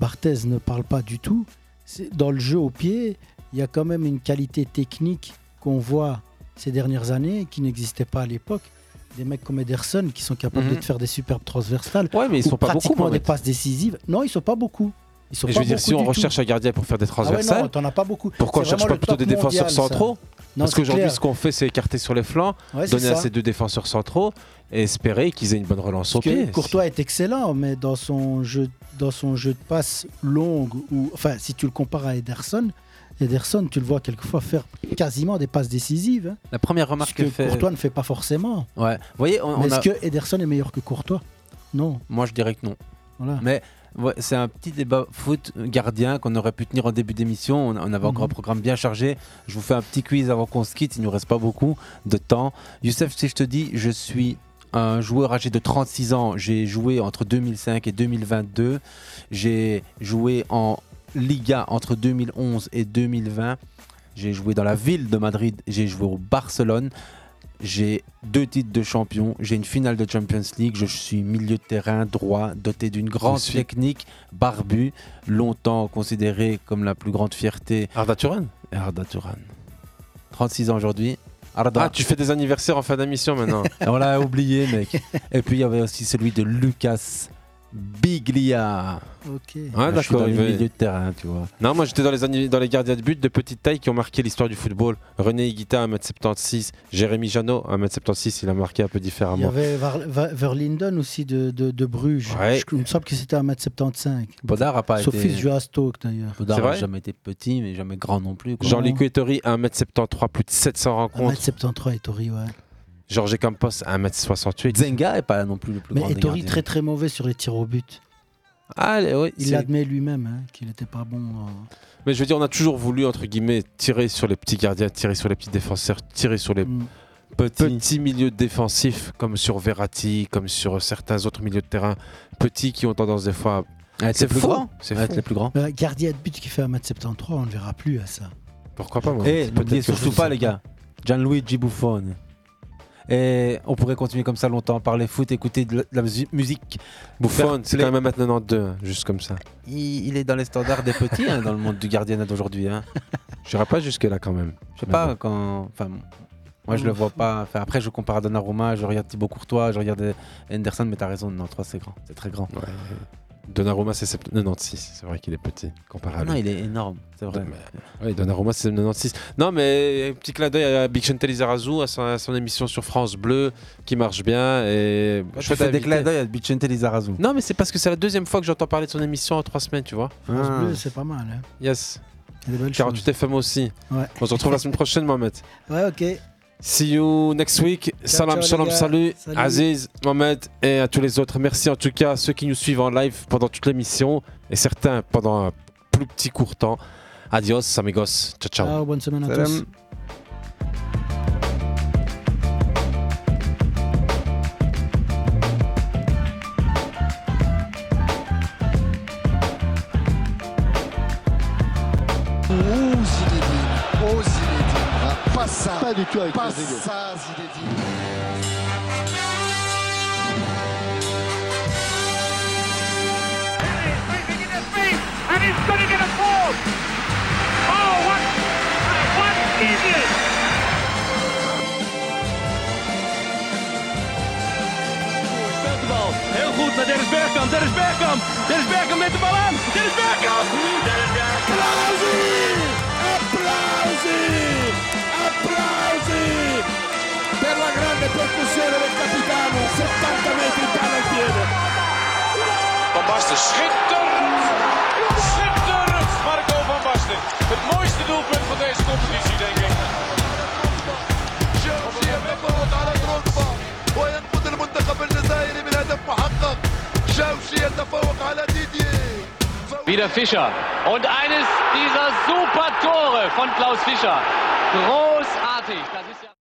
Speaker 2: Barthez ne parle pas du tout. C'est- Dans le jeu au pied, il y a quand même une qualité technique qu'on voit ces dernières années qui n'existait pas à l'époque. Des mecs comme Ederson qui sont capables
Speaker 7: Mhm.
Speaker 2: de te faire des superbes transversales.
Speaker 7: Ouais, mais ils
Speaker 2: ou
Speaker 7: sont pas beaucoup,
Speaker 2: pratiquement des
Speaker 7: Mohamed.
Speaker 2: passes décisives. Non, ils sont pas beaucoup. Ils sont
Speaker 8: Et je
Speaker 2: pas
Speaker 8: veux dire,
Speaker 2: beaucoup
Speaker 8: si on
Speaker 2: du tout.
Speaker 8: recherche un gardien pour faire des
Speaker 2: Ah ouais, non,
Speaker 8: transversales,
Speaker 2: t'en as pas beaucoup.
Speaker 8: pourquoi on
Speaker 2: C'est
Speaker 8: cherche
Speaker 2: vraiment
Speaker 8: pas
Speaker 2: le
Speaker 8: plutôt
Speaker 2: top
Speaker 8: des défenseurs
Speaker 2: mondial, ça.
Speaker 8: centraux
Speaker 2: Non,
Speaker 8: Parce
Speaker 2: c'est
Speaker 8: qu'aujourd'hui,
Speaker 2: clair.
Speaker 8: ce qu'on fait, c'est écarter sur les flancs,
Speaker 2: Ouais, c'est
Speaker 8: donner à
Speaker 2: ça.
Speaker 8: ces deux défenseurs centraux et espérer qu'ils aient une bonne relance au
Speaker 2: Parce que
Speaker 8: pied.
Speaker 2: Courtois est excellent, mais dans son jeu, dans son jeu de passe longue, ou enfin, si tu le compares à Ederson, Ederson, tu le vois quelquefois faire quasiment des passes décisives. hein.
Speaker 7: La première
Speaker 2: ce
Speaker 7: remarque
Speaker 2: que
Speaker 7: que fait.
Speaker 2: Courtois ne fait pas forcément.
Speaker 7: Ouais. Vous voyez, on,
Speaker 2: Mais
Speaker 7: on
Speaker 2: est-ce
Speaker 7: a-
Speaker 2: que Ederson est meilleur que Courtois Non.
Speaker 7: Moi, je dirais que non.
Speaker 2: Voilà.
Speaker 7: Mais ouais, c'est un petit débat foot gardien qu'on aurait pu tenir en début d'émission. On, on avait encore
Speaker 2: Mhm.
Speaker 7: un programme bien chargé. Je vous fais un petit quiz avant qu'on se quitte. Il nous reste pas beaucoup de temps. Youssef, si je te dis, je suis un joueur âgé de 36 ans. J'ai joué entre 2005 et 2022. J'ai joué en Liga entre 2011 et 2020. J'ai joué dans la ville de Madrid. J'ai joué au Barcelone. J'ai deux titres de champion, j'ai une finale de Champions League, je suis milieu de terrain droit, doté d'une grande
Speaker 8: suis-
Speaker 7: technique, barbu, longtemps considéré comme la plus grande fierté.
Speaker 8: Arda Turan
Speaker 7: Arda Turan. 36 ans aujourd'hui. Arda.
Speaker 8: Ah, tu fais des anniversaires en fin d'émission
Speaker 9: [LAUGHS]
Speaker 8: maintenant.
Speaker 7: [LAUGHS] On l'a oublié, mec. Et puis il y avait aussi celui de Lucas Biglia.
Speaker 2: Ok.
Speaker 8: Ah,
Speaker 7: Là, je suis dans
Speaker 8: d'accord,
Speaker 7: les
Speaker 8: il veut-
Speaker 7: milieux de terrain, Ah, tu vois.
Speaker 8: Non, moi j'étais dans les, anni- dans les gardiens de but de petite taille qui ont marqué l'histoire du football. René Higuita, 1m76. Jérémy Janot, 1m76. Il a marqué un peu différemment.
Speaker 2: Il y avait Var- Va- Verlinden aussi de, de, de Bruges. Je il me semble que c'était à 1m75.
Speaker 7: Bodard a pas
Speaker 2: Son
Speaker 7: été-
Speaker 2: fils joue à Stoke d'ailleurs.
Speaker 7: Boudard
Speaker 8: C'est
Speaker 7: n'a
Speaker 8: vrai
Speaker 7: jamais été petit, mais jamais grand non plus. quoi.
Speaker 8: Jean-Luc Ettori, 1m73, plus de 700 rencontres.
Speaker 2: 1m73 et Tori, ouais.
Speaker 8: Georges Campos, 1m68.
Speaker 7: Zenga est pas non plus le plus
Speaker 2: Mais Tori très très mauvais sur les tirs au but.
Speaker 8: Ah, ouais,
Speaker 2: il
Speaker 8: c'est-
Speaker 2: l'admet lui-même hein, qu'il n'était pas bon. euh,
Speaker 8: Mais je veux dire, on a toujours voulu, entre guillemets, tirer sur les petits gardiens, tirer sur les petits défenseurs, tirer sur les
Speaker 7: Mm.
Speaker 8: petits, milieux défensifs, comme sur Verratti, comme sur certains autres milieux de terrain, petits qui ont tendance des fois
Speaker 7: à
Speaker 8: C'est
Speaker 7: plus
Speaker 8: faux,
Speaker 7: grands.
Speaker 8: C'est
Speaker 7: À être
Speaker 8: faux.
Speaker 7: les plus grands.
Speaker 2: Mais un Bah, gardien de but qui fait 1m73, on ne le verra plus à ça.
Speaker 8: Pourquoi pas, moi
Speaker 7: Et
Speaker 8: Peut-être
Speaker 7: n'oubliez
Speaker 8: que je
Speaker 7: surtout
Speaker 8: sais
Speaker 7: pas, les gars, Gianluigi Buffon. Et on pourrait continuer comme ça longtemps, parler foot, écouter de la, de la musi- musique.
Speaker 8: Buffon,
Speaker 7: Faire
Speaker 8: c'est
Speaker 7: play.
Speaker 8: quand même maintenant 92, hein, juste comme ça.
Speaker 7: Il, il est dans les standards des petits hein, dans le monde du gardien d'aujourd'hui. Hein.
Speaker 8: [LAUGHS] J'irai pas jusque-là quand même.
Speaker 7: Je sais pas quand. Enfin, moi je le vois pas. Enfin, après, je compare à Donnarumma, je regarde Thibaut Courtois, je regarde Henderson, mais t'as raison, non, 3 c'est grand, c'est très grand.
Speaker 8: Donnarumma, c'est 70 96, c'est vrai qu'il est petit, comparé à
Speaker 7: non,
Speaker 8: lui.
Speaker 7: il est énorme, c'est vrai.
Speaker 8: Oui, Donnarumma, c'est 96. Non, mais un petit clin d'œil à Big Shun Lizarazu, à son, à son émission sur France Bleu, qui marche bien. Et
Speaker 7: Je
Speaker 8: chouette
Speaker 7: fais des
Speaker 8: invité.
Speaker 7: clins d'œil à Bichente Lizarazu.
Speaker 8: Non, mais c'est parce que c'est la deuxième fois que j'entends parler de son émission en trois semaines, tu vois.
Speaker 2: France
Speaker 8: Ah.
Speaker 2: Bleu, c'est pas mal. hein.
Speaker 8: Yes.
Speaker 2: Il y a des belles
Speaker 8: 48 FM aussi.
Speaker 2: Ouais.
Speaker 8: On se retrouve la semaine prochaine, Mohamed.
Speaker 2: Ouais, ok.
Speaker 8: See you next week. salam,
Speaker 2: ciao, les
Speaker 8: shalom,
Speaker 2: gars.
Speaker 8: salut,
Speaker 2: Salut.
Speaker 8: Aziz, Mohamed et à tous les autres. Merci en tout cas à ceux qui nous suivent en live pendant toute l'émission et certains pendant un plus petit court temps. Adios, amigos. Ciao, ciao.
Speaker 2: Ciao, bonne semaine à
Speaker 8: Salam.
Speaker 2: tous.
Speaker 1: Oh Zinedine, oh Zinedine, pas ça, pas du tout avec pas ça Zinedine.
Speaker 3: and he's going to get a goal. Oh, what, what is this?
Speaker 4: Speelbal.
Speaker 10: é
Speaker 4: Heel goed naar Dennis Bergkamp. Dennis Bergkamp. Dennis Bergkamp met de bal aan. Dennis Bergkamp. Dennis Bergkamp. Applausie. Applausie. Applausi. Per la grande percussione del capitano. 70 metri palo al piede.
Speaker 5: Van Basten schitterend. Schitterend, Marco van Basten. Het mooiste doelpunt van deze competitie, denk ik.
Speaker 6: جورجيا بيفوت على دروكبا وينقذ المنتخب الجزائري من هدف محقق جورجيا تفوق على ديدي
Speaker 4: wieder Fischer. Und eines dieser super Tore von Klaus Fischer. Großartig. Das ist ja